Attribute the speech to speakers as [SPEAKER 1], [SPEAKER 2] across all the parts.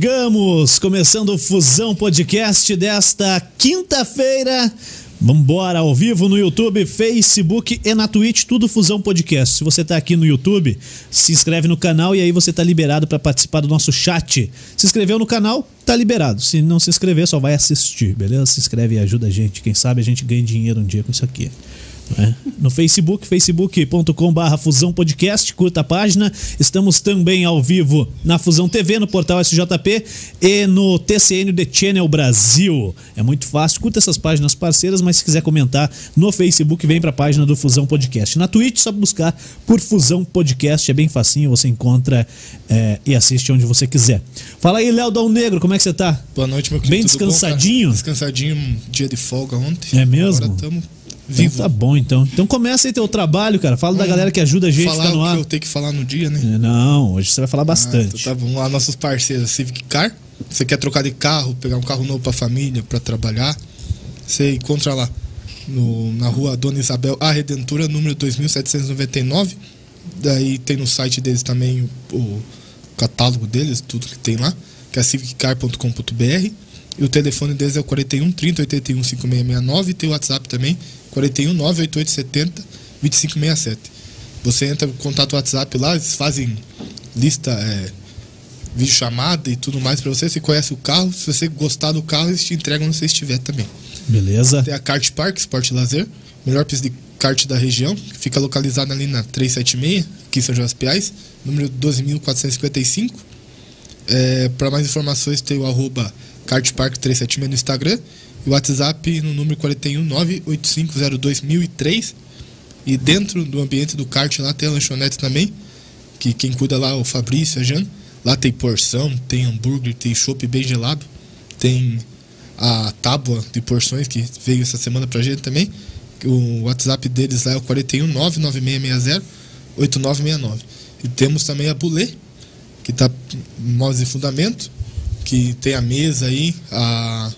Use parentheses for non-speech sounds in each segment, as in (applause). [SPEAKER 1] Chegamos, começando o Fusão Podcast desta quinta-feira. Vambora, ao vivo no YouTube, Facebook e na Twitch, tudo Fusão Podcast. Se você tá aqui no YouTube, se inscreve no canal e aí você tá liberado para participar do nosso chat. Se inscreveu no canal, tá liberado. Se não se inscrever, só vai assistir, beleza? Se inscreve e ajuda a gente. Quem sabe a gente ganha dinheiro um dia com isso aqui. né? No Facebook, facebook.com.br Fusão Podcast, curta a página. Estamos também ao vivo na Fusão TV, no portal SJP e no TCN The Channel Brasil. É muito fácil, curta essas páginas parceiras, mas se quiser comentar no Facebook, vem para a página do Fusão Podcast. Na Twitch, só buscar por Fusão Podcast, é bem facinho, você encontra é, e assiste onde você quiser. Fala aí, Léo Dal Negro, como é que você tá?
[SPEAKER 2] Boa noite, meu querido.
[SPEAKER 1] Bem
[SPEAKER 2] Tudo bom, cara?
[SPEAKER 1] descansadinho?
[SPEAKER 2] descansadinho, um dia de folga ontem.
[SPEAKER 1] É mesmo?
[SPEAKER 2] Agora estamos
[SPEAKER 1] Então
[SPEAKER 2] vivos.
[SPEAKER 1] tá bom, então. Então começa aí teu trabalho, cara. Fala da galera que ajuda a gente,
[SPEAKER 2] Hum. falar
[SPEAKER 1] tá no
[SPEAKER 2] o
[SPEAKER 1] ar.
[SPEAKER 2] que eu tenho que falar no dia, né?
[SPEAKER 1] É, Não, hoje você vai falar
[SPEAKER 2] Ah,
[SPEAKER 1] bastante.
[SPEAKER 2] então tá bom. Lá nossos parceiros, Civic Car. Você quer trocar de carro, pegar um carro novo pra família, pra trabalhar? Você encontra lá no- na rua Dona Isabel A Redentora, número 2799. Daí tem no site deles também o, o catálogo deles, tudo que tem lá, que é civiccar.com.br. E o telefone deles é o 41 30 81 5669 e tem o WhatsApp também, 41 98870 2567. Você entra em contato WhatsApp lá, eles fazem lista, é, vídeo chamada e tudo mais pra você. Você conhece o carro, se você gostar do carro, eles te entregam onde você estiver também.
[SPEAKER 1] Beleza? Tá
[SPEAKER 2] Tem a Kart Park, Esporte e Lazer, melhor pista de kart da região, que fica localizada ali na 376, aqui em São José dos Piais, número 12.455. É, Para mais informações, tem o arroba kartpark376 no Instagram e o WhatsApp no número 419-8502-1003. E dentro do ambiente do kart lá tem a lanchonete também, que quem cuida lá é o Fabrício, a Jana. Lá tem porção, tem hambúrguer, tem chopp bem gelado, tem a tábua de porções que veio essa semana pra gente também. O WhatsApp deles lá é o 41996608969. E temos também a Bulê, que tá móveis e fundamento, que tem a mesa aí, a,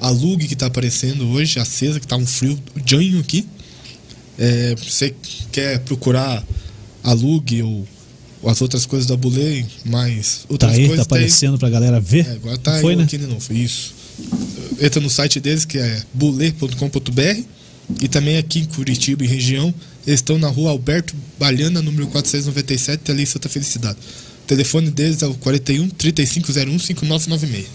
[SPEAKER 2] a lug que tá aparecendo hoje, acesa, que tá um frio janho aqui. É, você quer procurar a lug ou as outras coisas da Bulê, mas
[SPEAKER 1] Tá
[SPEAKER 2] outras
[SPEAKER 1] aí, tá
[SPEAKER 2] coisas tem-
[SPEAKER 1] aparecendo pra galera ver.
[SPEAKER 2] é, agora tá
[SPEAKER 1] Foi,
[SPEAKER 2] eu
[SPEAKER 1] né?
[SPEAKER 2] aqui de novo. Isso. Entra no site deles, que é bulê.com.br. E também aqui em Curitiba e região, eles estão na rua Alberto Balhana, número 497, ali em Santa Felicidade. O telefone deles é o 41 3501 5996.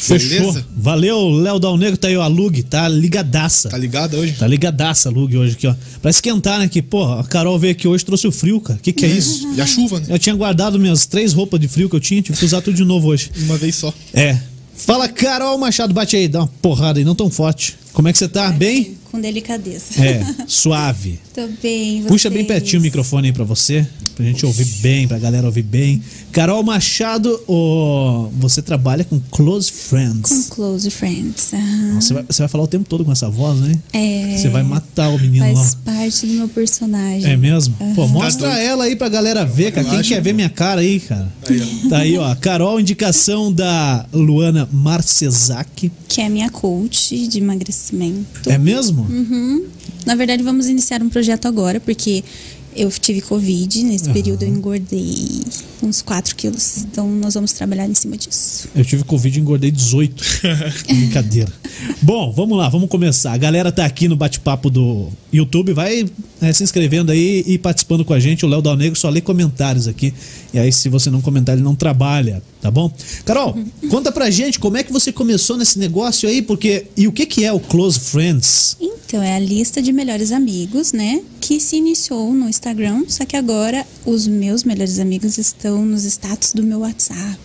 [SPEAKER 1] Fechou.
[SPEAKER 2] Beleza?
[SPEAKER 1] Valeu, Léo Dal Negro, tá aí o Alug, tá ligadaça.
[SPEAKER 2] Tá ligado hoje?
[SPEAKER 1] Tá ligadaça a Lug hoje aqui, ó. Pra esquentar, né? Que, porra, a Carol veio aqui hoje trouxe o frio, cara. Que que é isso?
[SPEAKER 2] E a chuva, né?
[SPEAKER 1] Eu tinha guardado minhas três roupas de frio que eu tinha, tive que usar tudo de novo hoje.
[SPEAKER 2] Uma vez só.
[SPEAKER 1] É. Fala, Carol Machado, bate aí, dá uma porrada aí, não tão forte. Como é que você tá? Bem?
[SPEAKER 3] Com delicadeza.
[SPEAKER 1] É, suave.
[SPEAKER 3] (laughs) Tô bem, vocês?
[SPEAKER 1] Puxa bem pertinho o microfone aí pra você, pra gente ouvir bem, pra galera ouvir bem. Carol Machado, ô, você trabalha com Close
[SPEAKER 3] Com
[SPEAKER 1] Friends.
[SPEAKER 3] close friends. aham.
[SPEAKER 1] Você vai, você vai falar o tempo todo com essa voz, né?
[SPEAKER 3] É.
[SPEAKER 1] Você vai matar o menino
[SPEAKER 3] Faz
[SPEAKER 1] lá.
[SPEAKER 3] parte do meu personagem.
[SPEAKER 1] É mesmo? Pô,
[SPEAKER 3] Aham.
[SPEAKER 1] mostra
[SPEAKER 2] doido.
[SPEAKER 1] ela aí pra galera ver, cara. Quem
[SPEAKER 2] acho,
[SPEAKER 1] quer ver minha cara aí, cara? Tá aí, ó. Carol, indicação da Luana Marcesac.
[SPEAKER 3] Que é minha coach de emagrecimento.
[SPEAKER 1] É mesmo?
[SPEAKER 3] Uhum. Na verdade, vamos iniciar um projeto agora, porque eu tive Covid. Nesse período eu engordei uns 4 quilos. Então, nós vamos trabalhar em cima disso.
[SPEAKER 1] Eu tive Covid e engordei
[SPEAKER 3] (laughs)
[SPEAKER 1] 18. Brincadeira. Bom, vamos lá, vamos começar. A galera tá aqui no bate-papo do YouTube. Vai é, se inscrevendo aí e participando com a gente. O Léo Dal Negro só lê comentários aqui. E aí, se você não comentar, ele não trabalha, tá bom?
[SPEAKER 3] (laughs)
[SPEAKER 1] Carol, conta pra gente como é que você começou nesse negócio aí, porque. E o que, que é o Close Friends?
[SPEAKER 3] Então, é a lista de melhores amigos, né? Que se iniciou no Instagram, só que agora os meus melhores amigos estão nos status do meu WhatsApp.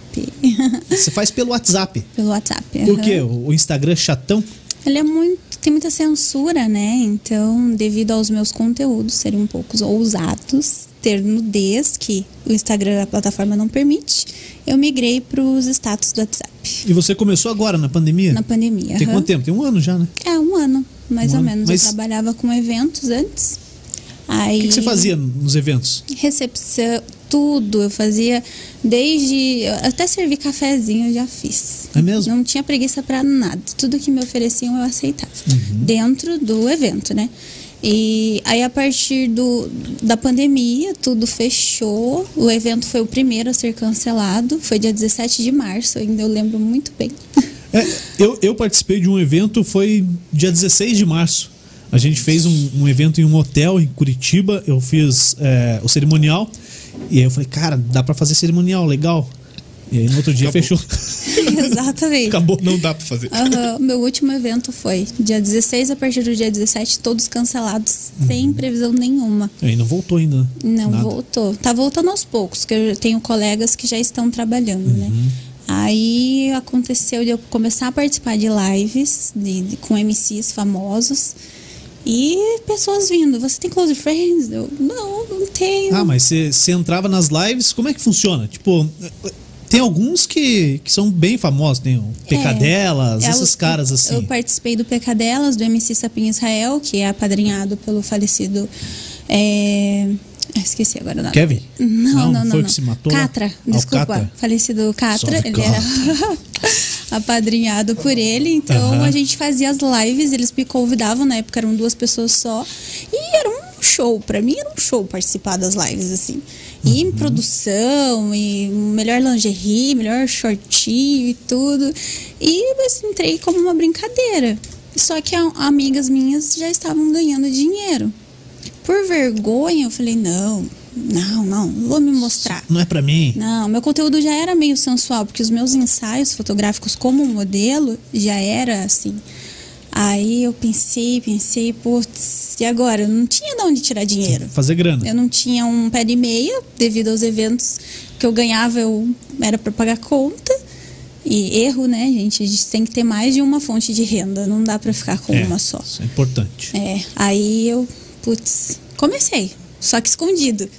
[SPEAKER 3] (laughs)
[SPEAKER 1] Você faz pelo WhatsApp.
[SPEAKER 3] Pelo WhatsApp.
[SPEAKER 1] Por
[SPEAKER 3] aham.
[SPEAKER 1] quê? O Instagram é chatão?
[SPEAKER 3] Ele é muito. Tem muita censura, né? Então, devido aos meus conteúdos serem um pouco ousados, ter nudez, que o Instagram, a plataforma não permite, eu migrei para os status do WhatsApp
[SPEAKER 1] E você começou agora, na pandemia?
[SPEAKER 3] na pandemia.
[SPEAKER 1] Tem
[SPEAKER 3] aham.
[SPEAKER 1] quanto tempo? Tem um ano já, né?
[SPEAKER 3] É, um ano, mais
[SPEAKER 1] Um
[SPEAKER 3] ou
[SPEAKER 1] ano,
[SPEAKER 3] menos.
[SPEAKER 1] mas-
[SPEAKER 3] Eu trabalhava com eventos antes. Aí...
[SPEAKER 1] O que que você fazia nos eventos?
[SPEAKER 3] recepção, tudo. Eu fazia desde. Até servir cafezinho eu já fiz.
[SPEAKER 1] É mesmo?
[SPEAKER 3] Não
[SPEAKER 1] Uhum.
[SPEAKER 3] tinha preguiça pra nada. Tudo que me ofereciam eu aceitava. Dentro do evento, né? E aí, a partir do, da pandemia, tudo fechou. O evento foi o primeiro a ser cancelado. Foi dia 17 de março, ainda eu lembro muito bem. (laughs)
[SPEAKER 1] É, eu, eu participei de um evento, foi dia 16 de março. A gente fez um, um evento em um hotel em Curitiba. Eu fiz é, o cerimonial. E aí eu falei, cara, dá pra fazer cerimonial, legal. E aí no outro dia
[SPEAKER 2] Acabou.
[SPEAKER 1] fechou. (laughs)
[SPEAKER 3] Exatamente.
[SPEAKER 1] Acabou.
[SPEAKER 2] Não dá pra fazer.
[SPEAKER 3] Aham, Meu último evento foi dia 16, a partir do dia 17, todos cancelados,
[SPEAKER 1] Uhum.
[SPEAKER 3] sem previsão nenhuma.
[SPEAKER 1] E aí não voltou ainda. né?
[SPEAKER 3] Não
[SPEAKER 1] Nada.
[SPEAKER 3] voltou. Tá voltando aos poucos, que eu tenho colegas que já estão trabalhando, né?
[SPEAKER 1] Uhum.
[SPEAKER 3] Aí aconteceu de eu começar a participar de lives de, de- com MCs famosos e pessoas vindo. Você tem close friends? Eu, não, não tenho.
[SPEAKER 1] Ah, mas você você entrava nas lives, como é que funciona? Tipo, tem alguns que, que são bem famosos, tem o Pecadelas,
[SPEAKER 3] É,
[SPEAKER 1] esses
[SPEAKER 3] eu-
[SPEAKER 1] caras assim.
[SPEAKER 3] Eu participei do Pecadelas, do MC Sapinho Israel, que é apadrinhado pelo falecido. é, ah, Esqueci agora o nome.
[SPEAKER 1] Kevin?
[SPEAKER 3] Não, não, não.
[SPEAKER 1] Foi o
[SPEAKER 3] não.
[SPEAKER 1] que se matou? lá?
[SPEAKER 3] Catra,
[SPEAKER 1] Ah, o
[SPEAKER 3] desculpa.
[SPEAKER 1] Catra.
[SPEAKER 3] Falecido Catra.
[SPEAKER 1] Salve,
[SPEAKER 3] ele era (laughs) apadrinhado por ele. Então
[SPEAKER 1] Aham.
[SPEAKER 3] a gente fazia as lives, eles me convidavam, na época eram duas pessoas só. E era um show, pra mim era um show participar das lives, assim. E em produção, e melhor lingerie, melhor shortinho e tudo. E eu entrei como uma brincadeira. Só que a- amigas minhas já estavam ganhando dinheiro. Por vergonha, eu falei, não, não, não, não vou me mostrar.
[SPEAKER 1] Não é pra mim.
[SPEAKER 3] Tá. Não, meu conteúdo já era meio sensual, porque os meus ensaios fotográficos como modelo já era assim. Aí eu pensei, pensei, putz, e agora? Eu não tinha de onde tirar dinheiro.
[SPEAKER 1] Fazer grana.
[SPEAKER 3] Eu não tinha um pé e meia, devido aos eventos que eu ganhava, eu era para pagar conta. E erro, né, gente? A gente tem que ter mais de uma fonte de renda, não dá para ficar com
[SPEAKER 1] É,
[SPEAKER 3] uma só.
[SPEAKER 1] Isso é importante.
[SPEAKER 3] É, aí eu, putz, comecei, só que escondido.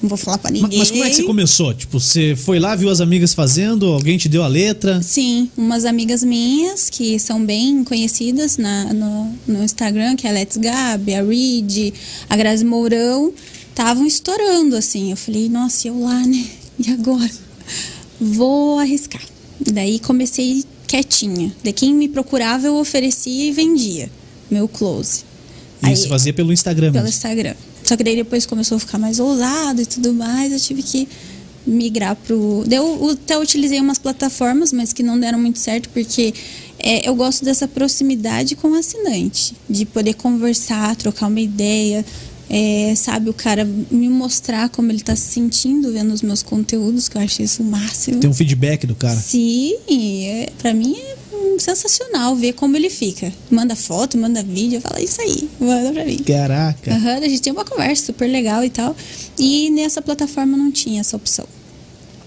[SPEAKER 3] Não vou falar pra
[SPEAKER 1] Ma-
[SPEAKER 3] ninguém.
[SPEAKER 1] Mas, como é que você começou? Tipo, você foi lá, viu as amigas fazendo, alguém te deu a letra.
[SPEAKER 3] Sim, umas amigas minhas que são bem conhecidas na, no, no Instagram, que é a Let's Gabi, a Reed, a Grazi Mourão, estavam estourando, assim. Eu falei, nossa, eu lá, né? E agora? Vou arriscar. Daí comecei quietinha. De quem me procurava, eu oferecia e vendia meu close.
[SPEAKER 1] E você fazia pelo Instagram
[SPEAKER 3] pelo
[SPEAKER 1] mesmo.
[SPEAKER 3] Instagram. Só que daí depois começou a ficar mais ousado e tudo mais, eu tive que migrar pro. Daí Eu até utilizei umas plataformas, mas que não deram muito certo, porque é, eu gosto dessa proximidade com o assinante, de poder conversar, trocar uma ideia. é, sabe, o cara me mostrar como ele tá se sentindo vendo os meus conteúdos, que eu acho isso o máximo.
[SPEAKER 1] Tem um feedback do cara.
[SPEAKER 3] Sim, é, pra mim é hum, sensacional ver como ele fica. Manda foto, manda vídeo, fala isso aí, manda pra mim.
[SPEAKER 1] Caraca.
[SPEAKER 3] Aham, a gente tem uma conversa super legal e tal. E nessa plataforma não tinha essa opção.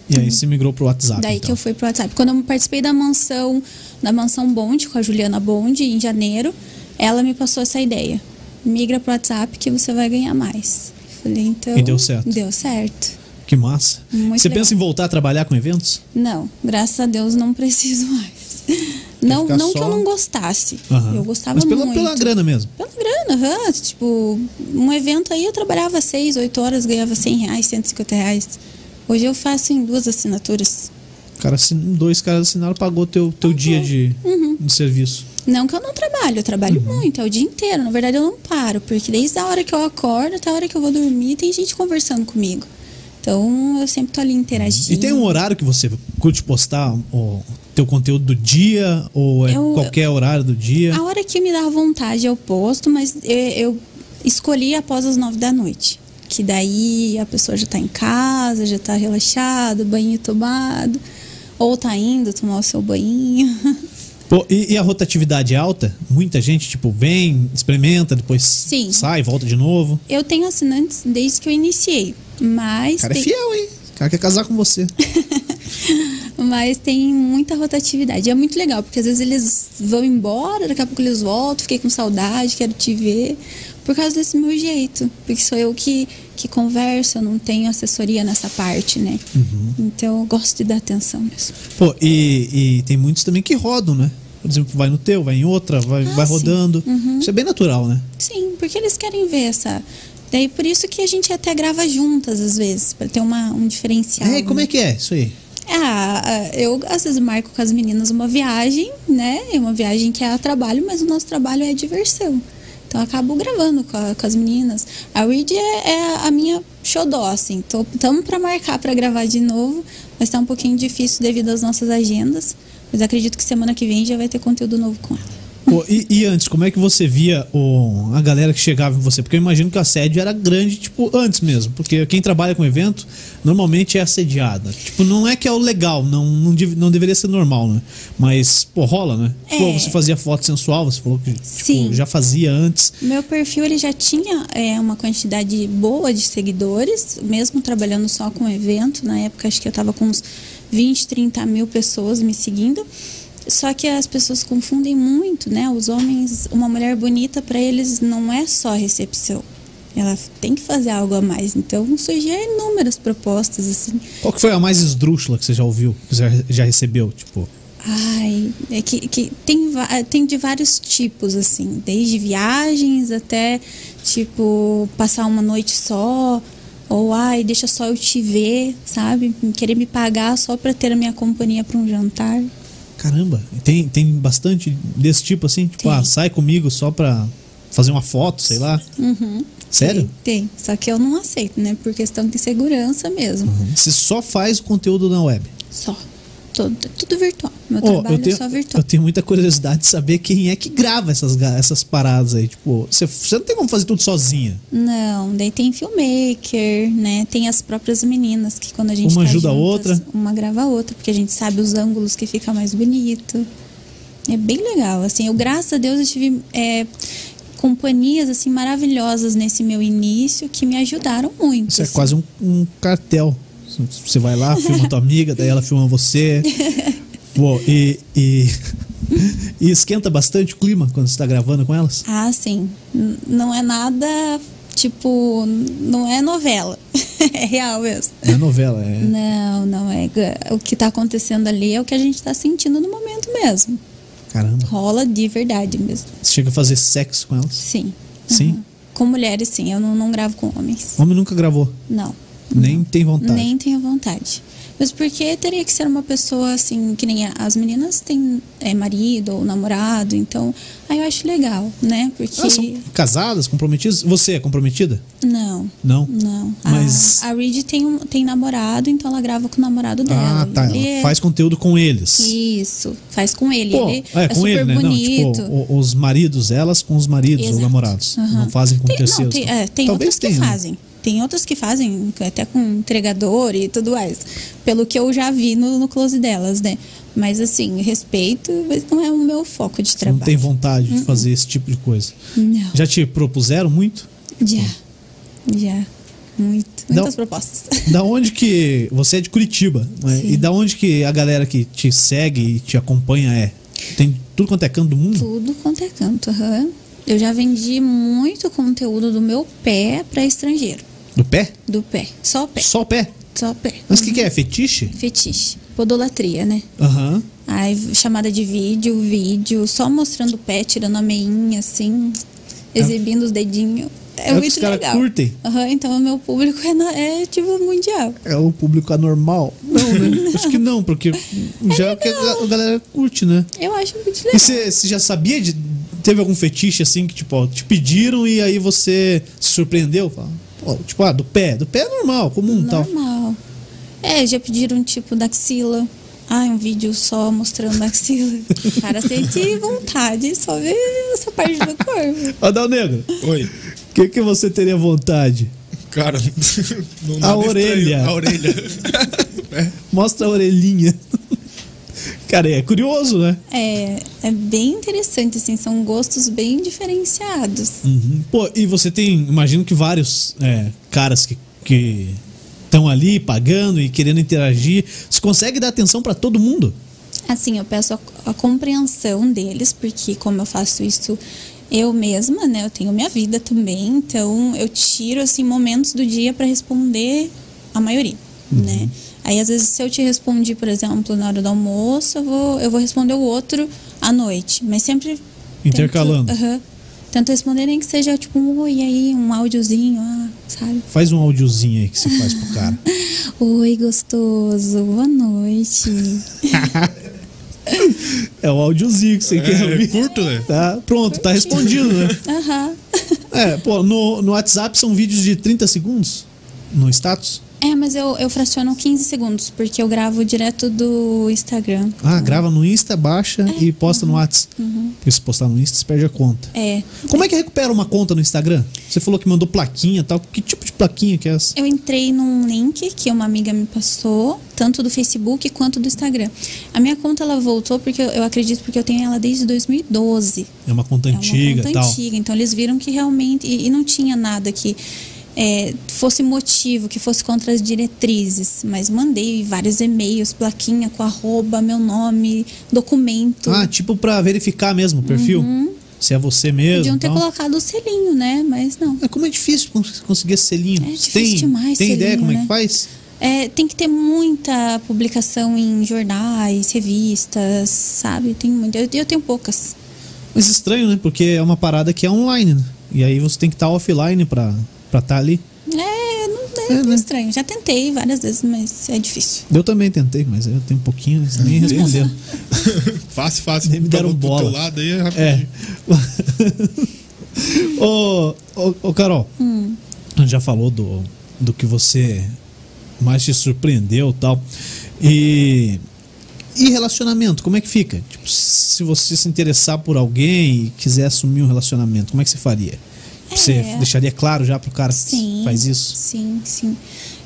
[SPEAKER 1] E aí você migrou pro WhatsApp.
[SPEAKER 3] Daí
[SPEAKER 1] então.
[SPEAKER 3] que eu fui pro WhatsApp. Quando eu participei da mansão, da mansão Bond com a Juliana Bond em janeiro, ela me passou essa ideia. Migra pro WhatsApp que você vai ganhar mais. Falei, então.
[SPEAKER 1] E deu certo.
[SPEAKER 3] Deu certo.
[SPEAKER 1] Que massa.
[SPEAKER 3] Muito
[SPEAKER 1] você
[SPEAKER 3] legal.
[SPEAKER 1] pensa em voltar a trabalhar com eventos?
[SPEAKER 3] Não, graças a Deus não preciso (laughs) mais. Não,
[SPEAKER 1] ficar
[SPEAKER 3] não que
[SPEAKER 1] só-
[SPEAKER 3] eu não gostasse.
[SPEAKER 1] Aham.
[SPEAKER 3] Eu gostava
[SPEAKER 1] Mas pela,
[SPEAKER 3] muito.
[SPEAKER 1] pela grana mesmo.
[SPEAKER 3] Pela grana, aham. tipo, um evento aí eu trabalhava seis, oito horas, ganhava 100 reais, 150 reais. Hoje eu faço em duas assinaturas.
[SPEAKER 1] Cara, assin- dois caras assinaram, pagou teu, teu dia de,
[SPEAKER 3] Uhum.
[SPEAKER 1] de serviço.
[SPEAKER 3] Não que eu não trabalho, eu trabalho
[SPEAKER 1] Uhum.
[SPEAKER 3] muito, é o dia inteiro. Na verdade, eu não paro, porque desde a hora que eu acordo até a hora que eu vou dormir, tem gente conversando comigo. Então, eu sempre tô ali interagindo.
[SPEAKER 1] E tem um horário que você curte postar o teu conteúdo do dia ou é
[SPEAKER 3] Eu-
[SPEAKER 1] qualquer horário do dia?
[SPEAKER 3] A hora que me dá vontade eu posto, mas eu, eu escolhi após as nove da noite. Que daí a pessoa já tá em casa, já tá relaxado, banho tomado. Ou tá indo tomar o seu banho. (laughs)
[SPEAKER 1] Pô, e, e a rotatividade é alta? Muita gente, tipo, vem, experimenta, depois
[SPEAKER 3] Sim.
[SPEAKER 1] sai, volta de novo.
[SPEAKER 3] Eu tenho assinantes desde que eu iniciei. Mas
[SPEAKER 1] O cara é
[SPEAKER 3] tem,
[SPEAKER 1] fiel, hein? O cara quer casar com você.
[SPEAKER 3] mas tem muita rotatividade. É muito legal, porque às vezes eles vão embora, daqui a pouco eles voltam, fiquei com saudade, quero te ver. Por causa desse meu jeito. Porque sou eu que, que converso, eu não tenho assessoria nessa parte, né? Então eu gosto de dar atenção mesmo.
[SPEAKER 1] (laughs) Pô, e, e tem muitos também que rodam, né? Por exemplo, vai no teu, vai em outra, vai, vai
[SPEAKER 3] Ah, sim. Uhum.
[SPEAKER 1] rodando. Isso é bem natural, né?
[SPEAKER 3] Sim, porque eles querem ver essa. Daí por isso que a gente até grava juntas às vezes, pra ter uma, um diferencial.
[SPEAKER 1] É, e como é que é isso aí?
[SPEAKER 3] Ah, ah, eu às vezes marco com as meninas uma viagem, né? É uma viagem que é a trabalho, mas o nosso trabalho é diversão. Então eu acabo gravando com, a- com as meninas. A Reed é, é a minha xodó, assim. Tô, tamo pra marcar pra gravar de novo, mas tá um pouquinho difícil devido às nossas agendas. Mas acredito que semana que vem já vai ter conteúdo novo com ela.
[SPEAKER 1] Pô, e, e antes, como é que você via o- a galera que chegava em você? Porque eu imagino que o assédio era grande, tipo, antes mesmo. Porque quem trabalha com evento normalmente é assediada. Tipo, não é que é o legal, não, não, deve- não deveria ser normal, né? Mas, pô, rola, né? Pô,
[SPEAKER 3] É.
[SPEAKER 1] você fazia foto sensual, você falou que tipo,
[SPEAKER 3] Sim.
[SPEAKER 1] já fazia antes.
[SPEAKER 3] Meu perfil ele já tinha é, uma quantidade boa de seguidores, mesmo trabalhando só com evento. Na época, acho que eu estava com uns 20, 30 mil pessoas me seguindo. Só que as pessoas confundem muito, né? Os homens, uma mulher bonita, para eles não é só recepção. Ela tem que fazer algo a mais. Então, surgiam inúmeras propostas, assim.
[SPEAKER 1] Qual que foi a mais esdrúxula que você já ouviu, que você já- já recebeu? Tipo,
[SPEAKER 3] Ai, é que, que tem, va- tem de vários tipos, assim, desde viagens até, tipo, passar uma noite só, ou ai, deixa só eu te ver, sabe? Querer me pagar só pra ter a minha companhia pra um jantar.
[SPEAKER 1] caramba, tem, tem bastante desse tipo assim? Tipo,
[SPEAKER 3] Tem.
[SPEAKER 1] ah, sai comigo só pra fazer uma foto, sei lá.
[SPEAKER 3] Uhum.
[SPEAKER 1] Sério?
[SPEAKER 3] Tem, tem. só que eu não aceito, né? Por questão de segurança mesmo.
[SPEAKER 1] Você só faz o conteúdo na web.
[SPEAKER 3] Só. Todo, tudo virtual. Meu
[SPEAKER 1] Ó,
[SPEAKER 3] trabalho é só virtual.
[SPEAKER 1] eu tenho muita curiosidade de saber quem é que grava essas, ga- essas paradas aí. Tipo, você, você não tem como fazer tudo sozinha.
[SPEAKER 3] Não, daí tem filmmaker, né? Tem as próprias meninas que quando a gente
[SPEAKER 1] Uma
[SPEAKER 3] tá
[SPEAKER 1] ajuda a
[SPEAKER 3] juntas,
[SPEAKER 1] outra.
[SPEAKER 3] uma grava a outra, porque a gente sabe os ângulos que fica mais bonito. É bem legal, assim. Eu graças a Deus eu tive é, companhias assim maravilhosas nesse meu início que me ajudaram muito.
[SPEAKER 1] Isso é
[SPEAKER 3] assim.
[SPEAKER 1] quase um, um cartel. Você vai lá, filma tua amiga, daí ela filma
[SPEAKER 3] (laughs)
[SPEAKER 1] você. Pô, e, e, e esquenta bastante o clima quando você tá gravando com elas?
[SPEAKER 3] Ah, sim. N- Não é nada tipo, n- não é novela, (laughs) é real mesmo.
[SPEAKER 1] Não é novela, é.
[SPEAKER 3] Não, não é. O que tá acontecendo ali é o que a gente tá sentindo no momento mesmo.
[SPEAKER 1] Caramba.
[SPEAKER 3] Rola de verdade mesmo.
[SPEAKER 1] Você chega a fazer sexo com elas?
[SPEAKER 3] Sim.
[SPEAKER 1] Sim.
[SPEAKER 3] Uhum. Com mulheres, sim. Eu não, não gravo com homens.
[SPEAKER 1] Homem nunca gravou.
[SPEAKER 3] Não.
[SPEAKER 1] Nem tem vontade.
[SPEAKER 3] Nem tenho vontade. Mas porque teria que ser uma pessoa assim, que nem a- as meninas têm é, marido ou namorado, então aí eu acho legal, né? Porque.
[SPEAKER 1] Elas são casadas, comprometidas? Você é comprometida?
[SPEAKER 3] Não,
[SPEAKER 1] Não.
[SPEAKER 3] não.
[SPEAKER 1] Mas-
[SPEAKER 3] A, a Reed tem, um, tem namorado, então ela grava com o namorado dela.
[SPEAKER 1] Ah, tá.
[SPEAKER 3] Ele
[SPEAKER 1] Ela
[SPEAKER 3] é-
[SPEAKER 1] faz conteúdo com eles.
[SPEAKER 3] Isso, faz com ele.
[SPEAKER 1] Pô,
[SPEAKER 3] ele
[SPEAKER 1] é, com
[SPEAKER 3] super
[SPEAKER 1] ele, né?
[SPEAKER 3] bonito.
[SPEAKER 1] Não, tipo, o- os maridos, elas com os maridos ou
[SPEAKER 3] Exato.
[SPEAKER 1] namorados.
[SPEAKER 3] Aham.
[SPEAKER 1] Não fazem com
[SPEAKER 3] tem,
[SPEAKER 1] terceiros. tá?
[SPEAKER 3] Não, tem, é, tem
[SPEAKER 1] Talvez
[SPEAKER 3] outras que
[SPEAKER 1] tenha, né?
[SPEAKER 3] fazem. Tem outras que fazem, até com um entregador e tudo mais. Pelo que eu já vi no, no close delas, né? Mas assim, respeito, mas não é o meu foco de
[SPEAKER 1] Não
[SPEAKER 3] trabalho. Uhum.
[SPEAKER 1] tem vontade de fazer esse tipo de coisa.
[SPEAKER 3] Não.
[SPEAKER 1] Já te propuseram muito?
[SPEAKER 3] Já. Já. Muito.
[SPEAKER 1] Não.
[SPEAKER 3] Muitas propostas. (laughs)
[SPEAKER 1] Da onde que. Você é de Curitiba, né?
[SPEAKER 3] Sim.
[SPEAKER 1] E da onde que a galera que te segue e te acompanha é? Tem tudo quanto é canto do mundo?
[SPEAKER 3] Tudo quanto é canto, aham. Eu já vendi muito conteúdo do meu pé pra estrangeiro.
[SPEAKER 1] Do pé?
[SPEAKER 3] Do pé. Só pé.
[SPEAKER 1] Só o pé?
[SPEAKER 3] Só pé.
[SPEAKER 1] Mas o que, que é? Fetiche?
[SPEAKER 3] Fetiche. Podolatria, né?
[SPEAKER 1] Aham.
[SPEAKER 3] Aí, chamada de vídeo, vídeo, só mostrando o pé, tirando a meinha, assim, exibindo os dedinhos. É,
[SPEAKER 1] É o que os
[SPEAKER 3] muito
[SPEAKER 1] caras
[SPEAKER 3] legal.
[SPEAKER 1] curtem.
[SPEAKER 3] Aham, então o meu público é, na- é tipo mundial.
[SPEAKER 1] É o público anormal? Não, né? (laughs) Acho que não, porque já é o que a ga- a galera curte, né?
[SPEAKER 3] Eu acho muito
[SPEAKER 1] E
[SPEAKER 3] legal.
[SPEAKER 1] você você já sabia de. Teve algum fetiche assim que, tipo, ó, te pediram e aí você se surpreendeu? Fala, pô, tipo, ah, do pé. Do pé é normal, comum e tal.
[SPEAKER 3] Normal. É, já pediram tipo da axila. Ah, um vídeo só mostrando
[SPEAKER 1] (laughs)
[SPEAKER 3] a axila. Para sentir vontade, só ver essa parte do corpo.
[SPEAKER 1] Adal Ah, Negro,
[SPEAKER 2] Oi.
[SPEAKER 1] o que, que você teria vontade?
[SPEAKER 2] Cara, (laughs) não
[SPEAKER 1] A
[SPEAKER 2] nada
[SPEAKER 1] orelha.
[SPEAKER 2] Estranho.
[SPEAKER 1] (laughs)
[SPEAKER 2] A orelha. É.
[SPEAKER 1] Mostra a orelhinha. (laughs) Cara, é curioso, né?
[SPEAKER 3] É, é bem interessante, assim, são gostos bem diferenciados.
[SPEAKER 1] Uhum. Pô, e você tem, imagino que vários é, caras que estão ali pagando e querendo interagir. Você consegue dar atenção pra todo mundo?
[SPEAKER 3] assim, eu peço a, a compreensão deles, porque como eu faço isso eu mesma, né, eu tenho minha vida também, então eu tiro assim momentos do dia para responder a maioria, né? Aí às vezes se eu te respondi, por exemplo, na hora do almoço, eu vou eu vou responder o outro à noite, mas sempre tento-
[SPEAKER 1] Intercalando.
[SPEAKER 3] Aham. Tento responder nem que seja tipo um oi aí, um áudiozinho, ah, sabe?
[SPEAKER 1] Faz um áudiozinho aí que você faz pro cara.
[SPEAKER 3] Oi, gostoso, boa noite.
[SPEAKER 1] (laughs) É o áudiozinho que você quer
[SPEAKER 2] É,
[SPEAKER 1] ouvir.
[SPEAKER 2] curto, né?
[SPEAKER 1] Tá, pronto, tá respondido, (laughs) né?
[SPEAKER 3] Aham.
[SPEAKER 1] É, pô, no, no WhatsApp são vídeos de 30 segundos no status.
[SPEAKER 3] É, mas eu, eu fraciono 15 segundos, porque eu gravo direto do Instagram.
[SPEAKER 1] Ah, grava no Insta, baixa e posta no WhatsApp.
[SPEAKER 3] Uhum.
[SPEAKER 1] Porque se postar no Insta, você perde a conta.
[SPEAKER 3] É.
[SPEAKER 1] Como é que recupera uma conta no Instagram? Você falou que mandou plaquinha e tal. Que tipo de plaquinha que é essa?
[SPEAKER 3] Eu entrei num link que uma amiga me passou, tanto do Facebook quanto do Instagram. A minha conta ela voltou porque eu, eu acredito porque eu tenho ela desde 2012.
[SPEAKER 1] É uma conta
[SPEAKER 3] É uma
[SPEAKER 1] antiga e
[SPEAKER 3] conta
[SPEAKER 1] tal.
[SPEAKER 3] antiga. Então eles viram que realmente e, e não tinha nada que é, fosse motivo, que fosse contra as diretrizes. Mas mandei vários e-mails, plaquinha com arroba, meu nome, documento.
[SPEAKER 1] Ah, tipo pra verificar mesmo o perfil? Se é você mesmo.
[SPEAKER 3] Uhum. Podiam ter
[SPEAKER 1] tal.
[SPEAKER 3] colocado o selinho, né? Mas não.
[SPEAKER 1] É como é difícil cons- conseguir esse selinho.
[SPEAKER 3] É
[SPEAKER 1] Você
[SPEAKER 3] difícil
[SPEAKER 1] tem,
[SPEAKER 3] demais
[SPEAKER 1] Tem
[SPEAKER 3] selinho,
[SPEAKER 1] ideia como é que
[SPEAKER 3] né?
[SPEAKER 1] faz?
[SPEAKER 3] É, tem que ter muita publicação em jornais, revistas, sabe? Tem muita. Eu, eu tenho poucas.
[SPEAKER 1] Mas estranho, né? Porque é uma parada que é online, né? E aí você tem que estar offline pra estar ali.
[SPEAKER 3] É, não é,
[SPEAKER 1] É, né?
[SPEAKER 3] estranho. Já tentei várias vezes, mas é difícil.
[SPEAKER 1] Eu também tentei, mas eu tenho um pouquinho, eles nem responderam.
[SPEAKER 2] Fácil, fácil.
[SPEAKER 1] Nem me
[SPEAKER 2] Pra-
[SPEAKER 1] deram
[SPEAKER 2] pro
[SPEAKER 1] bola.
[SPEAKER 2] teu lado aí, é rapidinho.
[SPEAKER 1] É. (laughs) ô, ô, ô, Carol,
[SPEAKER 3] Hum.
[SPEAKER 1] a gente já falou do, do que você mais te surpreendeu e tal. E. E relacionamento, como é que fica? Tipo, se você se interessar por alguém e quiser assumir um relacionamento, como é que você faria? Você
[SPEAKER 3] É.
[SPEAKER 1] deixaria claro já pro cara que
[SPEAKER 3] Sim.
[SPEAKER 1] faz isso?
[SPEAKER 3] Sim, sim.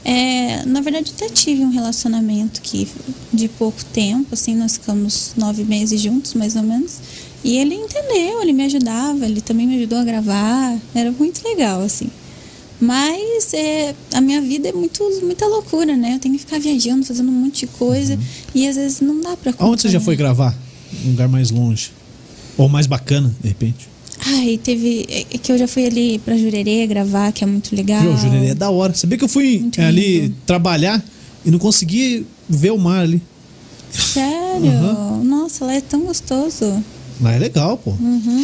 [SPEAKER 3] É, na verdade, eu até tive um relacionamento que de pouco tempo, assim, nós ficamos nove meses juntos, mais ou menos. E ele entendeu, ele me ajudava, ele também me ajudou a gravar. Era muito legal, assim. Mas é, a minha vida é muito, muita loucura, né? Eu tenho que ficar viajando, fazendo um monte de coisa. E às vezes não dá pra
[SPEAKER 1] Uhum. Aonde você já
[SPEAKER 3] acompanhar.
[SPEAKER 1] foi gravar? Um lugar mais longe. Ou mais bacana, de repente.
[SPEAKER 3] Ai, teve. É é que eu já fui ali pra Jurerê gravar, que é muito legal.
[SPEAKER 1] Viu, Jurerê é da hora. Sabia que eu fui
[SPEAKER 3] Muito
[SPEAKER 1] eh, ali
[SPEAKER 3] lindo.
[SPEAKER 1] trabalhar e não consegui ver o mar ali.
[SPEAKER 3] Sério? Nossa, lá é tão gostoso.
[SPEAKER 1] Lá é legal, pô.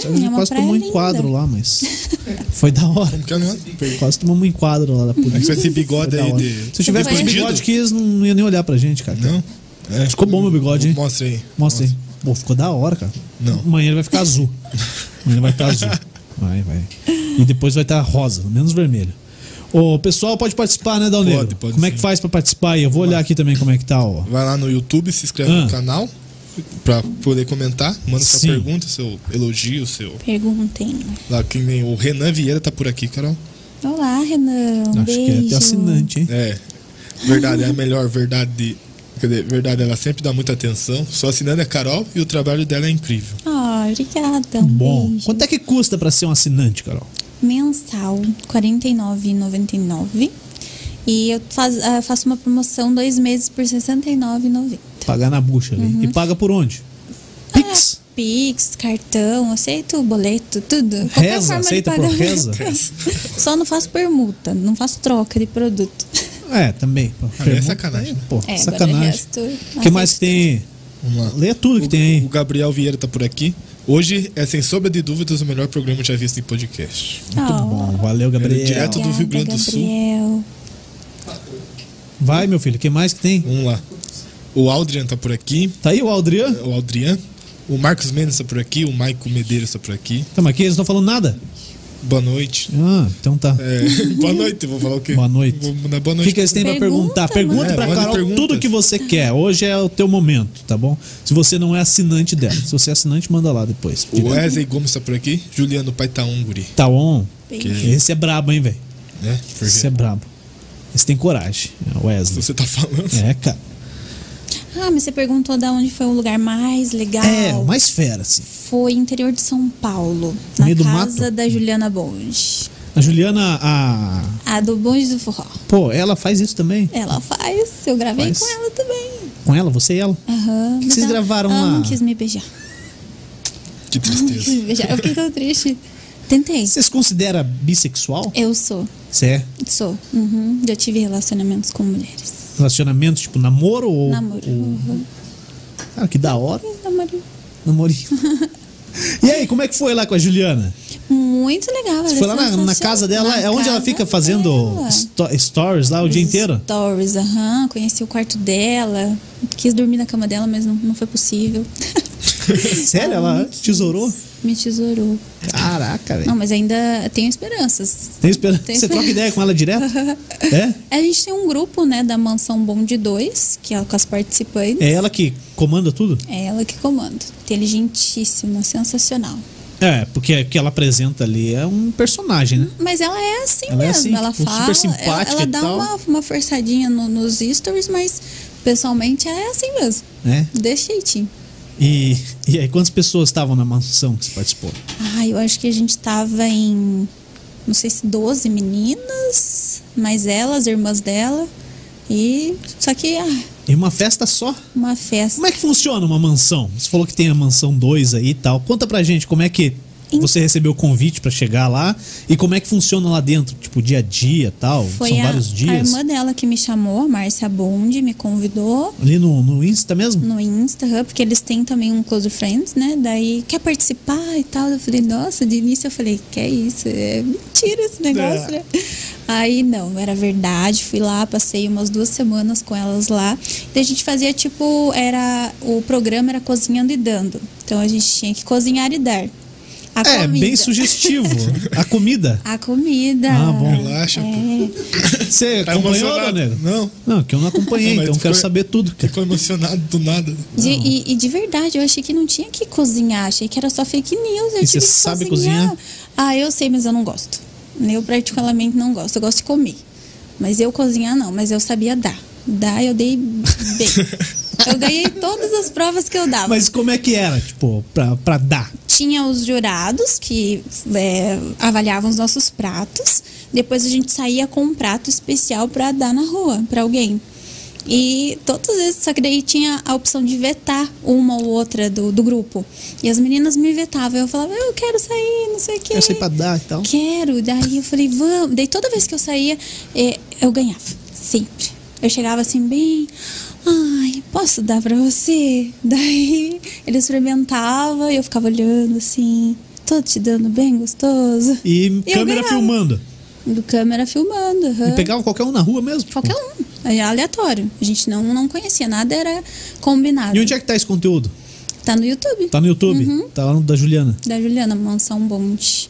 [SPEAKER 1] Só que a gente
[SPEAKER 3] é uma
[SPEAKER 1] quase
[SPEAKER 3] praia
[SPEAKER 1] tomou um
[SPEAKER 3] linda.
[SPEAKER 1] enquadro lá, mas (laughs) foi da hora.
[SPEAKER 2] Como que é o negócio? Pergunta.
[SPEAKER 1] Quase tomamos um enquadro lá da
[SPEAKER 2] Aí com
[SPEAKER 1] polícia.
[SPEAKER 2] esse
[SPEAKER 1] Foi
[SPEAKER 2] bigode
[SPEAKER 1] da
[SPEAKER 2] aí
[SPEAKER 1] hora.
[SPEAKER 2] de. Tá
[SPEAKER 1] Se eu tivesse com esse
[SPEAKER 2] Bandido?
[SPEAKER 1] bigode que eles não, não iam nem olhar pra gente, cara.
[SPEAKER 2] Não? É.
[SPEAKER 1] Ficou bom meu bigode, hein?
[SPEAKER 2] Mostra aí.
[SPEAKER 1] Mostra aí. Pô, ficou da hora, cara.
[SPEAKER 2] Não.
[SPEAKER 1] Amanhã ele vai ficar azul. Amanhã ele vai ficar
[SPEAKER 2] (laughs)
[SPEAKER 1] azul. Vai, vai. E depois vai estar rosa, menos vermelho. O pessoal pode participar, né, Dalneiro?
[SPEAKER 2] Pode, pode
[SPEAKER 1] Como é
[SPEAKER 2] sim.
[SPEAKER 1] que faz pra participar aí? Eu vou olhar aqui também como é que tá, ó.
[SPEAKER 2] Vai lá no YouTube, se inscreve
[SPEAKER 1] Ah.
[SPEAKER 2] no canal pra poder comentar. Manda sua
[SPEAKER 1] Sim.
[SPEAKER 2] pergunta, seu elogio, seu.
[SPEAKER 3] Perguntem.
[SPEAKER 2] Lá que nem o Renan Vieira tá por aqui, Carol.
[SPEAKER 3] Olá, Renan. Um
[SPEAKER 1] Acho
[SPEAKER 3] beijo.
[SPEAKER 1] que é até assinante, hein?
[SPEAKER 2] É. Verdade é a melhor verdade. de- Quer dizer, verdade, ela sempre dá muita atenção. Só assinando é Carol e o trabalho dela é incrível.
[SPEAKER 3] Ah, obrigada. Um
[SPEAKER 1] Bom.
[SPEAKER 3] beijo.
[SPEAKER 1] Quanto é que custa pra ser um assinante, Carol?
[SPEAKER 3] Mensal, R$ 49,99. E eu faz- ah, faço uma promoção dois meses por R$ 69,90.
[SPEAKER 1] Pagar na bucha ali.
[SPEAKER 3] Uhum.
[SPEAKER 1] E paga por onde?
[SPEAKER 3] Ah.
[SPEAKER 1] Pix?
[SPEAKER 3] Pix, cartão, aceito boleto, tudo. Qualquer
[SPEAKER 1] Reza,
[SPEAKER 3] forma
[SPEAKER 1] aceita
[SPEAKER 3] de
[SPEAKER 1] por reza?
[SPEAKER 3] pagamento. (laughs) Só não faço permuta, não faço troca de produto.
[SPEAKER 1] É, também. Pô,
[SPEAKER 2] é
[SPEAKER 1] pergunta-
[SPEAKER 2] sacanagem, né?
[SPEAKER 1] Pô,
[SPEAKER 3] É, agora o
[SPEAKER 1] sacanagem.
[SPEAKER 3] resto,
[SPEAKER 1] O que mais que
[SPEAKER 3] aceito.
[SPEAKER 1] tem aí?
[SPEAKER 2] Vamos lá.
[SPEAKER 1] Lê tudo que
[SPEAKER 2] O-
[SPEAKER 1] tem aí.
[SPEAKER 2] O Gabriel Vieira tá por aqui. Hoje é, sem sombra de dúvidas, o melhor programa já visto em podcast.
[SPEAKER 1] Muito
[SPEAKER 3] Ah,
[SPEAKER 1] bom. Valeu, Gabriel.
[SPEAKER 2] é direto do Rio Grande do Sul.
[SPEAKER 3] Gabriel.
[SPEAKER 1] Vai, meu filho. O que mais que tem?
[SPEAKER 2] Vamos lá. O Aldrian tá por aqui.
[SPEAKER 1] Tá aí o Aldrian?
[SPEAKER 2] O Aldrian. O Marcos Mendes tá por aqui. O Maico Medeiros tá por aqui.
[SPEAKER 1] Tamo aqui, eles não estão falando nada?
[SPEAKER 2] Boa noite.
[SPEAKER 1] Ah, então tá. O
[SPEAKER 2] É, (laughs) boa noite, vou falar o quê?
[SPEAKER 1] Boa noite.
[SPEAKER 2] Vou mandar boa noite.
[SPEAKER 1] que, é que eles têm pra perguntar?
[SPEAKER 3] Pergunta,
[SPEAKER 1] Pergunta
[SPEAKER 2] mano.
[SPEAKER 1] pra
[SPEAKER 2] É, manda
[SPEAKER 1] Carol
[SPEAKER 2] perguntas.
[SPEAKER 1] tudo que você quer. Hoje é o teu momento, tá bom? Se você não é assinante dela. Se você é assinante, manda lá depois.
[SPEAKER 2] O Wesley Gomes tá por aqui. Juliano Paitaúnguri.
[SPEAKER 1] Tá on?
[SPEAKER 3] Beijo.
[SPEAKER 1] Esse é brabo, hein, velho?
[SPEAKER 2] Né?
[SPEAKER 1] Esse é
[SPEAKER 2] Porque
[SPEAKER 1] brabo. Esse tem coragem, é o Wesley.
[SPEAKER 2] você tá falando.
[SPEAKER 1] É, cara.
[SPEAKER 3] Ah, mas você perguntou da onde foi o lugar mais legal.
[SPEAKER 1] É, o mais fera, assim.
[SPEAKER 3] Foi interior de São Paulo, na
[SPEAKER 1] meio do
[SPEAKER 3] casa
[SPEAKER 1] mato?
[SPEAKER 3] da Juliana Bonge.
[SPEAKER 1] A Juliana, a.
[SPEAKER 3] A do Bonge do Forró.
[SPEAKER 1] Pô, ela faz isso também?
[SPEAKER 3] Ela faz, eu gravei
[SPEAKER 1] Faz.
[SPEAKER 3] com ela também.
[SPEAKER 1] Com ela, você e ela?
[SPEAKER 3] Aham.
[SPEAKER 1] que vocês
[SPEAKER 3] mas ela-
[SPEAKER 1] gravaram
[SPEAKER 3] ela
[SPEAKER 1] lá?
[SPEAKER 3] não quis me beijar. (laughs)
[SPEAKER 2] Que
[SPEAKER 3] Ela não quis
[SPEAKER 2] tristeza.
[SPEAKER 3] me beijar. Eu fiquei tão triste. Tentei.
[SPEAKER 1] Você se considera bissexual?
[SPEAKER 3] Eu sou.
[SPEAKER 1] Você é?
[SPEAKER 3] Sou. Uhum. Já tive relacionamentos com mulheres.
[SPEAKER 1] Relacionamento, tipo, namoro ou.
[SPEAKER 3] Namoro. Uhum.
[SPEAKER 1] Cara, que da hora.
[SPEAKER 3] Namoro.
[SPEAKER 1] Namorinho. e aí, como é que foi lá com a Juliana?
[SPEAKER 3] Muito legal. ela
[SPEAKER 1] Você
[SPEAKER 3] é
[SPEAKER 1] foi lá na, na casa dela,
[SPEAKER 3] sensacional.
[SPEAKER 1] é onde ela
[SPEAKER 3] Na
[SPEAKER 1] fica
[SPEAKER 3] casa
[SPEAKER 1] fazendo
[SPEAKER 3] dela.
[SPEAKER 1] sto- stories lá o dia
[SPEAKER 3] (laughs)
[SPEAKER 1] inteiro?
[SPEAKER 3] Stories, aham. Conheci o quarto dela. Quis dormir na cama dela, mas não, não foi possível. (laughs)
[SPEAKER 1] Sério? Ela te tesourou?
[SPEAKER 3] Me tesourou.
[SPEAKER 1] Caraca,
[SPEAKER 3] Não,
[SPEAKER 1] velho.
[SPEAKER 3] mas ainda tenho esperanças.
[SPEAKER 1] Tem esperança.
[SPEAKER 3] Tem
[SPEAKER 1] Você
[SPEAKER 3] esperança.
[SPEAKER 1] troca ideia com ela
[SPEAKER 3] (laughs)
[SPEAKER 1] direto? É?
[SPEAKER 3] A gente tem um grupo, né, da Mansão Bonde 2, que é com as participantes.
[SPEAKER 1] É ela que comanda tudo?
[SPEAKER 3] É ela que comanda. Inteligentíssima, sensacional.
[SPEAKER 1] É, porque o que ela apresenta ali é um personagem, né?
[SPEAKER 3] Mas ela é assim
[SPEAKER 1] Ela é
[SPEAKER 3] mesmo.
[SPEAKER 1] assim,
[SPEAKER 3] ela
[SPEAKER 1] tipo,
[SPEAKER 3] fala.
[SPEAKER 1] super simpática
[SPEAKER 3] ela, ela
[SPEAKER 1] e
[SPEAKER 3] dá
[SPEAKER 1] tal.
[SPEAKER 3] Uma, uma forçadinha no- nos stories, mas pessoalmente é assim mesmo.
[SPEAKER 1] É.
[SPEAKER 3] Desse jeitinho.
[SPEAKER 1] E, e aí, quantas pessoas estavam na mansão que você participou?
[SPEAKER 3] Ah, eu acho que a gente tava em. Não sei se 12 meninas, mais elas, irmãs dela. E. Só que, ah,
[SPEAKER 1] Em uma festa só?
[SPEAKER 3] uma festa.
[SPEAKER 1] Como é que funciona uma mansão? Você falou que tem a mansão 2 aí e tal. Conta pra gente como é que você recebeu o convite pra chegar lá e como é que funciona lá dentro, tipo dia a dia e tal.
[SPEAKER 3] Foi
[SPEAKER 1] São
[SPEAKER 3] a,
[SPEAKER 1] vários
[SPEAKER 3] a
[SPEAKER 1] dias.
[SPEAKER 3] irmã dela que me chamou, a Márcia Bond, me convidou
[SPEAKER 1] Ali no, no Insta mesmo?
[SPEAKER 3] no Insta, porque eles têm também um Close Friends, né? Daí, quer participar e tal? Eu falei, nossa, de início eu falei, que é isso? É mentira esse negócio,
[SPEAKER 1] É.
[SPEAKER 3] né? Aí, não, era verdade. Fui lá, passei umas duas semanas com elas lá. Daí a gente fazia, tipo, era... O programa era cozinhando e dando. Então, a gente tinha que cozinhar e dar. A
[SPEAKER 1] é, bem
[SPEAKER 3] comida.
[SPEAKER 1] sugestivo.
[SPEAKER 3] (laughs)
[SPEAKER 1] a comida.
[SPEAKER 3] A comida. É.
[SPEAKER 1] Ah, bom.
[SPEAKER 2] Relaxa, pô.
[SPEAKER 1] Você
[SPEAKER 2] Tá
[SPEAKER 1] acompanhou,
[SPEAKER 2] emocionado?
[SPEAKER 1] Dona?
[SPEAKER 2] Não.
[SPEAKER 1] Não, que eu não acompanhei,
[SPEAKER 2] Não, (laughs) mas
[SPEAKER 1] então quero
[SPEAKER 2] ficou-
[SPEAKER 1] saber tudo. cara.
[SPEAKER 2] Ficou emocionado do nada. (laughs)
[SPEAKER 3] De- e, e de verdade, eu achei que não tinha que cozinhar, achei que era só fake news. Eu
[SPEAKER 1] E
[SPEAKER 3] tive
[SPEAKER 1] você
[SPEAKER 3] que
[SPEAKER 1] sabe cozinhar?
[SPEAKER 3] Ah, eu sei, mas eu não gosto. Eu particularmente não gosto. Eu gosto de comer. Mas eu cozinhar não, mas eu sabia dar. Dar eu
[SPEAKER 1] (laughs)
[SPEAKER 3] dei bem. eu ganhei todas as provas que eu dava.
[SPEAKER 1] Mas como é que era, tipo, pra, pra dar?
[SPEAKER 3] Tinha os jurados que é, avaliavam os nossos pratos. Depois a gente saía com um prato especial para dar na rua para alguém. E todas vezes, só que daí tinha a opção de vetar uma ou outra do, do grupo. E as meninas me vetavam. Eu falava, eu quero sair, não sei o quê.
[SPEAKER 1] Eu sei pra dar e tal.
[SPEAKER 3] Quero. Daí eu falei, vamos. Daí toda vez que eu saía, eh, eu ganhava. Sempre. Eu chegava assim, bem. Ai, posso dar pra você? (laughs) Daí ele experimentava e eu ficava olhando assim. Tô te dando bem gostoso.
[SPEAKER 1] E
[SPEAKER 3] Eu
[SPEAKER 1] câmera
[SPEAKER 3] ganhava.
[SPEAKER 1] filmando.
[SPEAKER 3] Do câmera filmando. aham.
[SPEAKER 1] E pegava qualquer um na rua mesmo? tipo?
[SPEAKER 3] Qualquer um. Era aleatório. A gente não, não conhecia, nada era combinado.
[SPEAKER 1] E onde é que tá esse conteúdo?
[SPEAKER 3] Tá no YouTube. Uhum.
[SPEAKER 1] Tá no YouTube? Tá lá no da Juliana.
[SPEAKER 3] da Juliana, Mansão Bonde.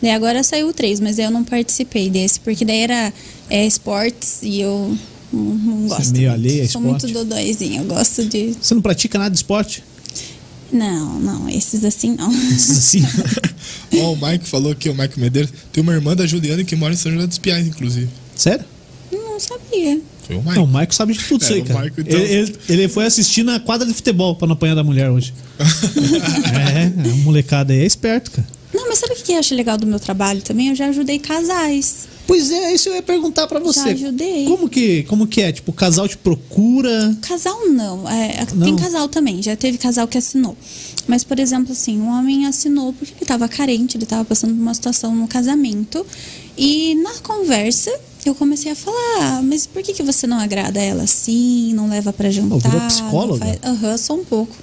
[SPEAKER 3] Daí agora saiu o 3, mas eu não participei desse, porque daí era é, esportes e eu não, não
[SPEAKER 1] Você é
[SPEAKER 3] gosto.
[SPEAKER 1] meio
[SPEAKER 3] muito.
[SPEAKER 1] alheia a
[SPEAKER 3] Sou
[SPEAKER 1] esporte?
[SPEAKER 3] muito dodóizinho, eu gosto de.
[SPEAKER 1] Você não pratica nada de
[SPEAKER 2] (laughs)
[SPEAKER 1] esporte?
[SPEAKER 3] Não, não, esses assim
[SPEAKER 1] (laughs)
[SPEAKER 3] não.
[SPEAKER 1] Assim.
[SPEAKER 2] Ó, o Mike falou aqui, o Mike Medeiros. Tem uma irmã da Juliana que mora em São José dos Piais, inclusive.
[SPEAKER 1] Sério?
[SPEAKER 3] não sabia.
[SPEAKER 2] Foi o Mike.
[SPEAKER 1] Não, o Maico sabe de tudo isso
[SPEAKER 2] É,
[SPEAKER 1] aí,
[SPEAKER 2] o
[SPEAKER 1] cara.
[SPEAKER 2] Maico, então-
[SPEAKER 1] ele, ele- ele foi assistir na quadra de futebol pra não apanhar da mulher
[SPEAKER 2] (laughs)
[SPEAKER 1] hoje. é, a molecada aí é esperto, cara.
[SPEAKER 3] Não, mas sabe o que que eu acho legal do meu trabalho também? Eu já ajudei casais.
[SPEAKER 1] Pois é, isso eu ia perguntar pra você.
[SPEAKER 3] ajudei.
[SPEAKER 1] Como que, como que é? Tipo, o casal te procura.
[SPEAKER 3] Casal não. é,
[SPEAKER 1] Não.
[SPEAKER 3] Tem casal também, já teve casal que assinou. Mas, por exemplo, assim, um homem assinou porque ele tava carente, ele tava passando por uma situação no casamento. E na conversa, eu comecei a falar, "Ah, mas por que, que você não agrada ela assim, não leva pra jantar?
[SPEAKER 1] virou
[SPEAKER 3] não
[SPEAKER 1] psicóloga?
[SPEAKER 3] faz-" Aham, sou um pouco.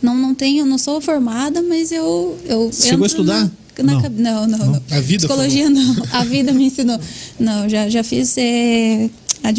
[SPEAKER 3] Não, não tenho, não sou formada, mas eu. eu
[SPEAKER 1] Você chegou a
[SPEAKER 3] entro
[SPEAKER 1] estudar?
[SPEAKER 3] Na, na
[SPEAKER 1] Não.
[SPEAKER 3] cabe- não. não, não,
[SPEAKER 2] A vida
[SPEAKER 3] Psicologia não. (laughs) A vida me ensinou. Não, já, já fiz eh,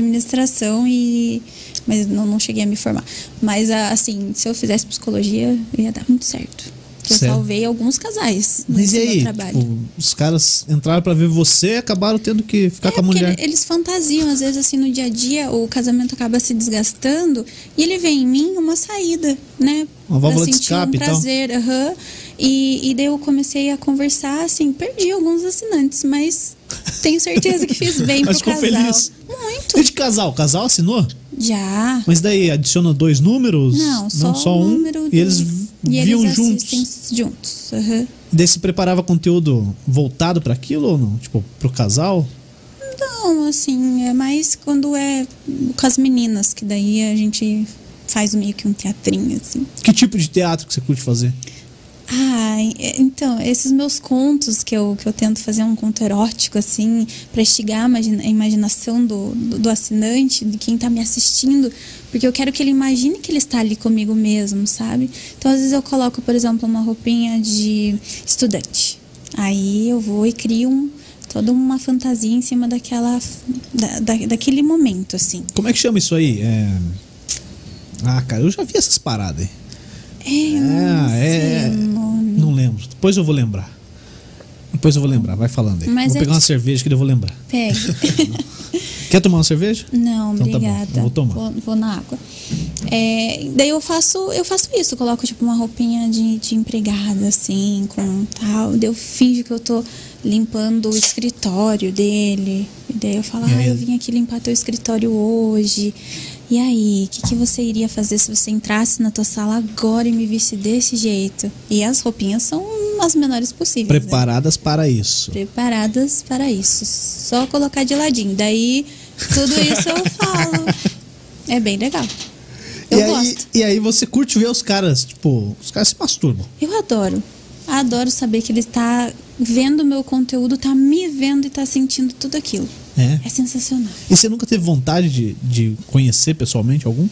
[SPEAKER 3] administração e. Mas não, não cheguei a me formar. Mas ah, assim, se eu fizesse psicologia, ia dar muito certo. Eu
[SPEAKER 1] Certo.
[SPEAKER 3] salvei alguns casais
[SPEAKER 1] Mas
[SPEAKER 3] nesse
[SPEAKER 1] e aí?
[SPEAKER 3] meu trabalho.
[SPEAKER 1] Tipo, os caras entraram pra ver você e acabaram tendo que ficar
[SPEAKER 3] É,
[SPEAKER 1] Tá com a
[SPEAKER 3] porque
[SPEAKER 1] mulher.
[SPEAKER 3] ele- eles fantasiam, às vezes assim, no dia a dia, o casamento acaba se desgastando e ele vê em mim uma saída, né?
[SPEAKER 1] Uma válvula
[SPEAKER 3] Pra
[SPEAKER 1] de
[SPEAKER 3] sentir
[SPEAKER 1] escape então. e
[SPEAKER 3] um
[SPEAKER 1] tal.
[SPEAKER 3] prazer, aham. E, e daí eu comecei a conversar, assim, perdi alguns assinantes, mas tenho certeza que
[SPEAKER 1] (laughs)
[SPEAKER 3] fiz bem pro
[SPEAKER 1] Mas ficou
[SPEAKER 3] casal.
[SPEAKER 1] feliz.
[SPEAKER 3] Muito.
[SPEAKER 1] E É de casal? O casal assinou?
[SPEAKER 3] Já.
[SPEAKER 1] Mas daí adiciona dois números?
[SPEAKER 3] Não, só, o
[SPEAKER 1] um.
[SPEAKER 3] número do-
[SPEAKER 1] E eles
[SPEAKER 3] e eles
[SPEAKER 1] viam
[SPEAKER 3] assistem
[SPEAKER 1] juntos.
[SPEAKER 3] juntos. aham.
[SPEAKER 1] Daí se preparava conteúdo voltado pra aquilo ou não? Tipo, pro casal?
[SPEAKER 3] Não, assim, é mais quando é com as meninas, que daí a gente faz meio que um teatrinho, assim.
[SPEAKER 1] Que tipo de teatro que você curte fazer?
[SPEAKER 3] Ah, e- então, esses meus contos que eu, que eu tento fazer um conto erótico, assim, para instigar a, imagina- a imaginação do, do, do assinante, de quem tá me assistindo, porque eu quero que ele imagine que ele está ali comigo mesmo, sabe? Então, às vezes eu coloco, por exemplo, uma roupinha de estudante. Aí eu vou e crio um- toda uma fantasia em cima daquela, da- da- daquele momento, assim.
[SPEAKER 1] Como é que chama isso aí? É... Ah, cara, eu já vi essas paradas aí.
[SPEAKER 3] É, eu não
[SPEAKER 1] Ah, é.
[SPEAKER 3] sei o
[SPEAKER 1] (laughs)
[SPEAKER 3] nome.
[SPEAKER 1] Não lembro. Depois eu vou lembrar. Depois eu vou lembrar, vai falando aí.
[SPEAKER 3] Mas
[SPEAKER 1] vou
[SPEAKER 3] é
[SPEAKER 1] pegar uma
[SPEAKER 3] que-
[SPEAKER 1] cerveja que daí eu vou lembrar.
[SPEAKER 3] Pegue.
[SPEAKER 1] Quer tomar uma cerveja?
[SPEAKER 3] Não,
[SPEAKER 1] Então tá bom,
[SPEAKER 3] obrigada.
[SPEAKER 1] vou tomar.
[SPEAKER 3] Vou, vou na água. É, daí eu faço, eu faço isso, coloco tipo uma roupinha de, de empregada, assim, com tal. Daí eu finjo que eu tô limpando o escritório dele. E daí eu falo,
[SPEAKER 1] E
[SPEAKER 3] ah,
[SPEAKER 1] aí?
[SPEAKER 3] eu vim aqui limpar teu escritório hoje. E aí, o que, que você iria fazer se você entrasse na tua sala agora e me visse desse jeito? E as roupinhas são as menores possíveis. né?
[SPEAKER 1] Preparadas para isso.
[SPEAKER 3] preparadas para isso. Só colocar de ladinho. Daí, tudo isso eu falo. É bem legal. Eu
[SPEAKER 1] e, aí,
[SPEAKER 3] gosto.
[SPEAKER 1] e aí você curte ver os caras, tipo, os caras se masturbam.
[SPEAKER 3] Eu adoro. Adoro saber que ele está vendo o meu conteúdo, tá me vendo e tá sentindo tudo aquilo.
[SPEAKER 1] É.
[SPEAKER 3] É sensacional.
[SPEAKER 1] E você nunca teve vontade de, de conhecer pessoalmente algum?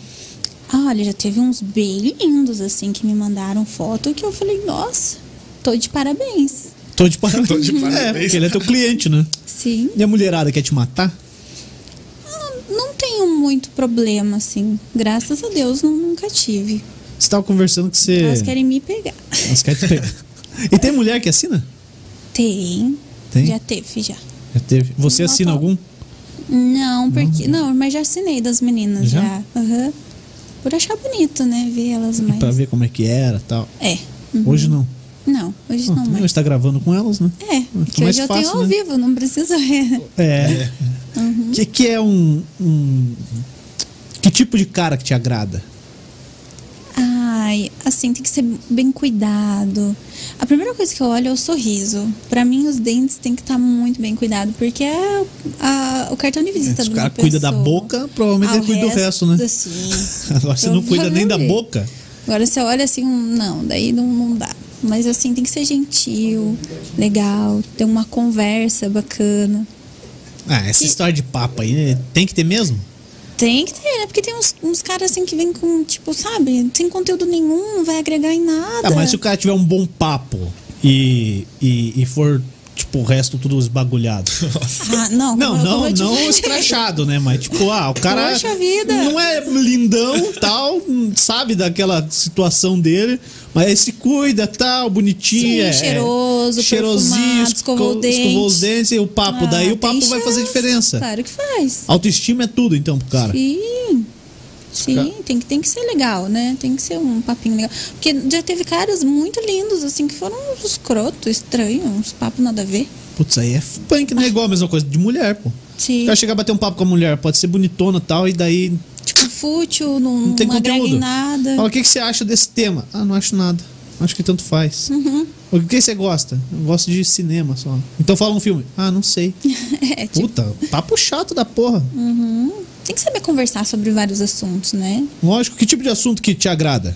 [SPEAKER 3] Ah, Olha, já teve uns bem lindos, assim, que me mandaram foto que eu falei, nossa, tô de parabéns.
[SPEAKER 1] Tô
[SPEAKER 3] (laughs)
[SPEAKER 1] de parabéns.
[SPEAKER 2] Tô de parabéns.
[SPEAKER 1] É, porque ele é teu cliente, né?
[SPEAKER 3] Sim. Ah,
[SPEAKER 1] E a mulherada quer te matar?
[SPEAKER 3] Não tenho muito problema, assim. Graças a Deus, nu- nunca tive.
[SPEAKER 1] Você tava conversando que você.
[SPEAKER 3] Elas querem me pegar.
[SPEAKER 1] Elas querem te pegar. e tem mulher que assina?
[SPEAKER 3] Tem.
[SPEAKER 1] Tem?
[SPEAKER 3] Já teve, já.
[SPEAKER 1] Já teve. Você
[SPEAKER 3] Não,
[SPEAKER 1] assina
[SPEAKER 3] não.
[SPEAKER 1] algum?
[SPEAKER 3] Não, porque. Não, mas já assinei das meninas
[SPEAKER 1] Já?
[SPEAKER 3] já. Aham. Por achar bonito, né? Ver elas mais.
[SPEAKER 1] Pra ver como é que era e tal.
[SPEAKER 3] É. Uhum.
[SPEAKER 1] Hoje não.
[SPEAKER 3] Não, hoje
[SPEAKER 1] Não,
[SPEAKER 3] não
[SPEAKER 1] também
[SPEAKER 3] mais.
[SPEAKER 1] hoje tá gravando com elas, né?
[SPEAKER 3] É, porque
[SPEAKER 1] mais
[SPEAKER 3] hoje eu
[SPEAKER 1] fácil,
[SPEAKER 3] tenho ao
[SPEAKER 1] né?
[SPEAKER 3] vivo, não preciso.
[SPEAKER 1] É. O
[SPEAKER 3] Uhum.
[SPEAKER 1] que, que é um, um- Que tipo de cara que te agrada? (laughs)
[SPEAKER 3] Ai, assim, tem que ser bem cuidado. A primeira coisa que eu olho é o sorriso. Pra mim, os dentes tem que estar muito bem cuidado, porque é a- o cartão de visita
[SPEAKER 1] Se
[SPEAKER 3] do
[SPEAKER 1] o cara É, cuida da boca, provavelmente ele cuida do resto, né?
[SPEAKER 3] Sim.
[SPEAKER 1] (laughs) Agora você não cuida nem da
[SPEAKER 3] assim, Provavelmente.
[SPEAKER 1] boca.
[SPEAKER 3] Agora você olha assim, um, não, daí não, não dá. Mas assim, tem que ser gentil, legal, ter uma conversa bacana.
[SPEAKER 1] Ah, essa
[SPEAKER 3] Que-
[SPEAKER 1] história de papo aí, né? tem que ter mesmo?
[SPEAKER 3] Tem que ter, né? Porque tem uns, uns caras assim que vêm com, tipo, sabe, sem conteúdo nenhum, não vai agregar em nada.
[SPEAKER 1] Ah, mas se o cara tiver um bom papo e, e, e for, tipo, o resto tudo esbagulhado. (laughs)
[SPEAKER 3] Ah, não,
[SPEAKER 1] Não,
[SPEAKER 3] como eu- como
[SPEAKER 1] não,
[SPEAKER 3] eu te
[SPEAKER 1] não
[SPEAKER 3] falei.
[SPEAKER 1] escrachado, né? Mas, tipo, ah, o cara
[SPEAKER 3] Poxa vida.
[SPEAKER 1] não é lindão, tal, sabe daquela situação dele, mas ele se cuida, tal, bonitinho.
[SPEAKER 3] Sim,
[SPEAKER 1] é,
[SPEAKER 3] cheiroso,
[SPEAKER 1] cheirosinho,
[SPEAKER 3] perfumado, escovou o
[SPEAKER 1] esco- escovou os
[SPEAKER 3] dente.
[SPEAKER 1] dentes e o papo.
[SPEAKER 3] Ah,
[SPEAKER 1] daí o papo
[SPEAKER 3] tem
[SPEAKER 1] vai fazer
[SPEAKER 3] chance,
[SPEAKER 1] diferença.
[SPEAKER 3] Claro que faz.
[SPEAKER 1] Autoestima é tudo, então, pro cara.
[SPEAKER 3] Sim. Sim, tem que, tem que ser legal, né? Tem que ser um papinho legal. Porque já teve caras muito lindos, assim, que foram uns escroto, estranho, uns papos nada a ver.
[SPEAKER 1] Putz, aí é punk, né? Igual a mesma coisa de mulher, pô. O
[SPEAKER 3] Sim.
[SPEAKER 1] cara chegar a bater um papo com a mulher, pode ser bonitona e tal, e daí
[SPEAKER 3] Tipo, fútil, não,
[SPEAKER 1] não
[SPEAKER 3] não,
[SPEAKER 1] tem
[SPEAKER 3] agrega
[SPEAKER 1] conteúdo.
[SPEAKER 3] em nada.
[SPEAKER 1] Fala, o que, que você acha desse tema? Ah, não acho nada. Acho que tanto faz.
[SPEAKER 3] Uhum.
[SPEAKER 1] O que que você gosta? Eu gosto de cinema só. Então fala um filme. Ah, não
[SPEAKER 3] (laughs)
[SPEAKER 1] sei.
[SPEAKER 3] (laughs) É, tipo,
[SPEAKER 1] Puta, papo chato da porra.
[SPEAKER 3] tem que saber conversar sobre vários assuntos, né?
[SPEAKER 1] Lógico, que tipo de assunto que te agrada?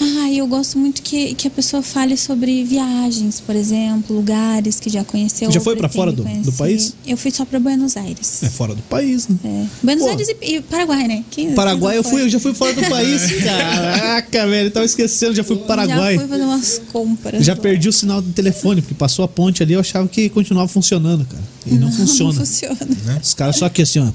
[SPEAKER 3] Ah, eu gosto muito que, que a pessoa fale sobre viagens, por exemplo, lugares que já conheceu.
[SPEAKER 1] Já
[SPEAKER 3] ou
[SPEAKER 1] foi pra
[SPEAKER 3] pretende
[SPEAKER 1] fora do- do
[SPEAKER 3] conhecer.
[SPEAKER 1] país?
[SPEAKER 3] Eu fui só pra Buenos Aires.
[SPEAKER 1] É fora do país, né?
[SPEAKER 3] É. Buenos
[SPEAKER 1] Pô.
[SPEAKER 3] Aires e, e Paraguai, né? Que-
[SPEAKER 1] Paraguai, eu
[SPEAKER 3] que
[SPEAKER 1] fui, eu já fui fora
[SPEAKER 3] (laughs)
[SPEAKER 1] do país. Caraca, velho, tava esquecendo, já fui pro Paraguai.
[SPEAKER 3] É. Já fui fazer umas compras.
[SPEAKER 1] Já
[SPEAKER 3] lá.
[SPEAKER 1] perdi o sinal do telefone, porque passou a ponte ali, eu achava que continuava funcionando, cara. E não,
[SPEAKER 3] (laughs) Não
[SPEAKER 1] funciona.
[SPEAKER 3] funciona.
[SPEAKER 1] Os caras só que assim, ó.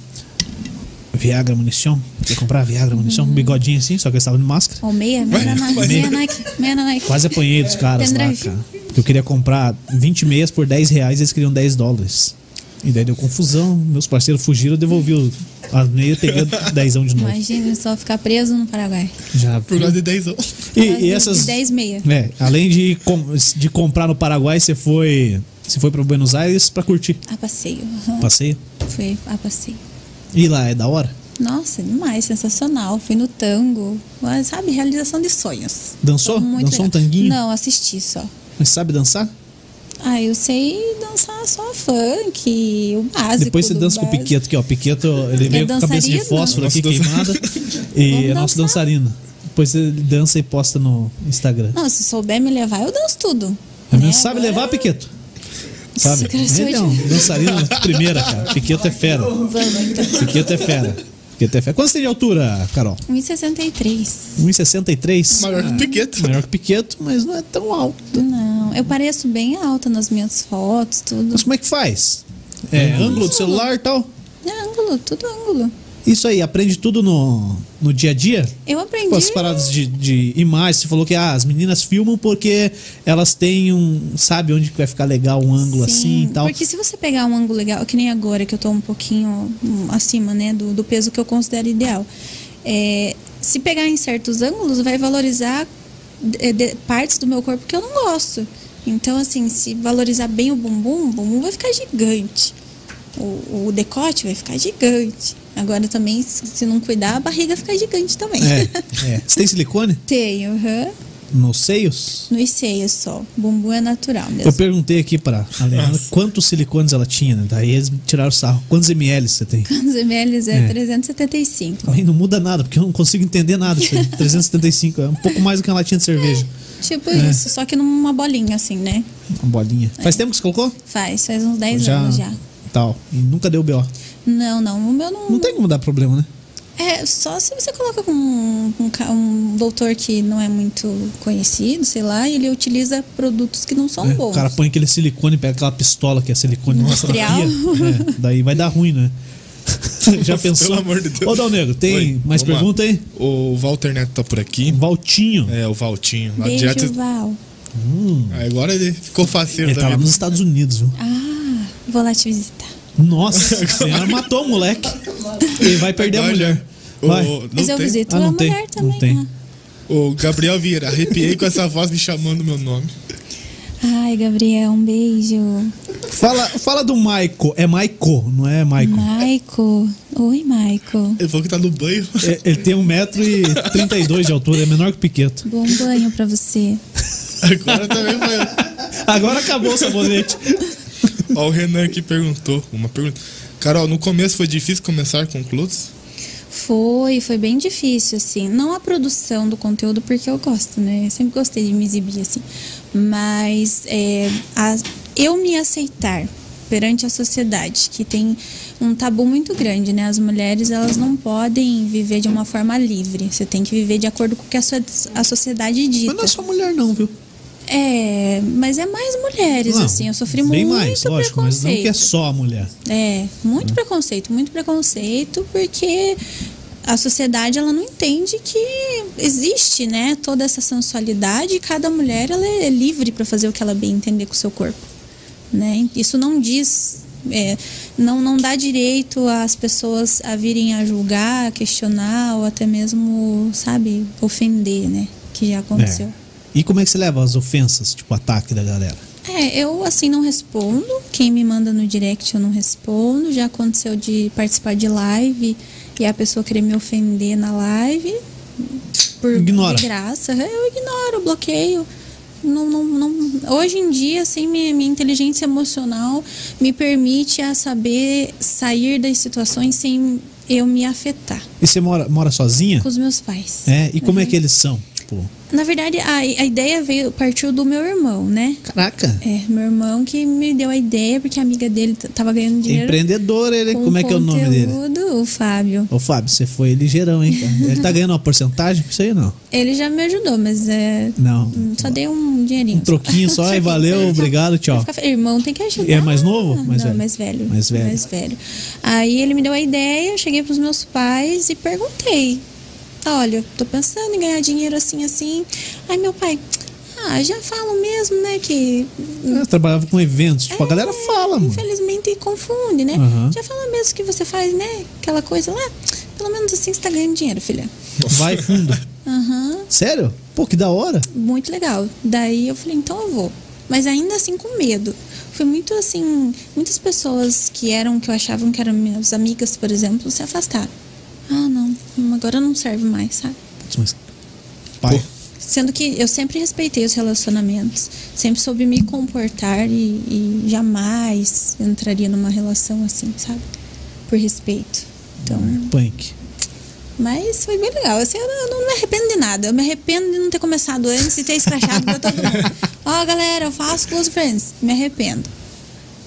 [SPEAKER 1] Viagra munição. Quer comprar Viagra munição? Um bigodinho assim, só que eu estava de máscara.
[SPEAKER 3] Ou meia, meia na Nike, meia Nike, meia na Nike.
[SPEAKER 1] Quase apanhei dos caras lá,
[SPEAKER 3] Pendrive.
[SPEAKER 1] cara. Porque eu queria comprar 20 meias por 10 reais, eles queriam 10 dólares. E daí deu confusão, meus parceiros fugiram, eu devolvi o- as meias, peguei o 10 de novo.
[SPEAKER 3] Imagina só ficar preso no Paraguai.
[SPEAKER 1] Já
[SPEAKER 2] Por causa de 10 anos.
[SPEAKER 1] e, e essas.
[SPEAKER 3] De 10 meia.
[SPEAKER 1] É, além de, com- de comprar no Paraguai, você foi. Você foi para Buenos Aires pra curtir.
[SPEAKER 3] A Ah, passeio. aham.
[SPEAKER 1] Passeio.
[SPEAKER 3] Fui a passeio.
[SPEAKER 1] E lá é da hora?
[SPEAKER 3] Nossa, demais, sensacional. Fui no tango. Mas, sabe, realização de sonhos.
[SPEAKER 1] Dançou?
[SPEAKER 3] Foi muito
[SPEAKER 1] Dançou um
[SPEAKER 3] legal.
[SPEAKER 1] tanguinho?
[SPEAKER 3] Não, assisti só.
[SPEAKER 1] Mas sabe dançar?
[SPEAKER 3] Ah, eu sei dançar só funk, o básico.
[SPEAKER 1] Depois você
[SPEAKER 3] do
[SPEAKER 1] dança com o
[SPEAKER 3] básico.
[SPEAKER 1] Piqueto aqui, ó. Piqueto, ele veio com a cabeça de
[SPEAKER 3] É dançarino?
[SPEAKER 1] fósforo aqui
[SPEAKER 2] Nosso
[SPEAKER 1] queimada. (laughs) E é
[SPEAKER 3] Vamos
[SPEAKER 1] nosso
[SPEAKER 3] dançar.
[SPEAKER 1] dançarino. Depois ele dança e posta no Instagram.
[SPEAKER 3] Não, se souber me levar, eu danço tudo.
[SPEAKER 1] Mas
[SPEAKER 3] né?
[SPEAKER 1] sabe
[SPEAKER 3] Agora-
[SPEAKER 1] levar, Piqueto? Sabe?
[SPEAKER 3] Esse cara (laughs) se
[SPEAKER 1] Ele é um dançarino de primeira, cara. Piqueto é fera.
[SPEAKER 3] Vamos, então.
[SPEAKER 1] Piqueto é fera. Piqueto é fera. Quanto você tem de altura, Carol?
[SPEAKER 3] 1,63.
[SPEAKER 1] 1,63?
[SPEAKER 2] (laughs) Maior que o Piqueto.
[SPEAKER 1] Maior que Piqueto, mas não é tão alto.
[SPEAKER 3] Não, eu pareço bem alta nas minhas fotos, tudo.
[SPEAKER 1] Mas como é que faz? É, ângulo do celular e tal?
[SPEAKER 3] É ângulo, tudo ângulo.
[SPEAKER 1] Isso aí, aprende tudo no, no dia a dia?
[SPEAKER 3] Eu aprendi.
[SPEAKER 1] Com as paradas de, de imagem, você falou que ah, as meninas filmam porque elas têm um. Sabe onde que vai ficar legal um ângulo assim e tal.
[SPEAKER 3] Porque se você pegar um ângulo legal, que nem agora que eu tô um pouquinho hum, acima, né, do, do peso que eu considero ideal. É, se pegar em certos ângulos, vai valorizar de- de- partes do meu corpo que eu não gosto. Então, assim, se valorizar bem o bumbum, o bumbum vai ficar gigante. O, o decote vai ficar gigante. Agora também, se se não cuidar, a barriga fica gigante também. (laughs)
[SPEAKER 1] É, é. Você tem silicone?
[SPEAKER 3] Tenho, aham.
[SPEAKER 1] Nos seios?
[SPEAKER 3] Nos seios só. Bumbum é natural mesmo.
[SPEAKER 1] Eu
[SPEAKER 3] (laughs)
[SPEAKER 1] perguntei aqui pra Alejandra quantos silicones ela tinha, né? Daí eles tiraram o sarro. Quantos ml você tem?
[SPEAKER 3] Quantos ml é,
[SPEAKER 1] É.
[SPEAKER 3] 375.
[SPEAKER 1] Também não muda nada, porque eu não consigo entender nada. isso aí. 375 é um pouco mais do que uma latinha de cerveja.
[SPEAKER 3] Tipo
[SPEAKER 1] É.
[SPEAKER 3] isso, só que numa bolinha assim, né?
[SPEAKER 1] Uma bolinha. Faz tempo que você colocou?
[SPEAKER 3] Faz, faz uns 10 anos já.
[SPEAKER 1] Tal. E nunca deu BO.
[SPEAKER 3] Não, não, o meu não.
[SPEAKER 1] Não tem como dar problema, né?
[SPEAKER 3] É, só se você coloca com um, um ca- um doutor que não é muito conhecido, sei lá, e ele utiliza produtos que não são
[SPEAKER 1] É,
[SPEAKER 3] bons.
[SPEAKER 1] O cara põe aquele silicone, pega aquela pistola que é silicone mostra na
[SPEAKER 3] Industrial.
[SPEAKER 1] pia. É, daí vai dar ruim,
[SPEAKER 2] (laughs)
[SPEAKER 1] né? Já pensou?
[SPEAKER 2] Pelo amor de Deus.
[SPEAKER 1] Ô, Dal Negro, tem
[SPEAKER 2] Oi,
[SPEAKER 1] mais
[SPEAKER 2] vamos lá.
[SPEAKER 1] pergunta aí?
[SPEAKER 2] O Walter Neto tá por aqui.
[SPEAKER 1] Valtinho.
[SPEAKER 2] É, o Valtinho. Lá
[SPEAKER 3] Beijo,
[SPEAKER 2] direto- Ah,
[SPEAKER 3] Val.
[SPEAKER 2] Agora ele ficou faceiro
[SPEAKER 1] Ele tá lá
[SPEAKER 2] também.
[SPEAKER 1] nos Estados Unidos, viu?
[SPEAKER 3] Ah, vou lá te visitar.
[SPEAKER 2] (laughs)
[SPEAKER 1] Nossa, senhora matou o moleque. Ele vai perder a
[SPEAKER 2] Olha,
[SPEAKER 1] mulher.
[SPEAKER 2] o-
[SPEAKER 1] Vai.
[SPEAKER 2] não
[SPEAKER 3] Mas eu
[SPEAKER 2] tem.
[SPEAKER 3] visito
[SPEAKER 1] Ah,
[SPEAKER 3] a
[SPEAKER 1] não tem,
[SPEAKER 3] mulher
[SPEAKER 1] não
[SPEAKER 3] também.
[SPEAKER 1] tem.
[SPEAKER 3] ah.
[SPEAKER 2] O Gabriel Vieira, arrepiei com essa voz me chamando meu nome.
[SPEAKER 3] Ai, Gabriel, um beijo.
[SPEAKER 1] Fala, fala do Maico. É Maico, não é Maico.
[SPEAKER 3] Maico. Oi, Maico.
[SPEAKER 2] Ele falou que tá no banho. (laughs)
[SPEAKER 1] É, Ele tem 1,32m de altura, é menor que o Piqueto.
[SPEAKER 3] Bom banho pra você.
[SPEAKER 2] Agora também foi.
[SPEAKER 1] Agora acabou o sabonete.
[SPEAKER 2] Ó, o Renan que perguntou uma pergunta. Carol, no começo foi difícil começar com clubes?
[SPEAKER 3] Foi, foi bem difícil, assim. Não a produção do conteúdo, porque eu gosto, né? Eu sempre gostei de me exibir, assim. Mas é, a- eu me aceitar perante a sociedade, que tem um tabu muito grande, né? As mulheres, elas não podem viver de uma forma livre. Você tem que viver de acordo com o que a, so- a sociedade dita.
[SPEAKER 1] Mas não é só mulher, não, viu?
[SPEAKER 3] É, mas é mais mulheres,
[SPEAKER 1] Não,
[SPEAKER 3] assim. Eu sofri
[SPEAKER 1] bem
[SPEAKER 3] muito
[SPEAKER 1] mais, lógico, mas não
[SPEAKER 3] preconceito.
[SPEAKER 1] que é só a mulher.
[SPEAKER 3] É, muito preconceito, muito preconceito, porque a sociedade ela não entende que existe, né, toda essa sensualidade e cada mulher ela é livre para fazer o que ela bem entender com o seu corpo, né? Isso não diz é, não, não dá direito às pessoas a virem a julgar, a questionar ou até mesmo, sabe, ofender, né? Que já aconteceu.
[SPEAKER 1] É. E como é que você leva as ofensas, tipo ataque da galera?
[SPEAKER 3] É, eu assim não respondo. Quem me manda no direct eu não respondo. Já aconteceu de participar de live e a pessoa querer me ofender na live. Por
[SPEAKER 1] Ignora.
[SPEAKER 3] de graça. É, Eu ignoro, bloqueio. Não, não, não- Hoje em dia, assim, minha, minha inteligência emocional me permite a saber sair das situações sem eu me afetar
[SPEAKER 1] E você mora, mora sozinha?
[SPEAKER 3] com os meus pais.
[SPEAKER 1] É, e como é
[SPEAKER 3] Uhum.
[SPEAKER 1] que eles são? Tipo,
[SPEAKER 3] Na verdade, a, a ideia veio partiu do meu irmão, né?
[SPEAKER 1] caraca,
[SPEAKER 3] É, meu irmão que me deu a ideia, porque a amiga dele t- tava ganhando dinheiro.
[SPEAKER 1] empreendedor ele,
[SPEAKER 3] com
[SPEAKER 1] como é que é o nome dele?
[SPEAKER 3] conteúdo, o Fábio.
[SPEAKER 1] Ô Fábio, você foi ligeirão, hein, cara? Ele tá ganhando uma porcentagem com isso aí, não?
[SPEAKER 3] Ele já me ajudou, mas é.
[SPEAKER 1] Não.
[SPEAKER 3] hum, Só dei um dinheirinho.
[SPEAKER 1] Um troquinho
[SPEAKER 3] (laughs)
[SPEAKER 1] só e valeu, obrigado, tchau.
[SPEAKER 3] Fica fe- Irmão tem que ajudar.
[SPEAKER 1] É mais novo? Mais
[SPEAKER 3] Mais Não,
[SPEAKER 1] velho?
[SPEAKER 3] mais velho.
[SPEAKER 1] Mais velho.
[SPEAKER 3] Aí ele me deu a ideia, eu cheguei pros meus pais e perguntei. Olha, eu tô pensando em ganhar dinheiro assim, assim. Aí meu pai, ah, já falo mesmo, né, que
[SPEAKER 1] Eu trabalhava com eventos, tipo, a
[SPEAKER 3] É,
[SPEAKER 1] galera fala, mano.
[SPEAKER 3] Infelizmente confunde, né?
[SPEAKER 1] Aham.
[SPEAKER 3] Já fala mesmo que você faz, né? Aquela coisa lá. Pelo menos assim você tá ganhando dinheiro, filha.
[SPEAKER 1] Vai
[SPEAKER 3] (laughs)
[SPEAKER 1] fundo.
[SPEAKER 3] Aham,
[SPEAKER 1] Sério? Pô, que da hora.
[SPEAKER 3] muito legal. Daí eu falei, então eu vou. Mas ainda assim com medo. Foi muito assim. Muitas pessoas que eram, que eu achavam que eram minhas amigas, por exemplo, se afastaram. Ah, não, hum, agora não serve mais, sabe?
[SPEAKER 1] Putz, mas... Pai.
[SPEAKER 3] Sendo que eu sempre respeitei os relacionamentos, sempre soube me comportar e, e jamais entraria numa relação assim, sabe? Por respeito. Então,
[SPEAKER 1] Punk.
[SPEAKER 3] mas foi bem legal. Assim, eu, não, eu não me arrependo de nada. Eu me arrependo de não ter começado antes e ter escrachado pra todo mundo. Ó, galera, eu faço close friends. Me arrependo.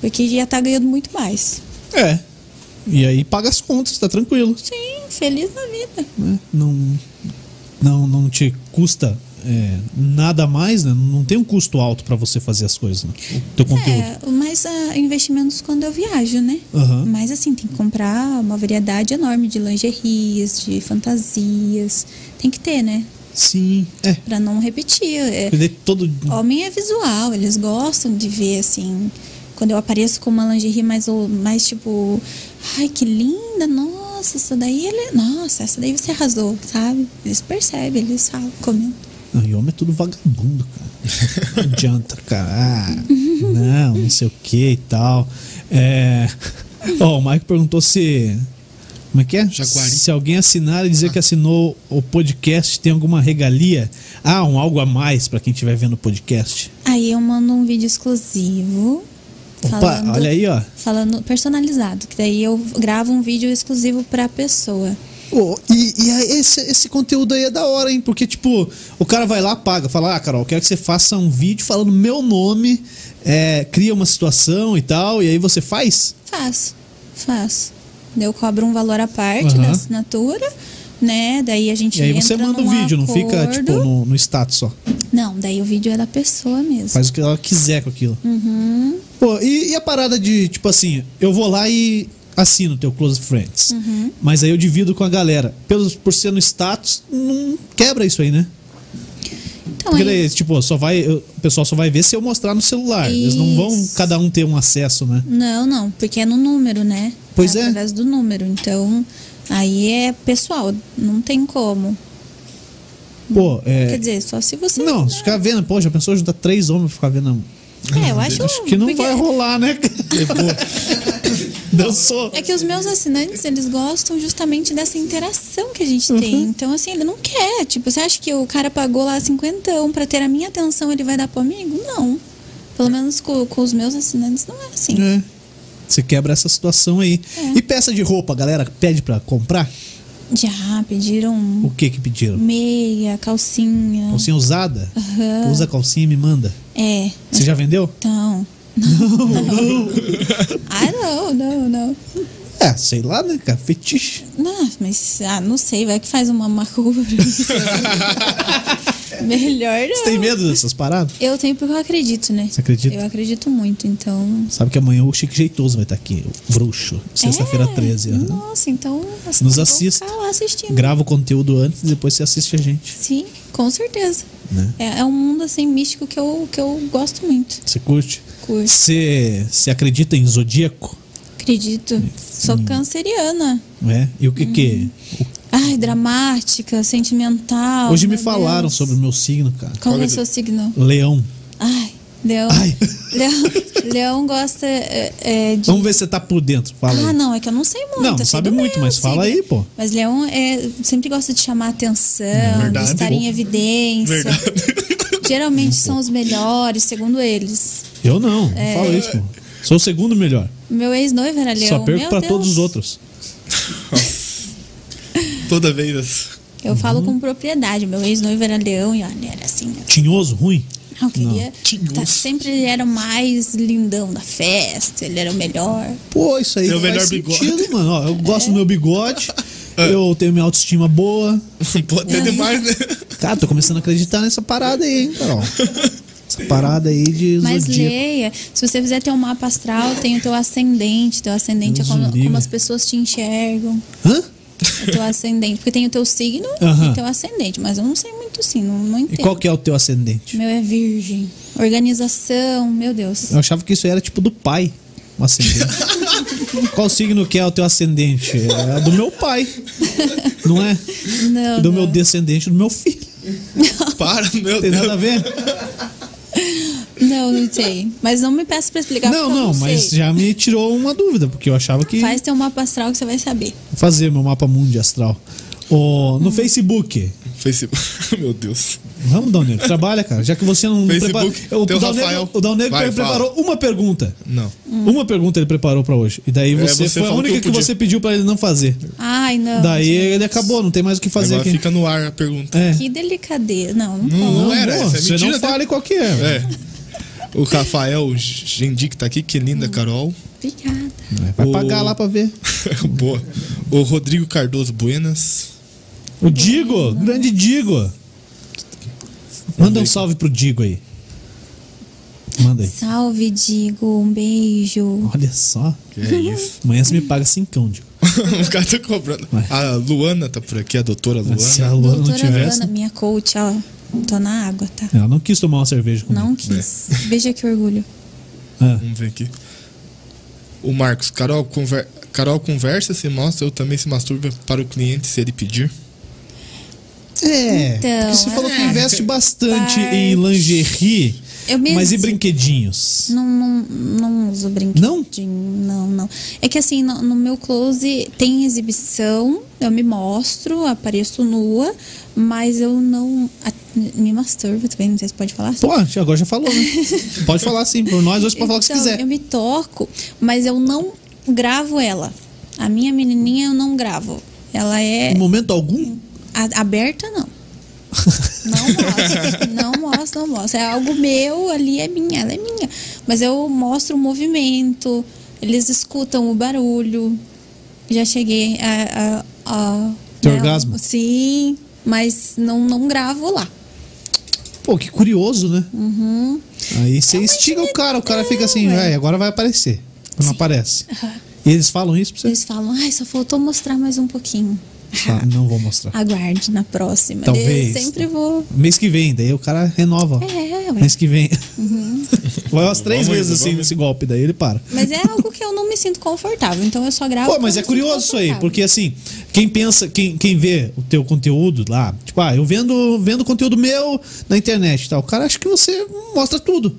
[SPEAKER 3] Porque ia estar ganhando muito mais.
[SPEAKER 1] É. E aí paga as contas, tá tranquilo.
[SPEAKER 3] Sim, feliz na vida.
[SPEAKER 1] né? Não, não, não te custa é, nada mais, né? Não tem um custo alto para você fazer as coisas, né? O teu conteúdo.
[SPEAKER 3] É, mais ah, investimentos quando eu viajo, né?
[SPEAKER 1] Aham.
[SPEAKER 3] Mas assim, tem que comprar uma variedade enorme de lingeries, de fantasias. Tem que ter, né?
[SPEAKER 1] Sim, é.
[SPEAKER 3] Pra não repetir. É,
[SPEAKER 1] Perder todo.
[SPEAKER 3] Homem é visual, eles gostam de ver, assim. Quando eu apareço com uma lingerie mais, ou- mais tipo, ai, que linda, nossa, essa daí ele. Nossa, essa daí você arrasou, sabe? Eles percebem, eles falam, comentam.
[SPEAKER 1] Não, e homem é tudo vagabundo, cara. Não adianta, cara. Ah, não, não sei o que e tal. É. Ó, o Mike perguntou se. Como é que é?
[SPEAKER 2] Jaguari.
[SPEAKER 1] Se alguém assinar e dizer que assinou o podcast, tem alguma regalia? Ah, um algo a mais pra quem estiver vendo o podcast.
[SPEAKER 3] Aí eu mando um vídeo exclusivo.
[SPEAKER 1] Opa,
[SPEAKER 3] falando-
[SPEAKER 1] olha aí, ó.
[SPEAKER 3] Falando personalizado, que daí eu gravo um vídeo exclusivo pra pessoa.
[SPEAKER 1] Ô, e e aí, esse, esse conteúdo aí é da hora, hein? Porque, tipo, o cara vai lá, paga, fala, ah, Carol, quero que você faça um vídeo falando meu nome, é, cria uma situação e tal, e aí você faz.
[SPEAKER 3] Faço, faço. Daí Eu cobro um valor à parte
[SPEAKER 1] Aham.
[SPEAKER 3] da assinatura, né? Daí a gente
[SPEAKER 1] E aí
[SPEAKER 3] entra
[SPEAKER 1] você manda o
[SPEAKER 3] num
[SPEAKER 1] vídeo, não fica,
[SPEAKER 3] acordo.
[SPEAKER 1] tipo, no, no status só.
[SPEAKER 3] Não, daí o vídeo é da pessoa mesmo.
[SPEAKER 1] Faz o que ela quiser com aquilo.
[SPEAKER 3] Uhum.
[SPEAKER 1] Pô, e, e a parada de, tipo assim, eu vou lá e assino teu Close Friends.
[SPEAKER 3] Uhum.
[SPEAKER 1] Mas aí eu divido com a galera. Pelo, por ser no status, não quebra isso aí, né?
[SPEAKER 3] Então,
[SPEAKER 1] Porque
[SPEAKER 3] aí,
[SPEAKER 1] daí, tipo, só vai, eu- o pessoal só vai ver se eu mostrar no celular. Eles não vão
[SPEAKER 3] Isso.
[SPEAKER 1] cada um ter um acesso, né?
[SPEAKER 3] Não, não, porque é no número, né?
[SPEAKER 1] Pois é.
[SPEAKER 3] Através do número. Então, aí é pessoal, não tem como.
[SPEAKER 1] Pô,
[SPEAKER 3] Quer
[SPEAKER 1] é.
[SPEAKER 3] dizer, só se você.
[SPEAKER 1] Não, se ficar vendo, pô, já pensou juntar três homens pra ficar vendo?
[SPEAKER 3] É, eu acho,
[SPEAKER 1] Acho que não
[SPEAKER 3] porque-
[SPEAKER 1] vai rolar,
[SPEAKER 3] (laughs)
[SPEAKER 1] né? Tipo, (laughs) Dançou.
[SPEAKER 3] É que os meus assinantes, eles gostam justamente dessa interação que a gente
[SPEAKER 1] Uhum.
[SPEAKER 3] tem. Então, assim, ele não quer. Tipo, você acha que o cara pagou lá 50 pra ter a minha atenção, ele vai dar pro amigo? Não. Pelo menos co- com, os meus assinantes não é assim.
[SPEAKER 1] É. Você quebra essa situação aí.
[SPEAKER 3] É.
[SPEAKER 1] E peça de roupa, a galera pede pra comprar?
[SPEAKER 3] Já pediram
[SPEAKER 1] O que que pediram?
[SPEAKER 3] meia, calcinha.
[SPEAKER 1] Calcinha usada?
[SPEAKER 3] Aham.
[SPEAKER 1] Usa a calcinha e me manda.
[SPEAKER 3] É.
[SPEAKER 1] Você já vendeu?
[SPEAKER 3] Então. (laughs) Não. ah, não, não, não.
[SPEAKER 1] É, sei lá, né, cara? Fetiche.
[SPEAKER 3] Não, mas ah, não sei, vai que faz uma macubra.
[SPEAKER 1] (laughs)
[SPEAKER 3] Melhor não.
[SPEAKER 1] Você tem medo dessas paradas?
[SPEAKER 3] Eu tenho porque eu acredito, né?
[SPEAKER 1] Você acredita?
[SPEAKER 3] Eu acredito muito, então.
[SPEAKER 1] Sabe que amanhã o Chique Jeitoso vai estar aqui, o bruxo. Sexta-feira
[SPEAKER 3] É,
[SPEAKER 1] 13. aham.
[SPEAKER 3] Nossa, então. assim,
[SPEAKER 1] Nos
[SPEAKER 3] eu vou
[SPEAKER 1] assista.
[SPEAKER 3] Ficar lá assistindo.
[SPEAKER 1] Grava o conteúdo antes e depois você assiste a gente.
[SPEAKER 3] Sim, com certeza.
[SPEAKER 1] Né?
[SPEAKER 3] É, é um mundo assim místico que eu, que eu gosto muito.
[SPEAKER 1] Você curte?
[SPEAKER 3] Curto.
[SPEAKER 1] Você, você acredita em zodíaco?
[SPEAKER 3] Acredito. Sou canceriana.
[SPEAKER 1] Né? E o que
[SPEAKER 3] Uhum.
[SPEAKER 1] que.
[SPEAKER 3] Ai, dramática, sentimental.
[SPEAKER 1] é? Hoje me
[SPEAKER 3] Oh, meu
[SPEAKER 1] falaram
[SPEAKER 3] Deus.
[SPEAKER 1] sobre o meu signo, cara.
[SPEAKER 3] Qual é
[SPEAKER 2] Olha,
[SPEAKER 3] o seu signo?
[SPEAKER 1] Leão.
[SPEAKER 3] Ai, Leão. (laughs)
[SPEAKER 1] Ai.
[SPEAKER 3] Leão, Leão gosta é, é, de.
[SPEAKER 1] Vamos ver se você tá por dentro. Fala
[SPEAKER 3] Ah,
[SPEAKER 1] aí.
[SPEAKER 3] não, é que eu não sei muito.
[SPEAKER 1] Não,
[SPEAKER 3] eu sei
[SPEAKER 1] sabe
[SPEAKER 3] do
[SPEAKER 1] muito,
[SPEAKER 3] meu
[SPEAKER 1] mas fala
[SPEAKER 3] signo.
[SPEAKER 1] aí, pô.
[SPEAKER 3] Mas Leão é, sempre gosta de chamar atenção,
[SPEAKER 2] verdade.
[SPEAKER 3] de estar em evidência.
[SPEAKER 2] Verdade.
[SPEAKER 3] (laughs) Geralmente são os melhores, segundo eles.
[SPEAKER 1] Eu não.
[SPEAKER 3] É.
[SPEAKER 1] Não fala isso, pô. Sou o segundo melhor.
[SPEAKER 3] Meu ex-noivo era Leão.
[SPEAKER 1] Só perco
[SPEAKER 3] Meu
[SPEAKER 1] pra
[SPEAKER 3] Deus.
[SPEAKER 1] todos os outros.
[SPEAKER 2] Toda vez.
[SPEAKER 3] Eu
[SPEAKER 1] Uhum.
[SPEAKER 3] falo com propriedade. Meu ex-noivo era Leão e olha, era assim. ó.
[SPEAKER 1] Tinhoso, ruim.
[SPEAKER 3] Eu queria.
[SPEAKER 2] Tinhoso.
[SPEAKER 3] tá- sempre ele era o mais lindão da festa, ele era o melhor.
[SPEAKER 1] Pô, isso aí
[SPEAKER 2] Tem o
[SPEAKER 1] não
[SPEAKER 2] melhor
[SPEAKER 1] faz
[SPEAKER 2] bigode. É.
[SPEAKER 1] sentido, mano. Ó, eu gosto do meu
[SPEAKER 2] (laughs)
[SPEAKER 1] bigode. Eu tenho minha autoestima boa.
[SPEAKER 2] (laughs) Pô, até demais,
[SPEAKER 3] (laughs)
[SPEAKER 2] né?
[SPEAKER 1] Cara, tô começando a acreditar nessa parada aí, hein, Carol. Essa parada aí de
[SPEAKER 3] Mas
[SPEAKER 1] zodíaco.
[SPEAKER 3] leia, se você fizer teu mapa astral, tem o teu ascendente. Teu ascendente
[SPEAKER 1] Deus
[SPEAKER 3] é
[SPEAKER 1] o
[SPEAKER 3] como,
[SPEAKER 1] livre.
[SPEAKER 3] como as pessoas te enxergam.
[SPEAKER 1] Hã?
[SPEAKER 3] O teu ascendente. Porque tem o teu signo
[SPEAKER 1] Aham.
[SPEAKER 3] e teu ascendente. Mas eu não sei muito sim, não, não
[SPEAKER 1] E
[SPEAKER 3] entendo.
[SPEAKER 1] qual que é o teu ascendente?
[SPEAKER 3] Meu é virgem. Organização, meu Deus.
[SPEAKER 1] Eu achava que isso aí era tipo do pai, o
[SPEAKER 3] (laughs)
[SPEAKER 1] ascendente. qual signo que é o teu ascendente? É do meu pai, não é? (laughs)
[SPEAKER 3] Não,
[SPEAKER 1] Do
[SPEAKER 3] não.
[SPEAKER 1] meu descendente, do meu filho.
[SPEAKER 2] Para, meu
[SPEAKER 1] Tem
[SPEAKER 2] Deus.
[SPEAKER 1] nada a ver?
[SPEAKER 3] não, não sei. Mas não me peça pra explicar
[SPEAKER 1] Não,
[SPEAKER 3] porque eu
[SPEAKER 1] não, mas
[SPEAKER 3] sei.
[SPEAKER 1] já me tirou uma dúvida, porque eu achava que.
[SPEAKER 3] Faz teu mapa astral que você vai saber.
[SPEAKER 1] Vou fazer meu mapa mundi astral. Ô,
[SPEAKER 3] Uhum.
[SPEAKER 1] no Facebook.
[SPEAKER 2] Facebook. (laughs) Meu Deus.
[SPEAKER 1] Vamos, Dalnego. Trabalha, cara. Já que você não
[SPEAKER 2] Facebook,
[SPEAKER 1] O
[SPEAKER 2] tem o
[SPEAKER 1] Dalnego,
[SPEAKER 2] Rafael.
[SPEAKER 1] o Dalnego
[SPEAKER 2] Vai,
[SPEAKER 1] preparou uma pergunta.
[SPEAKER 2] Não.
[SPEAKER 1] Uma pergunta ele preparou pra hoje. E daí você,
[SPEAKER 2] É, você
[SPEAKER 1] foi a
[SPEAKER 2] falou que
[SPEAKER 1] única
[SPEAKER 2] eu
[SPEAKER 1] que,
[SPEAKER 2] podia.
[SPEAKER 1] você pediu pra ele não fazer.
[SPEAKER 3] Ai, não.
[SPEAKER 1] daí
[SPEAKER 3] Ah,
[SPEAKER 1] é
[SPEAKER 3] gente.
[SPEAKER 1] ele acabou, não tem mais o é que fazer
[SPEAKER 2] Agora
[SPEAKER 1] aqui.
[SPEAKER 2] fica no ar a pergunta.
[SPEAKER 1] É.
[SPEAKER 3] Que delicadeza. Não, não,
[SPEAKER 2] Não,
[SPEAKER 3] falo.
[SPEAKER 2] não era,
[SPEAKER 1] Pô,
[SPEAKER 2] essa é
[SPEAKER 1] você
[SPEAKER 2] mentira,
[SPEAKER 1] não
[SPEAKER 2] né?
[SPEAKER 1] fale qual que é.
[SPEAKER 2] É. O Rafael Gendi que tá aqui, que linda, Carol.
[SPEAKER 3] Obrigada.
[SPEAKER 1] Vai
[SPEAKER 2] O-
[SPEAKER 1] pagar lá pra ver.
[SPEAKER 2] (laughs) Boa. O Rodrigo Cardoso Buenas.
[SPEAKER 1] O Digo, grande Digo. Manda um salve pro Digo aí. Manda aí.
[SPEAKER 3] Salve, Digo. Um beijo.
[SPEAKER 1] Olha só.
[SPEAKER 2] Que é isso. (laughs)
[SPEAKER 1] Amanhã você me paga cincão, Digo.
[SPEAKER 2] o cara tá cobrando.
[SPEAKER 1] Vai.
[SPEAKER 2] A Luana tá por aqui, a doutora Luana.
[SPEAKER 1] Se a Luana não
[SPEAKER 3] Doutora
[SPEAKER 1] tivesse.
[SPEAKER 3] Luana, minha coach, ó. Tô na água, tá?
[SPEAKER 1] Ela não quis tomar uma cerveja comigo.
[SPEAKER 3] Não quis.
[SPEAKER 1] é.
[SPEAKER 3] Veja que orgulho.
[SPEAKER 1] Ah,
[SPEAKER 2] Vamos ver aqui. O Marcos, Carol, conver- Carol conversa, se mostra, eu também se masturba para o cliente se ele pedir.
[SPEAKER 1] É.
[SPEAKER 3] Então,
[SPEAKER 1] porque você falou que
[SPEAKER 3] é.
[SPEAKER 1] investe bastante em
[SPEAKER 3] Parte-
[SPEAKER 1] lingerie,
[SPEAKER 3] Eu me
[SPEAKER 1] mas e
[SPEAKER 3] exibo.
[SPEAKER 1] brinquedinhos?
[SPEAKER 3] Não, não, não uso
[SPEAKER 1] Não?
[SPEAKER 3] brinquedinho. Não? Não, É que assim, no, no meu close tem exibição, eu me mostro, apareço nua, mas eu não. a- me masturbo também, não sei se pode falar. assim.
[SPEAKER 1] Pô, agora já falou,
[SPEAKER 3] (laughs)
[SPEAKER 1] né? pode falar sim, por nós hoje pode falar o que você
[SPEAKER 3] Então,
[SPEAKER 1] quiser.
[SPEAKER 3] Eu me toco, mas eu não gravo ela. A minha menininha eu não gravo. Ela é
[SPEAKER 1] Em momento algum?
[SPEAKER 3] a- aberta,
[SPEAKER 1] (laughs)
[SPEAKER 3] não. Não mostro, não mostro, não mostro. É algo meu, ali é minha, ela é minha. Mas eu mostro o movimento, eles escutam o barulho. Já cheguei a. a, a
[SPEAKER 1] Teu
[SPEAKER 3] né,
[SPEAKER 1] orgasmo?
[SPEAKER 3] Sim, mas não, não gravo lá.
[SPEAKER 1] Pô, que curioso, né?
[SPEAKER 3] Uhum.
[SPEAKER 1] Aí
[SPEAKER 3] Ah,
[SPEAKER 1] você instiga o cara, o cara fica assim,
[SPEAKER 3] é.
[SPEAKER 1] vai, agora vai aparecer. Não aparece. E eles falam isso pra você?
[SPEAKER 3] Eles falam, ai, só faltou mostrar mais um pouquinho. (laughs)
[SPEAKER 1] Tá, não vou mostrar.
[SPEAKER 3] Aguarde na próxima.
[SPEAKER 1] Talvez.
[SPEAKER 3] Ah, Eu sempre vou.
[SPEAKER 1] Mês que vem, daí o cara renova. ó.
[SPEAKER 3] É, ué. Uhum.
[SPEAKER 1] Mês que vem. (laughs) Vai umas três
[SPEAKER 2] Vamos,
[SPEAKER 1] vezes assim
[SPEAKER 2] vamos.
[SPEAKER 1] nesse golpe, daí ele para.
[SPEAKER 3] Mas é algo que eu não me sinto confortável, então eu só gravo.
[SPEAKER 1] Pô, mas é
[SPEAKER 3] quando eu me sinto
[SPEAKER 1] curioso isso aí,
[SPEAKER 3] confortável.
[SPEAKER 1] porque assim, quem pensa, quem, quem vê o teu conteúdo lá, tipo, ah, eu vendo, vendo conteúdo meu na internet e tal, o cara acha que você mostra tudo.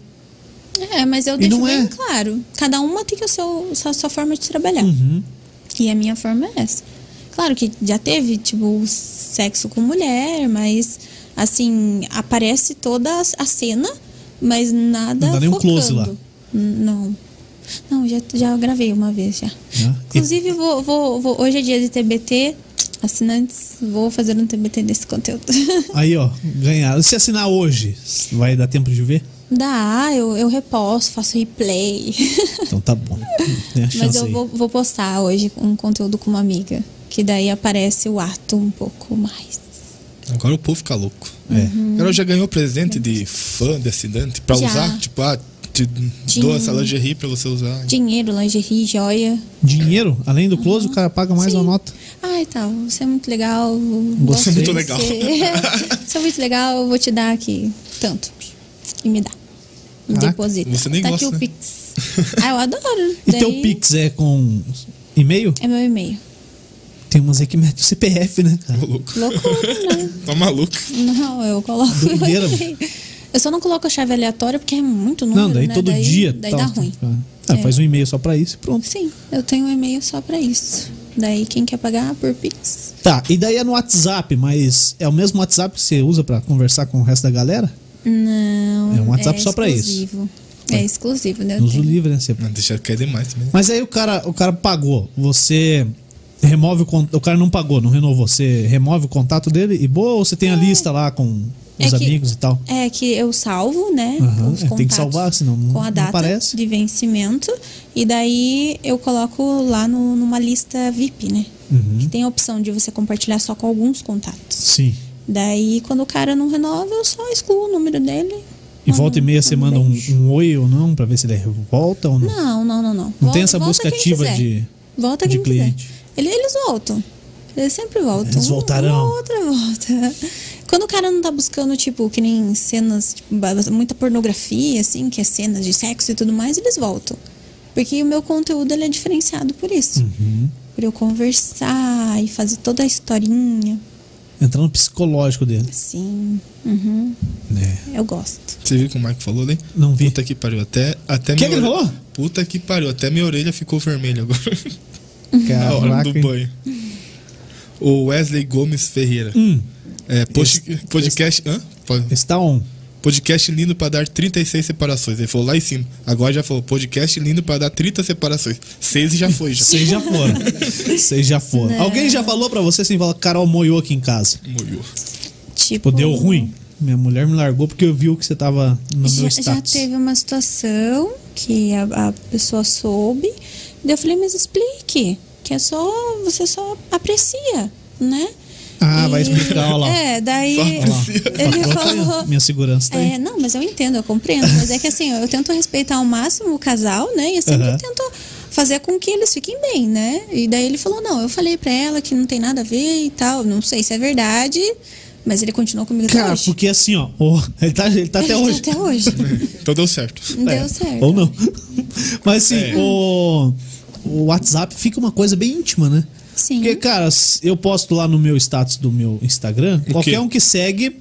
[SPEAKER 3] É, mas eu deixo
[SPEAKER 1] não
[SPEAKER 3] bem
[SPEAKER 1] é.
[SPEAKER 3] claro. Cada uma tem que o seu, a sua- sua forma de trabalhar.
[SPEAKER 1] Uhum.
[SPEAKER 3] E a minha forma é essa. Claro que já teve, tipo, sexo com mulher, mas assim, aparece toda a cena, mas nada.
[SPEAKER 1] Não dá nenhum
[SPEAKER 3] focando.
[SPEAKER 1] close lá.
[SPEAKER 3] N- Não. Não, já, já gravei uma vez já.
[SPEAKER 1] né?
[SPEAKER 3] Inclusive, vou, vou- vou- hoje é dia de TBT. Assinantes, vou fazer um TBT desse conteúdo. (laughs)
[SPEAKER 1] E aí, ó, ganharam. Se assinar hoje, vai dar tempo de ver?
[SPEAKER 3] Dá, eu, eu reposto, faço replay.
[SPEAKER 1] Então tá
[SPEAKER 3] (laughs)
[SPEAKER 1] bom. Tem a
[SPEAKER 3] Mas
[SPEAKER 1] chance
[SPEAKER 3] eu
[SPEAKER 1] aí.
[SPEAKER 3] vou, vou postar hoje um conteúdo com uma amiga. Que daí aparece o ato um pouco mais.
[SPEAKER 2] Agora o povo fica louco.
[SPEAKER 1] É.
[SPEAKER 2] Carol já ganhou presente de fã de acidente pra
[SPEAKER 3] Uhum. Já.
[SPEAKER 2] usar? Tipo, ah, te dou essa lingerie pra você usar.
[SPEAKER 3] Dinheiro, lingerie, joia.
[SPEAKER 1] Dinheiro, além do close, o cara paga mais
[SPEAKER 3] Uhum. Sim.
[SPEAKER 1] uma nota.
[SPEAKER 3] Ai, tá, você é muito legal.
[SPEAKER 1] Você é
[SPEAKER 3] gosto de
[SPEAKER 2] muito legal.
[SPEAKER 3] (laughs) Você. você é muito legal, eu vou te dar aqui tanto. E me dá. Me
[SPEAKER 1] Caraca,
[SPEAKER 3] Deposita.
[SPEAKER 2] você nem
[SPEAKER 3] tá
[SPEAKER 2] gosta,
[SPEAKER 3] aqui
[SPEAKER 2] né?
[SPEAKER 3] o Pix. Ah, eu adoro.
[SPEAKER 1] (laughs) E
[SPEAKER 3] Daí
[SPEAKER 1] teu Pix é com e-mail?
[SPEAKER 3] É meu e-mail.
[SPEAKER 1] Tem umas aí que mete o CPF, né, cara?
[SPEAKER 2] Ô, louco.
[SPEAKER 3] Loucura, né?
[SPEAKER 2] (laughs) Tá maluco.
[SPEAKER 3] Não, eu coloco.
[SPEAKER 1] Doideira, mano.
[SPEAKER 3] (laughs) Eu só não coloco a chave aleatória porque é muito número,
[SPEAKER 1] Não, daí
[SPEAKER 3] né?
[SPEAKER 1] todo dia.
[SPEAKER 3] Daí
[SPEAKER 1] tal.
[SPEAKER 3] dá ruim.
[SPEAKER 1] Ah,
[SPEAKER 3] É.
[SPEAKER 1] Faz um e-mail só pra isso e pronto.
[SPEAKER 3] Sim, eu tenho um e-mail só pra isso. Daí quem quer pagar por Pix?
[SPEAKER 1] Tá, e daí é no WhatsApp, mas é o mesmo WhatsApp que você usa pra conversar com o resto da galera?
[SPEAKER 3] Não.
[SPEAKER 1] É um WhatsApp só pra isso.
[SPEAKER 3] exclusivo. É exclusivo, né? Eu
[SPEAKER 1] Nos
[SPEAKER 3] tenho.
[SPEAKER 1] livre, né? Você-
[SPEAKER 2] Não, deixa cair demais também.
[SPEAKER 1] Mas aí o cara, o cara pagou, você remove o contato. O cara não pagou, não renovou. Você remove o contato dele e boa, ou você tem a lista lá com
[SPEAKER 3] É
[SPEAKER 1] os
[SPEAKER 3] que-
[SPEAKER 1] amigos e tal?
[SPEAKER 3] É que eu salvo, né?
[SPEAKER 1] Aham, é, tem
[SPEAKER 3] os
[SPEAKER 1] que
[SPEAKER 3] contatos
[SPEAKER 1] salvar, senão não-
[SPEAKER 3] Com a
[SPEAKER 1] não
[SPEAKER 3] data
[SPEAKER 1] aparece.
[SPEAKER 3] de vencimento. E daí eu coloco lá no- numa lista VIP, né?
[SPEAKER 1] Uhum.
[SPEAKER 3] Que tem a opção de você compartilhar só com alguns contatos.
[SPEAKER 1] Sim.
[SPEAKER 3] Daí, quando o cara não renova, eu só excluo o número dele.
[SPEAKER 1] E volta e meia você manda um,
[SPEAKER 3] beijo.
[SPEAKER 1] um oi ou não, pra ver se ele volta ou não.
[SPEAKER 3] Não, não, não, não. Não
[SPEAKER 1] tem essa busca ativa de-
[SPEAKER 3] volta
[SPEAKER 1] de
[SPEAKER 3] quem quiser.
[SPEAKER 1] cliente.
[SPEAKER 3] Ele- eles voltam. Eles sempre voltam.
[SPEAKER 1] Eles
[SPEAKER 3] Uma-
[SPEAKER 1] voltarão.
[SPEAKER 3] Uma outra volta. (laughs) Quando o cara não tá buscando, tipo, que nem cenas, tipo, ba- muita pornografia, assim, que é cenas de sexo e tudo mais, eles voltam. Porque o meu conteúdo ele é diferenciado por isso.
[SPEAKER 1] Hum. Uhum.
[SPEAKER 3] Por eu conversar e fazer toda a historinha.
[SPEAKER 1] Entrar no psicológico dele.
[SPEAKER 3] Sim. Uhum.
[SPEAKER 1] É.
[SPEAKER 3] Eu gosto.
[SPEAKER 2] Você viu o que o Marco falou ali?
[SPEAKER 1] Não vi.
[SPEAKER 2] Puta que pariu. Até, até
[SPEAKER 1] Que é
[SPEAKER 2] minha
[SPEAKER 1] que ele
[SPEAKER 2] orelha-
[SPEAKER 1] falou?
[SPEAKER 2] Puta que pariu. Até minha orelha ficou vermelha agora. Na hora
[SPEAKER 1] (laughs) Caraca.
[SPEAKER 2] do
[SPEAKER 1] hein?
[SPEAKER 2] banho. O Wesley Gomes Ferreira.
[SPEAKER 1] Hum,
[SPEAKER 2] É, pod- podcast. hã? Pode-
[SPEAKER 1] está on.
[SPEAKER 2] Podcast lindo pra dar 36 separações. Ele falou lá em cima. Agora já falou, podcast lindo pra dar 30 separações. Seis já foi, já.
[SPEAKER 1] Vocês já foram. Vocês já foram. Alguém já falou pra você assim, fala, Carol moiou aqui em casa.
[SPEAKER 2] Molhou.
[SPEAKER 3] Tipo,
[SPEAKER 1] Pô, deu ruim. Minha mulher me largou porque eu vi o que você tava no meu
[SPEAKER 3] já, já
[SPEAKER 1] status.
[SPEAKER 3] teve uma situação que a, a pessoa soube. Daí eu falei, mas explique. Que é só. Você só aprecia, né?
[SPEAKER 1] Ah,
[SPEAKER 3] E-
[SPEAKER 1] vai explicar, olha lá.
[SPEAKER 3] (laughs) É, daí
[SPEAKER 2] Só precisa.
[SPEAKER 3] ele falou.
[SPEAKER 1] Olha, Minha segurança tá aí.
[SPEAKER 3] É, não, mas eu entendo, eu compreendo. Mas é que assim, eu tento respeitar ao máximo o casal, né? E eu sempre
[SPEAKER 1] Aham.
[SPEAKER 3] tento fazer com que eles fiquem bem, né? E daí ele falou: não, eu falei pra ela que não tem nada a ver e tal. Não sei se é verdade, mas ele continuou comigo até
[SPEAKER 1] Cara,
[SPEAKER 3] hoje.
[SPEAKER 1] porque assim, ó, o- (laughs) ele, tá, ele tá até
[SPEAKER 3] É, (laughs) Ele tá
[SPEAKER 1] hoje.
[SPEAKER 3] Até hoje.
[SPEAKER 1] (laughs)
[SPEAKER 2] Então deu certo.
[SPEAKER 3] Não
[SPEAKER 1] É,
[SPEAKER 3] Deu certo.
[SPEAKER 1] Ou não. (laughs) Mas assim,
[SPEAKER 2] É.
[SPEAKER 1] o, o WhatsApp fica uma coisa bem íntima, né?
[SPEAKER 3] Sim.
[SPEAKER 1] Porque, cara, s- eu posto lá no meu status do meu Instagram,
[SPEAKER 2] O
[SPEAKER 1] qualquer
[SPEAKER 2] quê?
[SPEAKER 1] um que segue.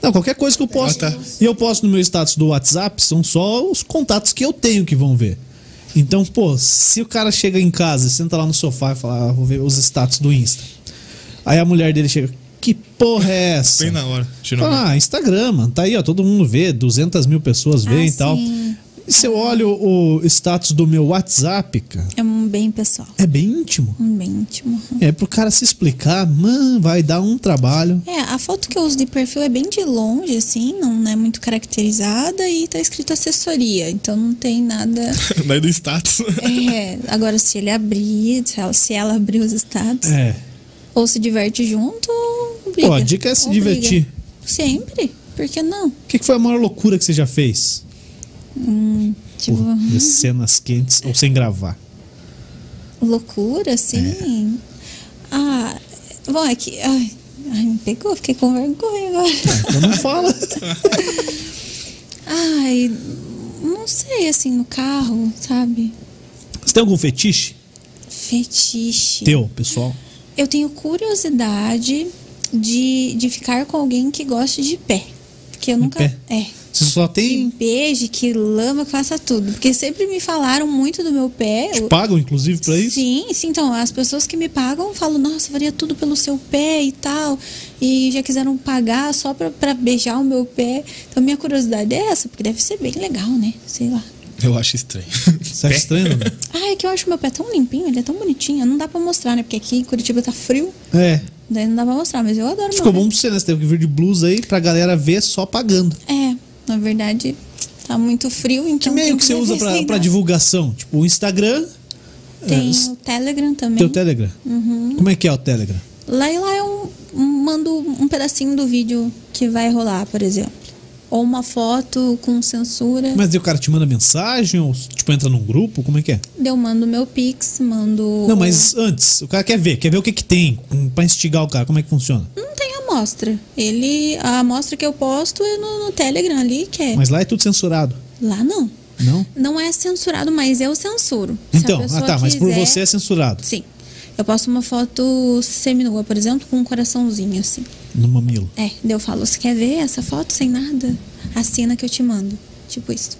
[SPEAKER 1] Não, qualquer coisa que eu posto.
[SPEAKER 2] Ah, tá.
[SPEAKER 1] E eu posto no meu status do WhatsApp, são só os contatos que eu tenho que vão ver. Então, pô, se o cara chega em casa, senta lá no sofá e fala, ah, vou ver os status do Insta. Aí a mulher dele chega, que porra é essa?
[SPEAKER 2] Bem na hora. Geralmente.
[SPEAKER 1] Fala, ah, Instagram, mano, tá aí, ó, todo mundo vê, 200 mil pessoas vê
[SPEAKER 3] Ah,
[SPEAKER 1] e tal.
[SPEAKER 3] sim.
[SPEAKER 1] E se eu olho o status do meu WhatsApp, cara,
[SPEAKER 3] É um bem pessoal,
[SPEAKER 1] é bem íntimo.
[SPEAKER 3] um bem íntimo.
[SPEAKER 1] É pro cara se explicar, mano, vai dar um trabalho.
[SPEAKER 3] É, a foto que eu uso de perfil é bem de longe, assim, não é muito caracterizada e tá escrito assessoria, então não tem
[SPEAKER 1] (laughs)
[SPEAKER 3] nada.
[SPEAKER 2] (laughs) Daí do status.
[SPEAKER 3] É, agora se ele abrir, se ela, se ela abrir os status,
[SPEAKER 1] É.
[SPEAKER 3] ou se diverte junto, ou briga.
[SPEAKER 1] Pô, a dica é se
[SPEAKER 3] Ou briga.
[SPEAKER 1] divertir.
[SPEAKER 3] Sempre, por que não?
[SPEAKER 1] O que, que foi a maior loucura que você já fez?
[SPEAKER 3] Tipo,
[SPEAKER 1] Porra, de cenas quentes ou sem gravar.
[SPEAKER 3] loucura, assim.
[SPEAKER 1] É.
[SPEAKER 3] Ah, bom, é que. Ai, ai, me pegou, fiquei com vergonha agora.
[SPEAKER 1] Então não fala.
[SPEAKER 3] Ai, não sei, assim, no carro, sabe?
[SPEAKER 1] Você tem algum fetiche?
[SPEAKER 3] Fetiche.
[SPEAKER 1] Teu, pessoal.
[SPEAKER 3] Eu tenho curiosidade de, de ficar com alguém que goste de pé. Porque eu nunca.
[SPEAKER 1] pé?
[SPEAKER 3] É.
[SPEAKER 1] Você só
[SPEAKER 3] Que
[SPEAKER 1] tem.
[SPEAKER 3] beije, que lama, que faça tudo. Porque sempre me falaram muito do meu pé.
[SPEAKER 1] Te
[SPEAKER 3] Eu-
[SPEAKER 1] pagam, inclusive, pra isso?
[SPEAKER 3] Sim, sim. Então, as pessoas que me pagam falam, nossa, eu faria tudo pelo seu pé e tal. E já quiseram pagar só pra, pra beijar o meu pé. Então, minha curiosidade é essa, porque deve ser bem legal, né? Sei lá.
[SPEAKER 2] Eu acho estranho. (laughs)
[SPEAKER 1] Você acha estranho, né?
[SPEAKER 3] Ah, é que eu acho meu pé tão limpinho, ele é tão bonitinho. Não dá pra mostrar, né? Porque aqui em Curitiba tá frio,
[SPEAKER 1] (laughs) É.
[SPEAKER 3] daí não dá pra mostrar, mas eu adoro
[SPEAKER 1] Ficou
[SPEAKER 3] meu
[SPEAKER 1] bom pra você, né? Você teve que vir de blusa aí pra galera ver só pagando.
[SPEAKER 3] pé. É, na verdade, tá muito frio,
[SPEAKER 1] Que
[SPEAKER 3] então.
[SPEAKER 1] meio
[SPEAKER 3] tem
[SPEAKER 1] que você usa
[SPEAKER 3] ver
[SPEAKER 1] pra,
[SPEAKER 3] sem
[SPEAKER 1] pra
[SPEAKER 3] nada.
[SPEAKER 1] divulgação? Tipo, o Instagram,
[SPEAKER 3] Tem Uhum.
[SPEAKER 1] É,
[SPEAKER 3] o Telegram também.
[SPEAKER 1] teu Telegram. Como é que é o Telegram?
[SPEAKER 3] Lá e lá eu mando um pedacinho do vídeo que vai rolar, por exemplo. Ou uma foto com censura.
[SPEAKER 1] Mas aí o cara te manda mensagem ou tipo entra num grupo? Como é que é?
[SPEAKER 3] Daí Eu mando meu pix, mando.
[SPEAKER 1] Não, mas antes, o cara quer ver, quer ver o que que tem hum, pra instigar o cara, como é que funciona.
[SPEAKER 3] Não tem amostra. Ele. A amostra que eu posto é no, no Telegram ali, que é.
[SPEAKER 1] Mas lá é tudo censurado,
[SPEAKER 3] Lá não.
[SPEAKER 1] não?
[SPEAKER 3] Não é censurado, mas eu censuro. Se a
[SPEAKER 1] Então, ah
[SPEAKER 3] pessoa
[SPEAKER 1] tá, mas por
[SPEAKER 3] quiser-
[SPEAKER 1] você é censurado.
[SPEAKER 3] Sim. Eu posto uma foto seminua, por exemplo, com um coraçãozinho assim.
[SPEAKER 1] No mamilo.
[SPEAKER 3] É, daí eu falo, você quer ver essa foto sem nada? Assina que eu te mando. Tipo isso.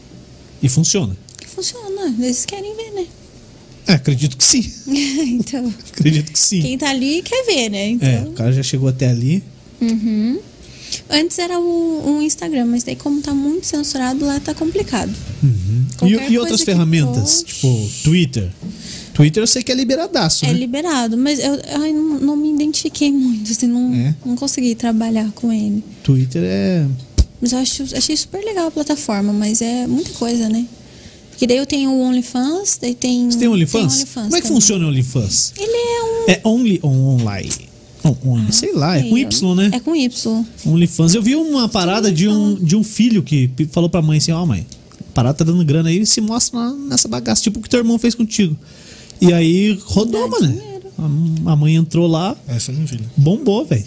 [SPEAKER 1] E funciona.
[SPEAKER 3] Que funciona, eles querem ver, né? (laughs)
[SPEAKER 1] É, acredito que sim. (laughs)
[SPEAKER 3] então,
[SPEAKER 1] Acredito que sim.
[SPEAKER 3] quem tá ali quer ver, né?
[SPEAKER 1] É,
[SPEAKER 3] Então, uhum.
[SPEAKER 1] o cara já chegou até ali.
[SPEAKER 3] Antes era o, o Instagram, mas daí como tá muito censurado, lá tá complicado.
[SPEAKER 1] Uhum. E,
[SPEAKER 3] Qualquer
[SPEAKER 1] e outras
[SPEAKER 3] coisa que
[SPEAKER 1] ferramentas,
[SPEAKER 3] poste.
[SPEAKER 1] tipo Twitter. Twitter eu sei que é liberadaço,
[SPEAKER 3] É
[SPEAKER 1] né?
[SPEAKER 3] liberado, mas eu, ai, não, não me identifiquei muito, assim, não,
[SPEAKER 1] É?
[SPEAKER 3] não consegui trabalhar com ele.
[SPEAKER 1] Twitter é
[SPEAKER 3] Mas eu acho, achei super legal a plataforma, mas é muita coisa, né? Porque daí eu tenho o OnlyFans, daí tem.
[SPEAKER 1] Você tem OnlyFans?
[SPEAKER 3] OnlyFans
[SPEAKER 1] Como é que
[SPEAKER 3] também.
[SPEAKER 1] funciona o OnlyFans?
[SPEAKER 3] Ele é um.
[SPEAKER 1] É Only on Online. On, on, sei lá, é com Y, né?
[SPEAKER 3] É com Y.
[SPEAKER 1] OnlyFans. Eu vi uma parada de um, de um filho que p- falou pra mãe assim: Ó, mãe, a parada tá dando grana aí e se mostra lá nessa bagaça, tipo o que teu irmão fez contigo. E aí rodou,
[SPEAKER 3] Dá
[SPEAKER 1] mano.
[SPEAKER 3] dinheiro.
[SPEAKER 1] A, a mãe entrou lá,
[SPEAKER 2] Essa eu não vi, né?
[SPEAKER 1] bombou, velho.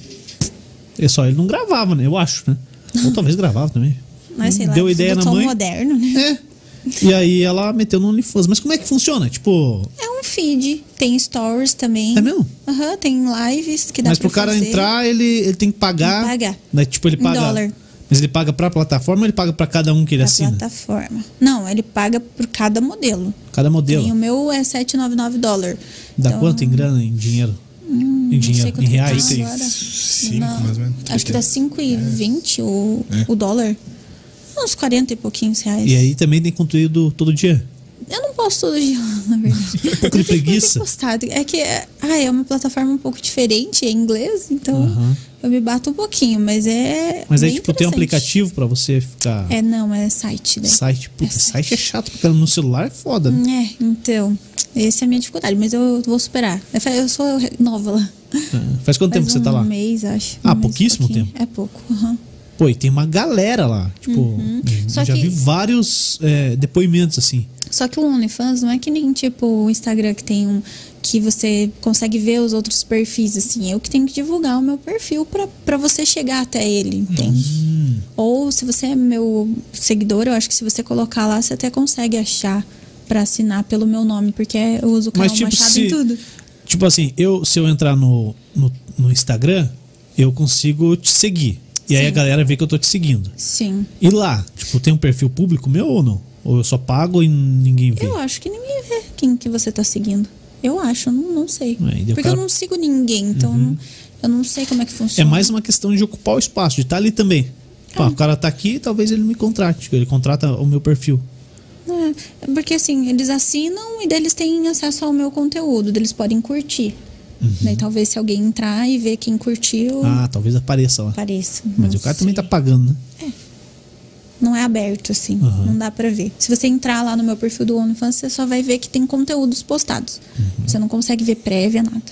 [SPEAKER 1] É só ele não gravava, né? Eu acho,
[SPEAKER 3] (laughs)
[SPEAKER 1] né? Ou talvez gravava também.
[SPEAKER 3] Mas sei lá,
[SPEAKER 1] Deu ideia
[SPEAKER 3] tudo
[SPEAKER 1] na
[SPEAKER 3] tão
[SPEAKER 1] mãe.
[SPEAKER 3] moderno, né?
[SPEAKER 1] É. E aí ela meteu no OnlyFans. Mas como é que funciona? Tipo,
[SPEAKER 3] É um feed, tem stories também.
[SPEAKER 1] É mesmo?
[SPEAKER 3] Aham, tem lives que dá
[SPEAKER 1] mas
[SPEAKER 3] pra
[SPEAKER 1] pro cara
[SPEAKER 3] fazer.
[SPEAKER 1] entrar, ele, ele tem que pagar.
[SPEAKER 3] Tem que pagar.
[SPEAKER 1] Né? Tipo, ele
[SPEAKER 3] Em
[SPEAKER 1] paga.
[SPEAKER 3] dólar.
[SPEAKER 1] Mas ele paga pra plataforma ou ele paga pra cada um que ele
[SPEAKER 3] pra
[SPEAKER 1] assina?
[SPEAKER 3] plataforma. Não, ele paga por cada modelo.
[SPEAKER 1] Cada modelo.
[SPEAKER 3] E o meu é 799 dólar.
[SPEAKER 1] Dá
[SPEAKER 3] Então,
[SPEAKER 1] quanto em grana? Em dinheiro? em
[SPEAKER 3] sei
[SPEAKER 1] dinheiro,
[SPEAKER 3] quanto
[SPEAKER 1] em
[SPEAKER 3] que tá
[SPEAKER 1] reais.
[SPEAKER 3] agora.
[SPEAKER 2] Cinco,
[SPEAKER 3] Não,
[SPEAKER 2] mais ou menos.
[SPEAKER 3] Acho que dá 5,20 o,
[SPEAKER 2] É.
[SPEAKER 3] o dólar. Uns 40 e pouquinhos reais.
[SPEAKER 1] E aí também tem conteúdo todo dia.
[SPEAKER 3] Eu não posto todo dia, (laughs)
[SPEAKER 1] (laughs)
[SPEAKER 3] na verdade.
[SPEAKER 1] Um pouco de
[SPEAKER 3] Eu tenho- eu tenho
[SPEAKER 1] preguiça.
[SPEAKER 3] postado. É que é- ah, é uma plataforma um pouco diferente, é em inglês, então
[SPEAKER 1] Aham.
[SPEAKER 3] eu me bato um pouquinho, mas é.
[SPEAKER 1] Mas aí,
[SPEAKER 3] bem
[SPEAKER 1] tipo, tem um
[SPEAKER 3] interessante.
[SPEAKER 1] aplicativo pra você ficar.
[SPEAKER 3] É, não, é site, né?
[SPEAKER 1] Site. Puta,
[SPEAKER 3] É
[SPEAKER 1] site é chato, porque no celular é foda. né?
[SPEAKER 3] É, então. Essa é a minha dificuldade, mas eu vou superar. Eu falei, eu sou nova lá.
[SPEAKER 1] Ah, Faz quanto tempo que
[SPEAKER 3] Faz
[SPEAKER 1] você tá
[SPEAKER 3] um
[SPEAKER 1] lá?
[SPEAKER 3] mês, acho.
[SPEAKER 1] Ah,
[SPEAKER 3] mês e
[SPEAKER 1] pouquíssimo
[SPEAKER 3] pouquinho.
[SPEAKER 1] tempo.
[SPEAKER 3] É pouco, aham.
[SPEAKER 1] Pô, e tem uma galera lá. Tipo, eu
[SPEAKER 3] Uhum. Só
[SPEAKER 1] já
[SPEAKER 3] que-
[SPEAKER 1] vi vários é, depoimentos assim.
[SPEAKER 3] Só que o OnlyFans não é que nem tipo o Instagram que tem um que você consegue ver os outros perfis assim. Eu que tenho que divulgar o meu perfil pra- pra você chegar até ele, entende?
[SPEAKER 1] Uhum.
[SPEAKER 3] Ou se você é meu seguidor, eu acho que se você colocar lá, você até consegue achar pra assinar pelo meu nome, porque é, eu uso o canal
[SPEAKER 1] Mas, tipo,
[SPEAKER 3] Machado
[SPEAKER 1] se-
[SPEAKER 3] em tudo.
[SPEAKER 1] Tipo assim, eu se eu entrar no, no, no Instagram, eu consigo te seguir. E aí
[SPEAKER 3] Sim.
[SPEAKER 1] a galera vê que eu tô te seguindo.
[SPEAKER 3] Sim.
[SPEAKER 1] E lá, tipo, tem um perfil público meu ou não? Ou eu só pago e ninguém vê?
[SPEAKER 3] Eu acho que ninguém vê quem que você tá seguindo. Eu acho, eu não, não
[SPEAKER 1] É,
[SPEAKER 3] sei.
[SPEAKER 1] e daí o
[SPEAKER 3] Porque
[SPEAKER 1] cara-
[SPEAKER 3] eu não sigo ninguém, então eu, não, eu não sei como é que
[SPEAKER 1] É
[SPEAKER 3] funciona.
[SPEAKER 1] mais uma questão de ocupar o espaço, de estar ali também. Pá, O cara tá aqui, talvez ele me contrate. Ele contrata o meu perfil.
[SPEAKER 3] É, porque assim, eles assinam e daí eles têm acesso ao meu conteúdo, daí eles podem curtir. Daí talvez se alguém entrar e ver quem curtiu,
[SPEAKER 1] Uhum. Ah, talvez apareça lá.
[SPEAKER 3] apareça.
[SPEAKER 1] Mas
[SPEAKER 3] Não
[SPEAKER 1] o cara também tá
[SPEAKER 3] sei.
[SPEAKER 1] pagando, né?
[SPEAKER 3] Não é aberto, assim,
[SPEAKER 1] Aham.
[SPEAKER 3] não dá pra ver. Se você entrar lá no meu perfil do OnlyFans, você só vai ver que tem conteúdos postados.
[SPEAKER 1] Uhum.
[SPEAKER 3] Você não consegue ver prévia, nada.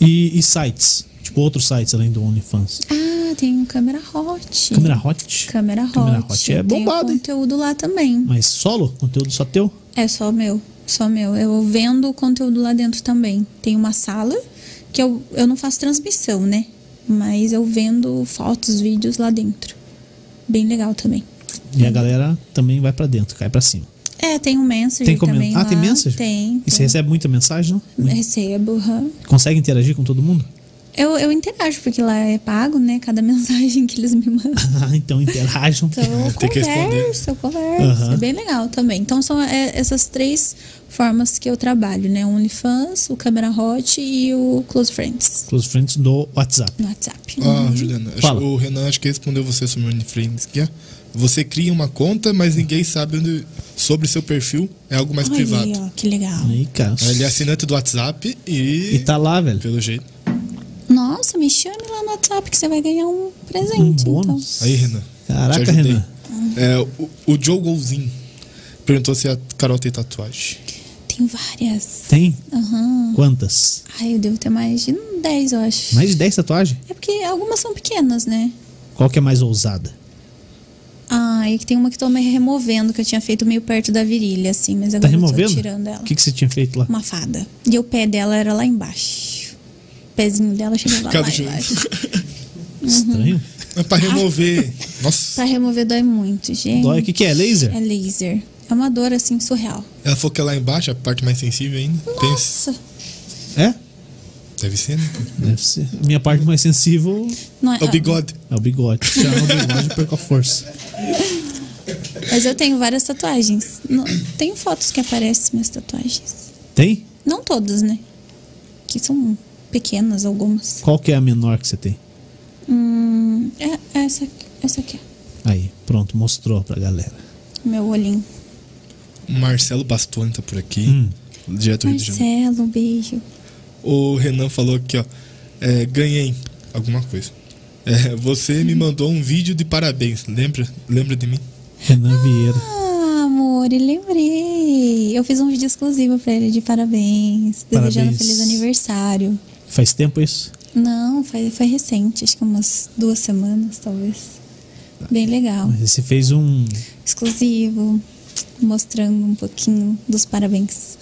[SPEAKER 1] E, e sites? Tipo, outros sites além do OnlyFans.
[SPEAKER 3] Ah, tem o Câmera Hot.
[SPEAKER 1] Câmera Hot?
[SPEAKER 3] Câmera Hot.
[SPEAKER 1] Câmera Hot é bombado,
[SPEAKER 3] Tem
[SPEAKER 1] hein?
[SPEAKER 3] o conteúdo lá também.
[SPEAKER 1] Mas solo? Conteúdo só teu?
[SPEAKER 3] É só meu, só meu. Eu vendo o conteúdo lá dentro também. Tem uma sala que eu, eu não faço transmissão, né? Mas eu vendo fotos, vídeos lá dentro. Bem legal também.
[SPEAKER 1] E a galera também vai pra dentro, cai pra cima.
[SPEAKER 3] É, tem o Messenger
[SPEAKER 1] Tem como...
[SPEAKER 3] também
[SPEAKER 1] Ah,
[SPEAKER 3] lá.
[SPEAKER 1] tem mensagem?
[SPEAKER 3] Tem.
[SPEAKER 1] E você
[SPEAKER 3] tem.
[SPEAKER 1] recebe muita mensagem, não? Muito.
[SPEAKER 3] Recebo, aham.
[SPEAKER 1] Consegue interagir com todo mundo? (laughs)
[SPEAKER 3] Eu, eu interajo, porque lá é pago, né? Cada (laughs) mensagem que eles me mandam.
[SPEAKER 1] Ah, então interajam.
[SPEAKER 3] Então, eu
[SPEAKER 2] tem que responder.
[SPEAKER 3] converso, eu converso.
[SPEAKER 1] Aham.
[SPEAKER 3] É bem legal também. Então, são é, essas três formas que eu trabalho, né? O OnlyFans, o Câmera Hot e o Close Friends
[SPEAKER 1] Close friends do WhatsApp.
[SPEAKER 3] no WhatsApp. né?
[SPEAKER 2] Ah, Juliana, acho-
[SPEAKER 1] Fala.
[SPEAKER 2] o Renan acho que respondeu você sobre o OnlyFans, que é você cria uma conta, mas ninguém sabe onde- sobre seu perfil, é algo mais
[SPEAKER 3] Olha
[SPEAKER 2] privado.
[SPEAKER 3] aí, ó, que legal.
[SPEAKER 1] Aí, cara.
[SPEAKER 2] Ele é assinante do WhatsApp e,
[SPEAKER 1] E tá lá, velho.
[SPEAKER 2] pelo jeito.
[SPEAKER 3] Nossa, me chame lá no WhatsApp que você vai ganhar um
[SPEAKER 1] Um
[SPEAKER 3] presente. então.
[SPEAKER 1] bônus.
[SPEAKER 2] Aí, Renan.
[SPEAKER 1] Caraca,
[SPEAKER 2] te ajudei.
[SPEAKER 1] Renan.
[SPEAKER 2] É, o, o Joe Golzin perguntou se a Carol tem tatuagem.
[SPEAKER 3] Tem várias.
[SPEAKER 1] Tem?
[SPEAKER 3] Aham.
[SPEAKER 1] Quantas?
[SPEAKER 3] Ai, eu devo ter mais de hum, 10, eu acho.
[SPEAKER 1] Mais de 10 tatuagens?
[SPEAKER 3] É porque algumas são pequenas, né?
[SPEAKER 1] Qual que é mais ousada?
[SPEAKER 3] Ah, e que tem uma que tô me removendo, que eu tinha feito meio perto da virilha, assim, mas
[SPEAKER 1] Tá
[SPEAKER 3] agora eu
[SPEAKER 1] removendo?
[SPEAKER 3] tô tirando ela.
[SPEAKER 1] O que, que você tinha feito lá?
[SPEAKER 3] uma fada. E o pé dela era lá embaixo. O pezinho dela chegava lá
[SPEAKER 2] Cada jogo.
[SPEAKER 3] embaixo. Uhum.
[SPEAKER 1] Estranho.
[SPEAKER 2] É (laughs) pra remover. Nossa.
[SPEAKER 3] Pra remover Tá dói muito, gente.
[SPEAKER 1] Dói. O que, que é? Laser?
[SPEAKER 3] É laser. É uma dor, assim, surreal.
[SPEAKER 2] Ela falou que é lá embaixo, a parte mais sensível ainda. Pensa.
[SPEAKER 3] Nossa!
[SPEAKER 1] É?
[SPEAKER 2] Deve ser, né?
[SPEAKER 1] Deve ser. A minha parte mais sensível
[SPEAKER 3] Não é,
[SPEAKER 2] É o bigode.
[SPEAKER 1] é o bigode. Se tirar o bigode, eu perco a força.
[SPEAKER 3] Mas eu tenho várias tatuagens. Não- tenho fotos que aparecem minhas tatuagens.
[SPEAKER 1] Tem?
[SPEAKER 3] Não todas, né? Que são pequenas algumas.
[SPEAKER 1] Qual que é a menor que você tem?
[SPEAKER 3] Hum, é é essa, essa aqui, ó.
[SPEAKER 1] Aí, pronto, mostrou pra galera.
[SPEAKER 3] Meu olhinho.
[SPEAKER 2] O Marcelo Bastoni tá por aqui.
[SPEAKER 1] Hum.
[SPEAKER 2] Direto do Rio de Janeiro.
[SPEAKER 3] Marcelo, um beijo.
[SPEAKER 2] O Renan falou aqui, ó. é, ganhei alguma coisa. É, você
[SPEAKER 3] Uhum.
[SPEAKER 2] me mandou um vídeo de parabéns. Lembra? Lembra de mim?
[SPEAKER 1] Renan Vieira.
[SPEAKER 3] Ah, amor, eu lembrei. Eu fiz um vídeo exclusivo pra ele de parabéns. Desejando um
[SPEAKER 1] Parabéns.
[SPEAKER 3] feliz aniversário.
[SPEAKER 1] Faz tempo isso?
[SPEAKER 3] Não, foi, foi recente. Acho que umas duas semanas, talvez. Bem legal.
[SPEAKER 1] Mas Você fez um.
[SPEAKER 3] Exclusivo. Mostrando um pouquinho dos parabéns.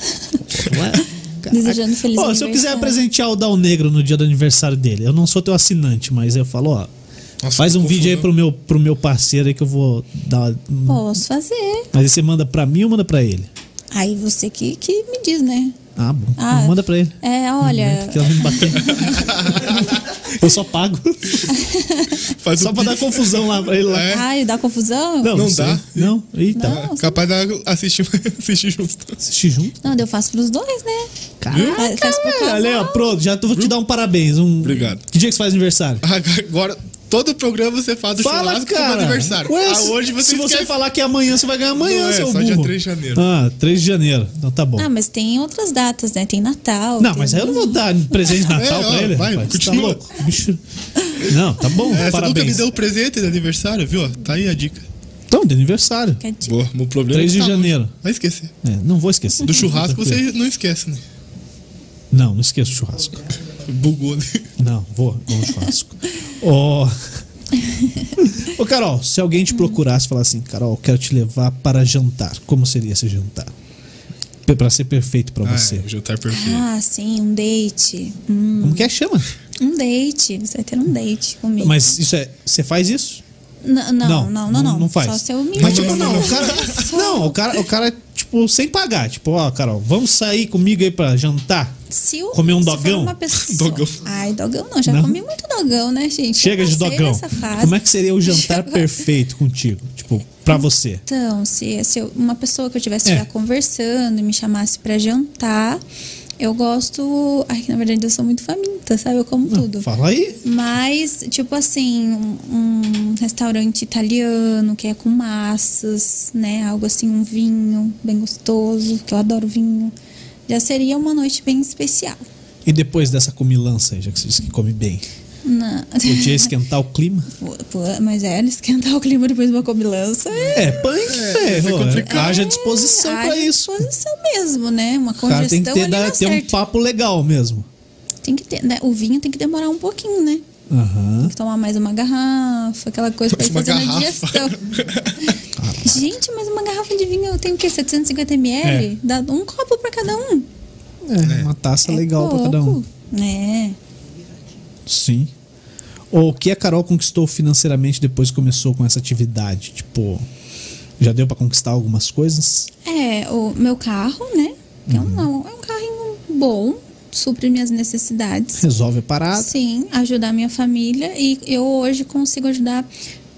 [SPEAKER 3] (laughs) Desejando feliz
[SPEAKER 1] Ó, se eu
[SPEAKER 3] aniversário.
[SPEAKER 1] quiser presentear o Dal Negro no dia do aniversário dele, eu não sou teu assinante, mas eu falo, ó,
[SPEAKER 2] Nossa,
[SPEAKER 1] faz
[SPEAKER 2] tô
[SPEAKER 1] um vídeo aí pro
[SPEAKER 2] confundendo.
[SPEAKER 1] meu, pro meu parceiro aí que eu vou dar.
[SPEAKER 3] Posso fazer.
[SPEAKER 1] Mas aí você manda pra mim ou manda pra ele?
[SPEAKER 3] Aí você que, que me diz, né?
[SPEAKER 1] Ah, bom.
[SPEAKER 3] Ah.
[SPEAKER 1] Então manda pra ele.
[SPEAKER 3] É, olha.
[SPEAKER 1] Porque ela vai me
[SPEAKER 3] (laughs)
[SPEAKER 1] bater. eu só pago.
[SPEAKER 2] Faz
[SPEAKER 1] Só
[SPEAKER 2] um
[SPEAKER 1] pra dar
[SPEAKER 2] vídeo.
[SPEAKER 1] confusão lá pra ele lá.
[SPEAKER 2] É.
[SPEAKER 3] Ai, Ah, dá confusão?
[SPEAKER 1] Não,
[SPEAKER 2] Não
[SPEAKER 1] sei.
[SPEAKER 2] dá.
[SPEAKER 1] Não? Eita.
[SPEAKER 3] Não. confusão.
[SPEAKER 2] É Capaz da assistir, (laughs) assistir junto.
[SPEAKER 1] Assistir junto?
[SPEAKER 3] Não, eu faço pros dois, né?
[SPEAKER 1] Caraca,
[SPEAKER 3] Faz- faz pro
[SPEAKER 1] velho. É, Olha aí, ó,
[SPEAKER 3] casal.
[SPEAKER 1] pronto, já tô- vou te dar um parabéns. Um...
[SPEAKER 2] Obrigado.
[SPEAKER 1] Que dia que você faz aniversário?
[SPEAKER 2] Agora, todo programa você faz o
[SPEAKER 1] Fala,
[SPEAKER 2] churrasco pro meu
[SPEAKER 1] cara.
[SPEAKER 2] aniversário.
[SPEAKER 1] Ué,
[SPEAKER 2] ah,
[SPEAKER 1] se-
[SPEAKER 2] hoje você
[SPEAKER 1] se você
[SPEAKER 2] esquece.
[SPEAKER 1] falar que é amanhã, você vai ganhar amanhã,
[SPEAKER 2] Não, é,
[SPEAKER 1] seu
[SPEAKER 2] só
[SPEAKER 1] burro.
[SPEAKER 2] dia 3 de janeiro.
[SPEAKER 1] Ah, 3 de janeiro. Então tá bom.
[SPEAKER 3] Ah, mas tem outras datas, né? Tem Natal.
[SPEAKER 1] não,
[SPEAKER 3] tem-
[SPEAKER 1] mas aí eu não vou dar presente de Natal
[SPEAKER 2] (laughs) É, ó,
[SPEAKER 1] pra ele.
[SPEAKER 2] vai,
[SPEAKER 1] rapaz, você Tá
[SPEAKER 2] continua.
[SPEAKER 1] louco? Bicho. Não, tá bom,
[SPEAKER 2] É, você nunca me
[SPEAKER 1] parabéns.
[SPEAKER 2] deu o presente de aniversário, viu? Tá aí a dica.
[SPEAKER 1] Então, de aniversário.
[SPEAKER 3] Quer dizer,
[SPEAKER 2] Boa, meu problema
[SPEAKER 1] 3
[SPEAKER 2] é
[SPEAKER 1] de
[SPEAKER 2] que tá longe.
[SPEAKER 1] janeiro.
[SPEAKER 2] Vai esquecer.
[SPEAKER 1] É, não vou esquecer.
[SPEAKER 2] Do churrasco
[SPEAKER 1] Tranquilo.
[SPEAKER 2] você não esquece, né?
[SPEAKER 1] Não, não esqueço o churrasco.
[SPEAKER 2] Bugou, né?
[SPEAKER 1] Não, vou, vou no churrasco. Ô. (laughs) Ô, Carol, se alguém te procurasse e falasse assim, Carol, quero te levar para jantar, como seria esse jantar? Pe- Pra ser perfeito pra
[SPEAKER 2] Ah,
[SPEAKER 1] você.
[SPEAKER 2] é, o jantar perfeito.
[SPEAKER 3] Ah, sim, um date. Hum,
[SPEAKER 1] Como que é que chama?
[SPEAKER 3] um date. Você vai ter um date comigo.
[SPEAKER 1] Mas isso é. Você faz isso?
[SPEAKER 3] N- não, não, não, não,
[SPEAKER 1] Não faz.
[SPEAKER 3] Só se eu me
[SPEAKER 2] Mas,
[SPEAKER 1] Tipo,
[SPEAKER 2] Não,
[SPEAKER 1] não,
[SPEAKER 2] não,
[SPEAKER 1] o cara.
[SPEAKER 3] (laughs)
[SPEAKER 1] Não, o cara, o cara, tipo, sem pagar. Tipo, ó, Carol, vamos sair comigo aí pra jantar.
[SPEAKER 3] Se eu,
[SPEAKER 1] Comer um
[SPEAKER 3] se for
[SPEAKER 1] dogão? (laughs)
[SPEAKER 3] Uma pessoa...
[SPEAKER 2] Dogão.
[SPEAKER 3] Ai, dogão não. Já
[SPEAKER 1] Não?
[SPEAKER 3] comi muito dogão, né, gente?
[SPEAKER 1] Chega
[SPEAKER 3] Eu
[SPEAKER 1] de
[SPEAKER 3] passei
[SPEAKER 1] dogão.
[SPEAKER 3] dessa fase.
[SPEAKER 1] Como é que
[SPEAKER 3] (laughs)
[SPEAKER 1] seria o jantar perfeito contigo? Tipo, pra você.
[SPEAKER 3] Então, se, se eu- uma pessoa que eu tivesse
[SPEAKER 1] É.
[SPEAKER 3] já conversando e me chamasse pra jantar, eu gosto. Ai, que na verdade eu sou muito faminta, sabe? Eu como tudo.
[SPEAKER 1] Ah, Fala aí.
[SPEAKER 3] Mas, tipo assim, um, um restaurante italiano que é com massas, né? Algo assim, um vinho bem gostoso, que eu adoro vinho. Já seria uma noite bem especial.
[SPEAKER 1] E depois dessa comilança aí, já que você disse que come bem,
[SPEAKER 3] Na-
[SPEAKER 1] podia esquentar o clima?
[SPEAKER 3] Pô, pô, Mas é, esquentar o clima depois de uma comilança é.
[SPEAKER 1] É, punk,
[SPEAKER 2] é
[SPEAKER 1] ferro.
[SPEAKER 2] complicado.
[SPEAKER 1] Haja disposição pra isso.
[SPEAKER 3] disposição mesmo, né? Uma
[SPEAKER 1] O
[SPEAKER 3] congestão
[SPEAKER 1] cara tem que ter,
[SPEAKER 3] ali
[SPEAKER 1] dar-
[SPEAKER 3] dá
[SPEAKER 1] ter um
[SPEAKER 3] certo.
[SPEAKER 1] papo legal mesmo.
[SPEAKER 3] Tem que ter, né? O vinho tem que demorar um pouquinho, né?
[SPEAKER 1] Aham.
[SPEAKER 3] Tem que tomar mais uma garrafa, aquela coisa pra ir
[SPEAKER 2] Uma
[SPEAKER 3] fazendo a
[SPEAKER 2] garrafa.
[SPEAKER 3] digestão. Gente, mas uma garrafa de vinho tem o quê? 750ml? Dá um copo pra cada um.
[SPEAKER 1] É, uma taça
[SPEAKER 3] É
[SPEAKER 1] legal pra
[SPEAKER 3] pouco,
[SPEAKER 1] cada um.
[SPEAKER 3] Né?
[SPEAKER 1] Sim. Ou o que a Carol conquistou financeiramente depois que começou com essa atividade? Tipo, já deu pra conquistar algumas coisas?
[SPEAKER 3] É, o meu carro, né? É um,
[SPEAKER 1] Uhum.
[SPEAKER 3] é um carrinho bom, supre minhas necessidades.
[SPEAKER 1] Resolve a parada.
[SPEAKER 3] Sim, ajudar minha família. E eu hoje consigo ajudar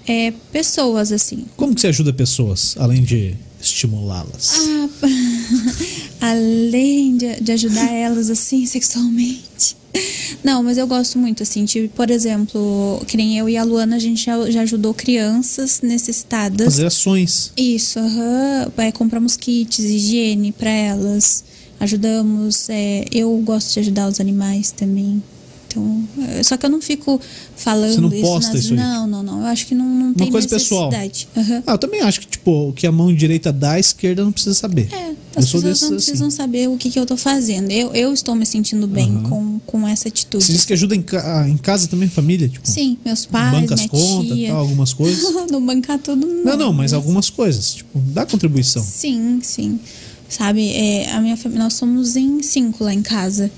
[SPEAKER 3] é, pessoas, assim.
[SPEAKER 1] Como que você ajuda pessoas, além de estimulá-las?
[SPEAKER 3] Ah, (laughs) além de, de ajudar elas assim (laughs) sexualmente. Não, mas eu gosto muito, assim, tipo, por exemplo, que nem eu e a Luana, a gente já, já ajudou crianças necessitadas.
[SPEAKER 1] Fazer ações.
[SPEAKER 3] Isso, aham. É, compramos kits, higiene pra elas, ajudamos. é, eu gosto de ajudar os animais também. Então, é, só que eu não fico falando
[SPEAKER 1] Você não
[SPEAKER 3] isso
[SPEAKER 1] posta
[SPEAKER 3] nas-
[SPEAKER 1] isso aí?
[SPEAKER 3] Não, não, não. Eu acho que não, não tem
[SPEAKER 1] coisa pessoal.
[SPEAKER 3] necessidade. Aham.
[SPEAKER 1] Ah, eu também acho que, tipo, o que a mão direita dá, a esquerda não precisa saber.
[SPEAKER 3] É,
[SPEAKER 1] eu
[SPEAKER 3] as
[SPEAKER 1] sou
[SPEAKER 3] pessoas
[SPEAKER 1] desses assim.
[SPEAKER 3] não precisam saber o que, que eu tô fazendo. Eu, eu estou me sentindo bem com, com essa atitude.
[SPEAKER 1] Você diz que ajuda em, ca- ah, em casa também, família? Tipo,
[SPEAKER 3] Sim, meus pais,
[SPEAKER 1] banca as
[SPEAKER 3] minha
[SPEAKER 1] contas,
[SPEAKER 3] tia.
[SPEAKER 1] tal, algumas
[SPEAKER 3] (laughs)
[SPEAKER 1] coisas.
[SPEAKER 3] não bancar tudo, não.
[SPEAKER 1] Não, não, mas algumas coisas. Tipo, dá contribuição.
[SPEAKER 3] Sim, sim. Sabe, é, a minha família, nós somos em cinco lá em casa.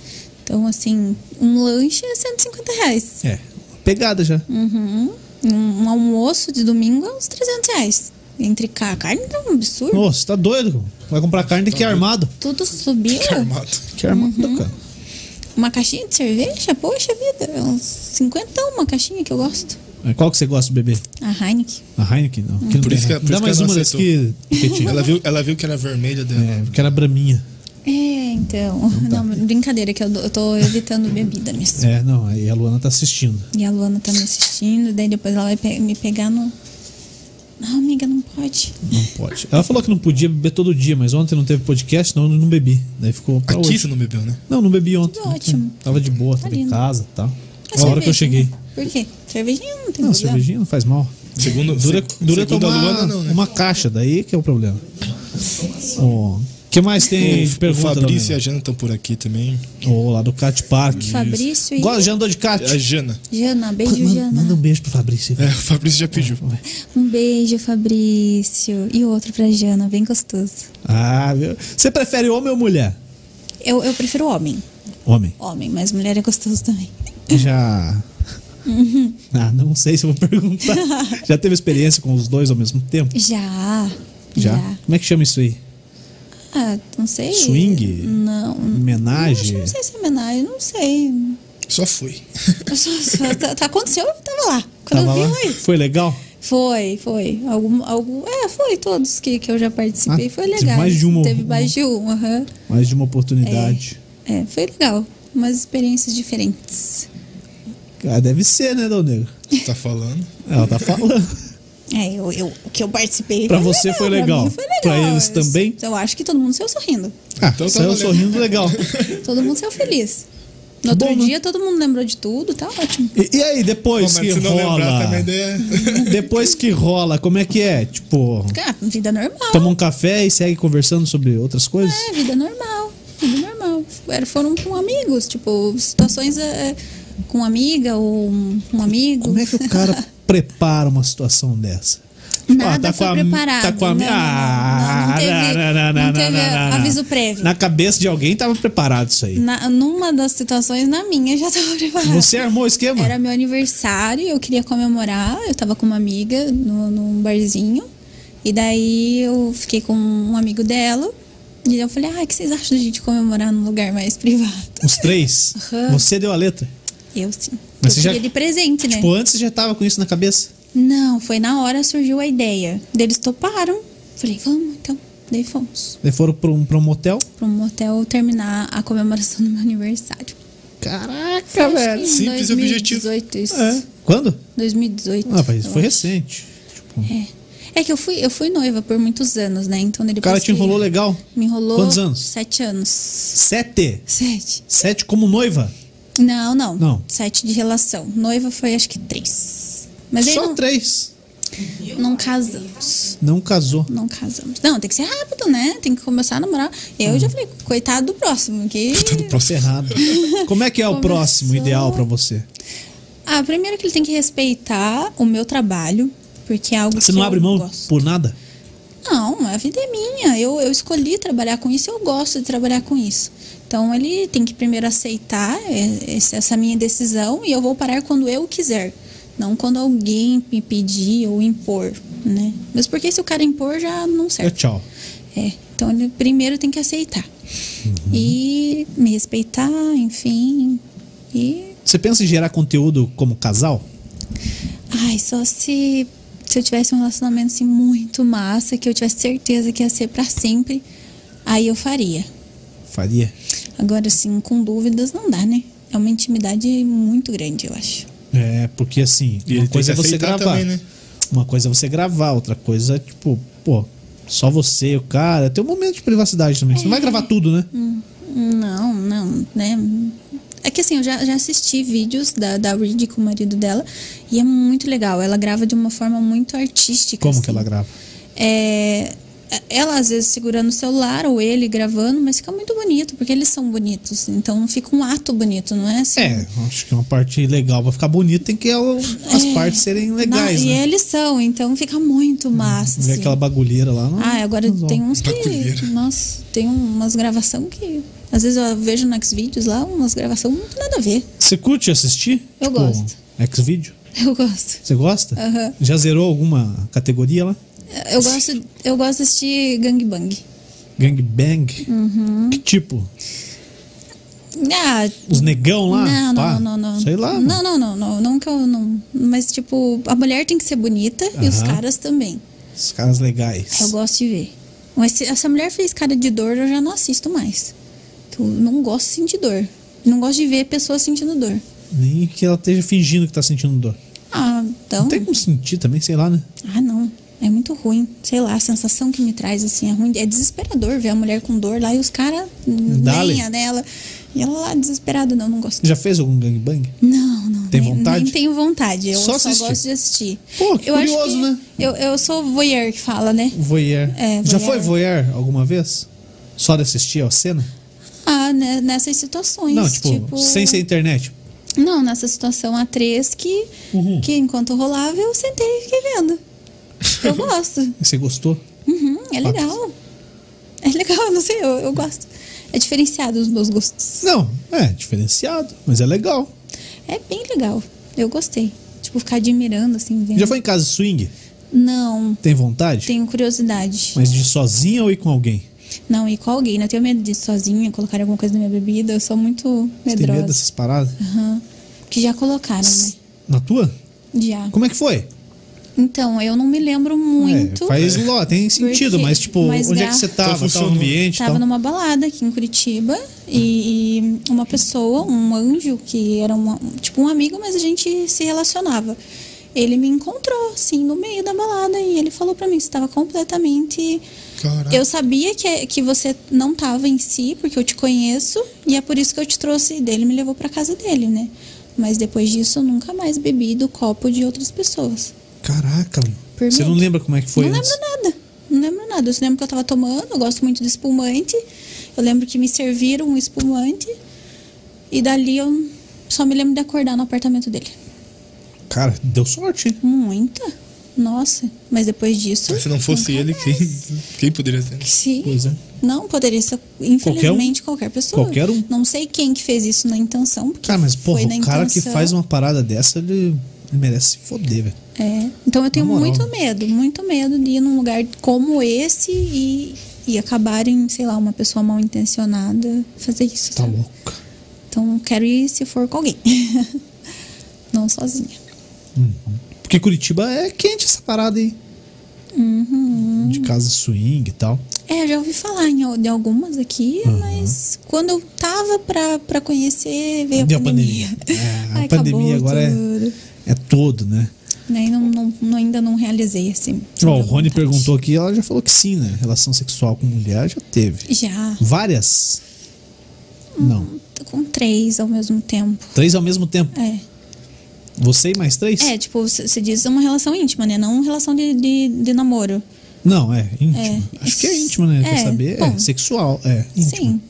[SPEAKER 3] Então, assim, um lanche é 150 reais.
[SPEAKER 1] É, pegada já.
[SPEAKER 3] Uhum. Um, um almoço de domingo é uns 300 reais. Entre cá, a carne tá um absurdo.
[SPEAKER 1] Nossa, tá doido? Vai comprar carne tem que
[SPEAKER 3] Uhum.
[SPEAKER 1] ir armado. Uhum.
[SPEAKER 3] Tudo subiu.
[SPEAKER 2] Que (laughs) armado.
[SPEAKER 3] é
[SPEAKER 1] Que armado, cara.
[SPEAKER 3] Uma caixinha de cerveja? Poxa vida, é uns 50 uma caixinha que eu gosto.
[SPEAKER 1] Mas É, Qual que você gosta de beber?
[SPEAKER 3] A Heineken.
[SPEAKER 1] A Heineken, não. Aqui não
[SPEAKER 2] Por
[SPEAKER 1] tem
[SPEAKER 2] isso que-
[SPEAKER 1] Heineken.
[SPEAKER 2] por
[SPEAKER 1] Dá
[SPEAKER 2] isso que
[SPEAKER 1] mais
[SPEAKER 2] ela
[SPEAKER 1] uma
[SPEAKER 2] não
[SPEAKER 1] das que, que tinha.
[SPEAKER 2] Ela viu, ela viu que era vermelha dela.
[SPEAKER 1] É, porque era braminha.
[SPEAKER 3] É, então. Não, brincadeira, que eu, eu tô evitando bebida mesmo.
[SPEAKER 1] É, não, aí a Luana tá assistindo.
[SPEAKER 3] E a Luana tá me assistindo, daí depois ela vai pe- me pegar no. Não, amiga, não pode.
[SPEAKER 1] Não pode. Ela falou que não podia beber todo dia, mas ontem não teve podcast, senão eu não bebi. Daí ficou pra
[SPEAKER 2] Aqui
[SPEAKER 1] hoje.
[SPEAKER 2] você não bebeu, né?
[SPEAKER 1] Não, não bebi ontem.
[SPEAKER 3] Tudo ótimo. Tá
[SPEAKER 1] Tava de boa, tava em
[SPEAKER 3] lindo.
[SPEAKER 1] casa e tal.
[SPEAKER 3] É
[SPEAKER 1] Na hora que eu
[SPEAKER 3] cerveja,
[SPEAKER 1] cheguei.
[SPEAKER 3] né? Por quê? Cervejinha não tem
[SPEAKER 1] Não,
[SPEAKER 3] problema.
[SPEAKER 1] cervejinha não faz mal.
[SPEAKER 2] Segundo,
[SPEAKER 1] Dura,
[SPEAKER 2] seg-
[SPEAKER 1] dura
[SPEAKER 2] segundo
[SPEAKER 1] tomar
[SPEAKER 2] a Luana, não, né?
[SPEAKER 1] uma caixa, daí que é o problema. O que mais tem de
[SPEAKER 2] o
[SPEAKER 1] pergunta,
[SPEAKER 2] Fabrício e a
[SPEAKER 1] Fabrício?
[SPEAKER 2] Jana estão por aqui também.
[SPEAKER 1] Ô, lá do Cat Park.
[SPEAKER 3] Fabrício e.
[SPEAKER 1] Gosta, já andou de Cat?
[SPEAKER 2] A Jana.
[SPEAKER 3] Jana, beijo,
[SPEAKER 1] Manda-
[SPEAKER 3] Jana.
[SPEAKER 1] Manda um beijo pro Fabrício.
[SPEAKER 2] É, o Fabrício já pediu.
[SPEAKER 3] Um beijo, Fabrício. E outro pra Jana, bem gostoso.
[SPEAKER 1] Ah, viu? Você prefere homem ou mulher?
[SPEAKER 3] Eu, eu prefiro homem.
[SPEAKER 1] Homem.
[SPEAKER 3] Homem, mas mulher é gostoso também.
[SPEAKER 1] Já.
[SPEAKER 3] Uhum.
[SPEAKER 1] Ah, não sei se eu vou
[SPEAKER 3] (laughs)
[SPEAKER 1] perguntar. Já teve experiência com os dois ao mesmo tempo?
[SPEAKER 3] Já.
[SPEAKER 1] Já. Como é que chama isso aí?
[SPEAKER 3] Ah, não sei.
[SPEAKER 1] Swing?
[SPEAKER 3] Não.
[SPEAKER 1] Homenagem?
[SPEAKER 3] Não, Hum. acho que não sei se é homenagem, não sei.
[SPEAKER 2] Só foi.
[SPEAKER 3] Eu só-
[SPEAKER 1] (laughs)
[SPEAKER 3] só- tá, tá- aconteceu, eu tava lá. Quando
[SPEAKER 1] Tava
[SPEAKER 3] eu
[SPEAKER 1] lá?
[SPEAKER 3] vi, foi.
[SPEAKER 1] Foi legal?
[SPEAKER 3] Foi, foi. Algum, algum, é, foi todos que, que eu já participei.
[SPEAKER 1] Ah,
[SPEAKER 3] foi
[SPEAKER 1] teve
[SPEAKER 3] legal.
[SPEAKER 1] mais de uma-
[SPEAKER 3] Teve mais de um, aham.
[SPEAKER 1] Mais de uma oportunidade.
[SPEAKER 3] É, foi legal. Umas experiências diferentes. É.
[SPEAKER 1] Cara, deve ser, né, Dal Negro?
[SPEAKER 2] Tá falando.
[SPEAKER 1] Ela tá falando.
[SPEAKER 3] É, eu, eu, o que eu participei.
[SPEAKER 1] Pra você foi legal.
[SPEAKER 3] Pra, mim foi legal.
[SPEAKER 1] Pra eles
[SPEAKER 3] Eu-
[SPEAKER 1] também?
[SPEAKER 3] Eu acho que todo mundo saiu sorrindo.
[SPEAKER 1] Ah,
[SPEAKER 2] (laughs) Então tá
[SPEAKER 1] saiu
[SPEAKER 2] valendo.
[SPEAKER 1] sorrindo legal.
[SPEAKER 3] Todo mundo saiu feliz. No outro
[SPEAKER 1] bom, né?
[SPEAKER 3] dia, todo mundo lembrou de tudo, tá ótimo.
[SPEAKER 1] E, e aí,
[SPEAKER 2] Pô,
[SPEAKER 1] depois
[SPEAKER 2] mas
[SPEAKER 1] que
[SPEAKER 2] se não lembrar
[SPEAKER 1] rola. (laughs)
[SPEAKER 2] também daí é-
[SPEAKER 1] Depois que rola, como é que é? Tipo,
[SPEAKER 3] Cara, Ah, vida normal.
[SPEAKER 1] toma um café e segue conversando sobre outras coisas?
[SPEAKER 3] É, vida normal. Vida normal. era- foram com amigos, tipo, situações é, com amiga ou um, um amigo.
[SPEAKER 1] Como é que o cara prepara uma situação dessa? Tipo,
[SPEAKER 3] Nada foi
[SPEAKER 1] a-
[SPEAKER 3] preparado.
[SPEAKER 1] Tá com a,
[SPEAKER 3] Não, não, não, não,
[SPEAKER 1] ah,
[SPEAKER 3] não teve- não teve aviso prévio.
[SPEAKER 1] Na cabeça de alguém tava preparado isso aí.
[SPEAKER 3] (laughs) Na- numa das situações, na minha, já tava preparada.
[SPEAKER 1] Você é armou o esquema?
[SPEAKER 3] Era meu aniversário, eu queria comemorar. Eu tava com uma amiga no, num barzinho. E daí eu fiquei com um amigo dela. E eu falei, ah, o que vocês acham de a gente comemorar num lugar mais (laughs) privado?
[SPEAKER 1] Os três?
[SPEAKER 3] Aham.
[SPEAKER 1] Você deu a letra?
[SPEAKER 3] Eu sim.
[SPEAKER 1] Mas você
[SPEAKER 3] eu
[SPEAKER 1] já-
[SPEAKER 3] queria de presente, né?
[SPEAKER 1] Tipo, antes você já tava com isso na cabeça?
[SPEAKER 3] Não, foi na hora surgiu a ideia. Daí Eles toparam. Falei, vamos então. Daí fomos
[SPEAKER 1] Daí foram pra um, pra um motel?
[SPEAKER 3] para um motel terminar a comemoração (laughs) do meu aniversário.
[SPEAKER 1] Caraca, velho.
[SPEAKER 2] Simples e objetivo.
[SPEAKER 3] 2018, isso.
[SPEAKER 1] É. Quando?
[SPEAKER 3] 2018.
[SPEAKER 1] Ah, mas
[SPEAKER 3] eu
[SPEAKER 1] foi
[SPEAKER 3] acho.
[SPEAKER 1] recente. Tipo,
[SPEAKER 3] É que eu fui, eu fui noiva por muitos anos, né? Então ele
[SPEAKER 1] o cara te enrolou legal.
[SPEAKER 3] Me enrolou.
[SPEAKER 1] Quantos anos?
[SPEAKER 3] Sete anos.
[SPEAKER 1] Sete.
[SPEAKER 3] Sete.
[SPEAKER 1] Sete como noiva.
[SPEAKER 3] Não, não.
[SPEAKER 1] Não.
[SPEAKER 3] Sete de relação. Noiva foi acho que três. Mas aí
[SPEAKER 1] Só
[SPEAKER 3] não,
[SPEAKER 1] três.
[SPEAKER 3] não casamos.
[SPEAKER 1] Não casou.
[SPEAKER 3] Não casamos. Não, tem que ser rápido, né? Tem que começar a namorar. Eu
[SPEAKER 1] Uhum.
[SPEAKER 3] já falei, coitado do próximo, que.
[SPEAKER 2] Tá no próximo.
[SPEAKER 1] Ferrado. (laughs) Como é que é o
[SPEAKER 3] Começou.
[SPEAKER 1] próximo ideal pra você?
[SPEAKER 3] Ah, primeiro que ele tem que respeitar o meu trabalho, porque é algo
[SPEAKER 1] Você
[SPEAKER 3] que
[SPEAKER 1] não
[SPEAKER 3] eu
[SPEAKER 1] abre mão
[SPEAKER 3] gosto.
[SPEAKER 1] por nada?
[SPEAKER 3] Não, a vida é minha. Eu, eu escolhi trabalhar com isso, eu gosto de trabalhar com isso. Então ele tem que primeiro aceitar é, esse- essa minha decisão e eu vou parar quando eu quiser, não quando alguém me pedir ou impor, né? Mas porque se o cara impor já não
[SPEAKER 1] É
[SPEAKER 3] serve.
[SPEAKER 1] tchau.
[SPEAKER 3] É, então ele primeiro tem que aceitar e me respeitar, enfim. E
[SPEAKER 1] Você pensa em gerar conteúdo como casal?
[SPEAKER 3] Ai, só se, se eu tivesse um relacionamento assim, muito massa, que eu tivesse certeza que ia ser pra sempre, aí eu faria.
[SPEAKER 1] Faria.
[SPEAKER 3] Agora, assim, com dúvidas não dá, né? É uma intimidade muito grande, eu acho.
[SPEAKER 1] É, porque assim,
[SPEAKER 2] E ele
[SPEAKER 1] uma
[SPEAKER 2] tem
[SPEAKER 1] coisa é
[SPEAKER 2] que
[SPEAKER 1] você
[SPEAKER 2] aceitar
[SPEAKER 1] gravar.
[SPEAKER 2] também, né?
[SPEAKER 1] Uma coisa é você gravar, outra coisa é tipo, pô, só você e o cara. Tem um momento de privacidade também. Você
[SPEAKER 3] É.
[SPEAKER 1] não vai gravar tudo, né?
[SPEAKER 3] Hum. Não, não, né? É que assim, eu já, já assisti vídeos da, da Reed com o marido dela e é muito legal. Ela grava de uma forma muito artística.
[SPEAKER 1] Como
[SPEAKER 3] assim.
[SPEAKER 1] que ela grava?
[SPEAKER 3] É, ela às vezes segurando o celular ou ele gravando, mas fica muito bonito, porque eles são bonitos. Então fica um ato bonito, não é assim?
[SPEAKER 1] É, acho que uma parte legal pra ficar bonita tem que o- as
[SPEAKER 3] É.
[SPEAKER 1] partes serem legais,
[SPEAKER 3] Na- E
[SPEAKER 1] né?
[SPEAKER 3] eles são, então fica muito massa.
[SPEAKER 1] Ver
[SPEAKER 3] assim.
[SPEAKER 1] aquela bagulheira lá. Não,
[SPEAKER 3] Ah, agora
[SPEAKER 1] não
[SPEAKER 3] tem uns que.
[SPEAKER 2] Bagulheira.
[SPEAKER 3] Nossa, tem umas gravações que. Às vezes eu vejo no Xvideos lá umas gravações muito nada a ver. (laughs)
[SPEAKER 1] Você curte assistir? Tipo,
[SPEAKER 3] Eu gosto.
[SPEAKER 1] X-Video?
[SPEAKER 3] Eu gosto.
[SPEAKER 1] Você gosta?
[SPEAKER 3] Aham.
[SPEAKER 1] Já zerou alguma categoria lá?
[SPEAKER 3] Eu gosto, eu gosto de assistir gangbang.
[SPEAKER 1] Gangbang?
[SPEAKER 3] Uhum.
[SPEAKER 1] Que tipo?
[SPEAKER 3] Ah,
[SPEAKER 1] Os negão lá?
[SPEAKER 3] Não,
[SPEAKER 1] Pá,
[SPEAKER 3] não, não, não.
[SPEAKER 1] Sei lá. mano.
[SPEAKER 3] Não, não, não, não. Não que eu não. Mas, tipo, a mulher tem que ser bonita e os
[SPEAKER 1] Aham.
[SPEAKER 3] caras também.
[SPEAKER 1] Os caras legais.
[SPEAKER 3] Eu gosto de ver. Mas se essa mulher fez cara de dor, eu já não assisto mais. Que Eu não gosto de sentir dor. Não gosto de ver pessoas sentindo dor.
[SPEAKER 1] Nem que ela esteja fingindo que tá sentindo dor.
[SPEAKER 3] Ah, então.
[SPEAKER 1] Não tem como sentir também, sei lá, né?
[SPEAKER 3] Ah, não. É muito ruim. Sei lá, a sensação que me traz, assim, é ruim. É desesperador ver a mulher com dor lá e os caras
[SPEAKER 1] Dá-lhe.
[SPEAKER 3] lenha nela. E ela lá, desesperada, não, não gosto.
[SPEAKER 1] Já fez algum gangbang?
[SPEAKER 3] Não, não.
[SPEAKER 1] Tem
[SPEAKER 3] nem,
[SPEAKER 1] vontade?
[SPEAKER 3] nem tenho vontade. Eu
[SPEAKER 1] Só
[SPEAKER 3] só,
[SPEAKER 1] assistir.
[SPEAKER 3] gosto de assistir.
[SPEAKER 1] Pô, que
[SPEAKER 3] eu acho
[SPEAKER 1] curioso,
[SPEAKER 3] que
[SPEAKER 1] né?
[SPEAKER 3] Eu, eu sou voyeur que fala, né?
[SPEAKER 1] Voyeur.
[SPEAKER 3] É,
[SPEAKER 1] Já
[SPEAKER 3] voyeur.
[SPEAKER 1] foi voyeur alguma vez? Só de assistir a cena?
[SPEAKER 3] Ah, né, nessas situações.
[SPEAKER 1] não, tipo, sem ser internet.
[SPEAKER 3] Não, nessa situação A3 que,
[SPEAKER 1] Uhum.
[SPEAKER 3] que enquanto rolava eu sentei e fiquei vendo.
[SPEAKER 1] (laughs)
[SPEAKER 3] Eu gosto.
[SPEAKER 1] Você gostou?
[SPEAKER 3] Uhum, é legal. É legal, não sei, eu, eu gosto. É diferenciado os meus gostos.
[SPEAKER 1] Não, é diferenciado, mas é legal.
[SPEAKER 3] É bem legal. Eu gostei. Tipo, ficar admirando, assim, vendo.
[SPEAKER 1] Já foi em casa de swing?
[SPEAKER 3] Não,
[SPEAKER 1] Tem vontade?
[SPEAKER 3] tenho curiosidade.
[SPEAKER 1] Mas de sozinha ou ir com alguém?
[SPEAKER 3] Não, e com alguém, né? Eu tenho medo de ir sozinha, colocar alguma coisa na minha bebida. Eu sou muito
[SPEAKER 1] Você tem medo
[SPEAKER 3] medrosa.
[SPEAKER 1] dessas paradas?
[SPEAKER 3] Aham. Que já colocaram, né?
[SPEAKER 1] Na tua?
[SPEAKER 3] Já.
[SPEAKER 1] Como é que foi?
[SPEAKER 3] Então, eu não me lembro muito.
[SPEAKER 1] É, faz ló, tem sentido,
[SPEAKER 3] Porque-
[SPEAKER 1] mas tipo,
[SPEAKER 3] mas
[SPEAKER 1] onde é
[SPEAKER 3] gra-
[SPEAKER 1] que você
[SPEAKER 2] Então
[SPEAKER 1] tava? Tava
[SPEAKER 2] funcionou.
[SPEAKER 1] no ambiente?
[SPEAKER 3] Tava
[SPEAKER 1] tal?
[SPEAKER 3] numa balada aqui em Curitiba e, e uma pessoa, um anjo, que era uma- tipo um amigo, mas a gente se relacionava. Ele me encontrou, assim, no meio da balada e ele falou pra mim que estava completamente
[SPEAKER 2] Caraca.
[SPEAKER 3] Eu sabia que, que você não tava em si, porque eu te conheço, e é por isso que eu te trouxe dele e me levou pra casa dele, né? Mas depois disso, eu nunca mais bebi do copo de outras pessoas.
[SPEAKER 1] Caraca, meu.
[SPEAKER 3] Por
[SPEAKER 1] Você
[SPEAKER 3] mim.
[SPEAKER 1] não lembra como é que foi
[SPEAKER 3] não
[SPEAKER 1] antes?
[SPEAKER 3] lembro nada. Não lembro nada. Eu só lembro que eu tava tomando, eu gosto muito de espumante. Eu lembro que me serviram um espumante e dali eu só me lembro de acordar no apartamento dele.
[SPEAKER 1] Cara, deu sorte, hein?
[SPEAKER 3] Muita? Nossa. Mas depois disso.
[SPEAKER 2] Mas se não fosse
[SPEAKER 3] nunca
[SPEAKER 2] ele,
[SPEAKER 3] mais.
[SPEAKER 2] quem, quem poderia ser?
[SPEAKER 3] Sim.
[SPEAKER 1] Pois é.
[SPEAKER 3] Não, poderia ser, infelizmente, qualquer, pessoa.
[SPEAKER 1] Qualquer um.
[SPEAKER 3] Não sei quem que fez isso na intenção. Porque
[SPEAKER 1] Cara, mas porra,
[SPEAKER 3] foi na
[SPEAKER 1] o cara que
[SPEAKER 3] intenção.
[SPEAKER 1] faz um- uma parada dessa, ele, ele merece se foder, velho.
[SPEAKER 3] É. Então eu tenho
[SPEAKER 1] Na moral.
[SPEAKER 3] muito medo, muito medo de ir num lugar como esse e, e acabarem, sei lá, uma pessoa mal intencionada fazer isso.
[SPEAKER 1] Tá
[SPEAKER 3] sabe?
[SPEAKER 1] louco. cara.
[SPEAKER 3] Então eu quero ir se for com alguém. (laughs) Não sozinha.
[SPEAKER 1] Porque Curitiba é quente essa parada, hein?
[SPEAKER 3] Hum.
[SPEAKER 1] De casa swing e tal.
[SPEAKER 3] Uhum. É, eu já ouvi falar em, al- de algumas aqui,
[SPEAKER 1] Uhum.
[SPEAKER 3] mas quando eu tava pra, pra conhecer, veio
[SPEAKER 1] Deu
[SPEAKER 3] a
[SPEAKER 1] a
[SPEAKER 3] pandemia. (laughs)
[SPEAKER 1] pandemia. É, a
[SPEAKER 3] Aí
[SPEAKER 1] pandemia
[SPEAKER 3] acabou
[SPEAKER 1] agora é-
[SPEAKER 3] tudo.
[SPEAKER 1] É todo, né?
[SPEAKER 3] Daí não, não- não- ainda não realizei assim.
[SPEAKER 1] Ó, Tipo, o Rony perguntou aqui, ela já falou que sim, né? Relação sexual com mulher já teve.
[SPEAKER 3] Já,
[SPEAKER 1] Várias?
[SPEAKER 3] Hum.
[SPEAKER 1] Não.
[SPEAKER 3] tô com três ao mesmo tempo.
[SPEAKER 1] Três ao mesmo tempo.
[SPEAKER 3] É.
[SPEAKER 1] Você e mais três?
[SPEAKER 3] É, tipo, você você diz uma relação íntima, né? Não uma relação de, de, de namoro.
[SPEAKER 1] Não, é íntima.
[SPEAKER 3] É.
[SPEAKER 1] Acho que é íntima, né? Quer
[SPEAKER 3] É,
[SPEAKER 1] saber? É,
[SPEAKER 3] bom.
[SPEAKER 1] sexual. É, íntima.
[SPEAKER 3] Sim.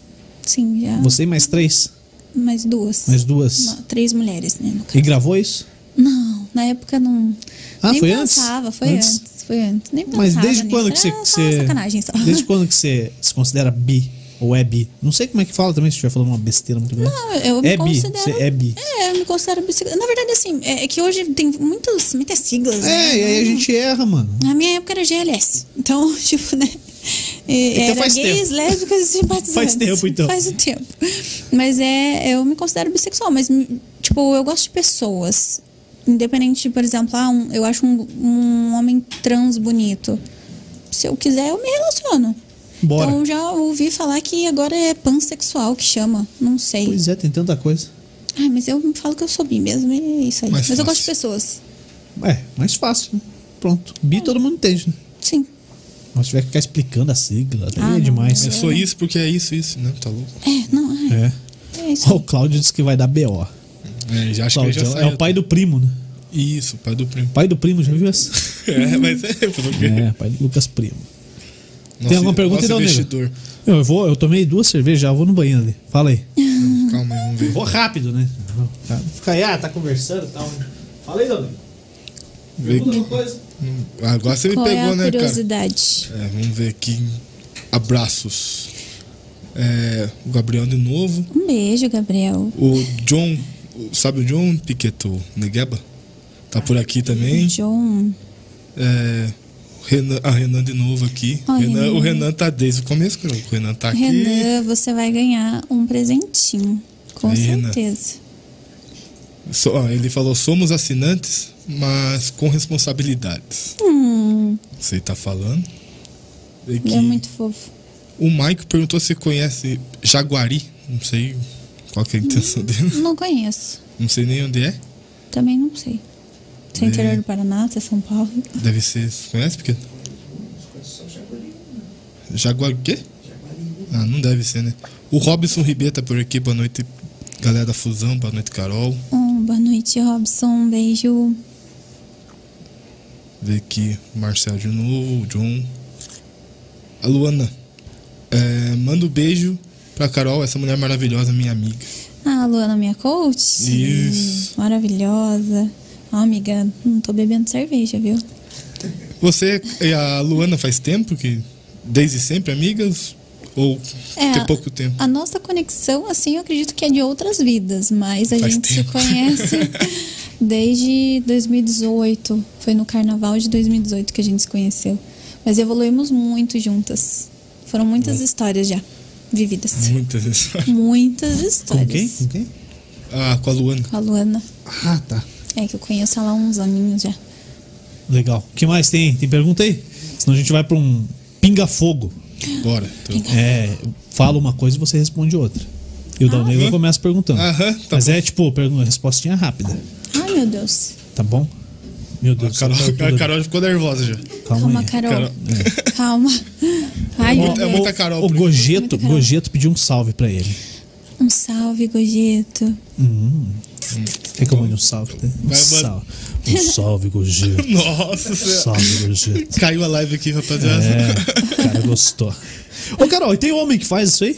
[SPEAKER 3] Sim, já.
[SPEAKER 1] Você e mais três?
[SPEAKER 3] Mais duas.
[SPEAKER 1] Mais duas?
[SPEAKER 3] Não, três mulheres, né? No caso.
[SPEAKER 1] E gravou isso?
[SPEAKER 3] Não, na época não.
[SPEAKER 1] Ah,
[SPEAKER 3] nem
[SPEAKER 1] foi antes?
[SPEAKER 3] pensava, foi
[SPEAKER 1] Antes?
[SPEAKER 3] antes. Foi antes. Nem pensava.
[SPEAKER 1] Mas desde
[SPEAKER 3] nisso.
[SPEAKER 1] quando que você.
[SPEAKER 3] Era
[SPEAKER 1] que
[SPEAKER 3] só
[SPEAKER 1] você-
[SPEAKER 3] sacanagem só.
[SPEAKER 1] Desde quando que você se considera bi? Ou é bi? Não sei como é que fala também, se estiver falando uma besteira muito grande.
[SPEAKER 3] (laughs) Não, eu me
[SPEAKER 1] é bi.
[SPEAKER 3] considero.
[SPEAKER 1] Você é bi.
[SPEAKER 3] É, eu me considero bissexual. Na verdade, assim, é, é que hoje tem muitas, muitas siglas.
[SPEAKER 1] É,
[SPEAKER 3] né?
[SPEAKER 1] e aí a gente erra, mano.
[SPEAKER 3] Na minha época era GLS. Então, (laughs) tipo, né? é,
[SPEAKER 1] Então
[SPEAKER 3] era
[SPEAKER 1] faz
[SPEAKER 3] gays, lésbicas e simpatizantes.
[SPEAKER 1] Faz tempo, então.
[SPEAKER 3] Faz um tempo. Mas é, eu me considero bissexual, mas, tipo, eu gosto de pessoas. Independente, de, por exemplo, ah, um- eu acho um, um homem trans bonito. Se eu quiser, eu me relaciono.
[SPEAKER 1] Bora.
[SPEAKER 3] Então, eu já ouvi falar que agora é pansexual que chama. Não sei.
[SPEAKER 1] Pois é, tem tanta coisa.
[SPEAKER 3] Ai, mas eu falo que eu sou bi mesmo, e é isso aí.
[SPEAKER 2] Mais
[SPEAKER 3] mas eu gosto de
[SPEAKER 2] fácil.
[SPEAKER 3] pessoas.
[SPEAKER 1] É, mais fácil, né? Pronto. Bi todo mundo entende, né?
[SPEAKER 3] Sim.
[SPEAKER 1] Mas se tiver que ficar explicando a sigla, daí
[SPEAKER 3] Ah,
[SPEAKER 1] é
[SPEAKER 3] não,
[SPEAKER 1] demais.
[SPEAKER 2] Eu
[SPEAKER 1] né?
[SPEAKER 2] sou isso porque é isso, isso, né? Tá louco.
[SPEAKER 3] É, não, ai,
[SPEAKER 1] É.
[SPEAKER 3] é,
[SPEAKER 1] (laughs)
[SPEAKER 3] isso.
[SPEAKER 1] Ó, o Cláudio disse que vai dar B.O.
[SPEAKER 2] É, já acho que ele já
[SPEAKER 1] Cláudio é
[SPEAKER 2] saiu.
[SPEAKER 1] o pai do primo, né?
[SPEAKER 2] Isso, pai do primo. (laughs)
[SPEAKER 1] Pai do primo, já viu essa?
[SPEAKER 2] É, mas é, fazer o quê?
[SPEAKER 1] (laughs) é, pai do Lucas Primo.
[SPEAKER 2] Nosso-
[SPEAKER 1] Tem alguma pergunta
[SPEAKER 2] nosso
[SPEAKER 1] então, nego?
[SPEAKER 2] investidor.
[SPEAKER 1] Eu, vou, eu tomei duas cervejas, já vou no banheiro ali. Fala aí.
[SPEAKER 2] Calma aí, vamos ver.
[SPEAKER 1] Vou rápido, né? Fica aí, ah, tá conversando e tal. Fala aí, Domingo.
[SPEAKER 2] Vê que-
[SPEAKER 1] coisa.
[SPEAKER 2] Agora você me
[SPEAKER 3] Qual é
[SPEAKER 2] pegou,
[SPEAKER 3] a
[SPEAKER 2] né, cara?
[SPEAKER 3] curiosidade?
[SPEAKER 2] É, vamos ver aqui. Abraços. É, o Gabriel de novo.
[SPEAKER 3] Um beijo, Gabriel.
[SPEAKER 2] O John. o- Sabe o John Piqueto Negueba? Tá por aqui também.
[SPEAKER 3] John.
[SPEAKER 2] É, o Renan, a Renan de novo aqui.
[SPEAKER 3] Ó,
[SPEAKER 2] Renan-
[SPEAKER 3] Renan.
[SPEAKER 2] O Renan tá desde o começo, cara. O Renan tá aqui.
[SPEAKER 3] Renan, você vai ganhar um presentinho. Com
[SPEAKER 2] Aí, Renan.
[SPEAKER 3] certeza.
[SPEAKER 2] So- ó, ele falou: somos assinantes, mas com responsabilidades.
[SPEAKER 3] Hum,
[SPEAKER 2] Você tá falando? E
[SPEAKER 3] ele
[SPEAKER 2] que-
[SPEAKER 3] é muito fofo.
[SPEAKER 2] O Maico perguntou se conhece Jaguari. Não sei qual que é a
[SPEAKER 3] Hum.
[SPEAKER 2] intenção dele.
[SPEAKER 3] Não conheço.
[SPEAKER 2] Não sei nem onde é.
[SPEAKER 3] Também não sei. Se é
[SPEAKER 2] Bem.
[SPEAKER 3] interior do Paraná, se é São Paulo.
[SPEAKER 2] Deve ser. Você conhece, Piqueto? Jaguari o quê? Ah, não deve ser, né? O Robson Ribeiro tá por aqui. Boa noite, galera da Fusão. Boa noite, Carol.
[SPEAKER 3] Oh, boa noite, Robson. Um beijo.
[SPEAKER 2] Vê aqui o Marcel de novo, o John. A Luana. É, manda um beijo pra Carol, essa mulher maravilhosa, minha amiga.
[SPEAKER 3] Ah, Luana, minha coach.
[SPEAKER 2] Isso.
[SPEAKER 3] Maravilhosa. Ó, amiga, não tô bebendo cerveja, viu?
[SPEAKER 2] Você e a Luana faz tempo que. Desde sempre, amigas? Ou
[SPEAKER 3] É,
[SPEAKER 2] tem pouco tempo?
[SPEAKER 3] A nossa conexão, assim, eu acredito que é de outras vidas, mas a
[SPEAKER 2] Faz
[SPEAKER 3] gente
[SPEAKER 2] tempo. (laughs)
[SPEAKER 3] se conhece desde 2018. Foi no carnaval de 2018 que a gente se conheceu. Mas evoluímos muito juntas. Foram muitas histórias já vividas.
[SPEAKER 2] Muitas vezes. (laughs)
[SPEAKER 3] Muitas
[SPEAKER 1] Com
[SPEAKER 3] histórias.
[SPEAKER 1] quem? Com quem?
[SPEAKER 2] ah, com a Luana.
[SPEAKER 3] Com a Luana.
[SPEAKER 1] Ah, tá.
[SPEAKER 3] É que eu conheço ela há uns aninhos já.
[SPEAKER 1] Legal. O que mais tem? Tem pergunta aí? Senão a gente vai pra um pinga-fogo.
[SPEAKER 2] Bora. Então.
[SPEAKER 1] É, eu falo uma coisa e você responde outra. E o Dalnego eu começa perguntando.
[SPEAKER 2] Ah, hum. Aham, tá
[SPEAKER 1] Mas
[SPEAKER 2] bom.
[SPEAKER 1] é tipo, pergunta, respostinha rápida,
[SPEAKER 3] Ai, meu Deus.
[SPEAKER 1] tá bom? Meu Deus,
[SPEAKER 2] A Ah, Carol,
[SPEAKER 1] eu tô-
[SPEAKER 2] a Carol já ficou nervosa já.
[SPEAKER 1] calma
[SPEAKER 3] Calma,
[SPEAKER 1] aí.
[SPEAKER 3] Carol.
[SPEAKER 2] Tá Carol.
[SPEAKER 3] (laughs) Calma. Ai, meu
[SPEAKER 2] muita- é
[SPEAKER 3] Deus.
[SPEAKER 2] muita Carol
[SPEAKER 1] O
[SPEAKER 2] por
[SPEAKER 1] Gogeto,
[SPEAKER 3] Muita Carol.
[SPEAKER 1] Gogeto pediu um salve pra ele.
[SPEAKER 3] Um salve, Gojeto.
[SPEAKER 1] Quer que eu mande um salve? tá? Um
[SPEAKER 2] Vai, manda.
[SPEAKER 1] salve. Um salve, (laughs) Gogeto.
[SPEAKER 2] Nossa senhora.
[SPEAKER 1] Salve, Gogeto.
[SPEAKER 2] Caiu a live aqui, rapaziada.
[SPEAKER 1] É, o cara gostou. Ô, Carol, e tem homem que faz isso aí?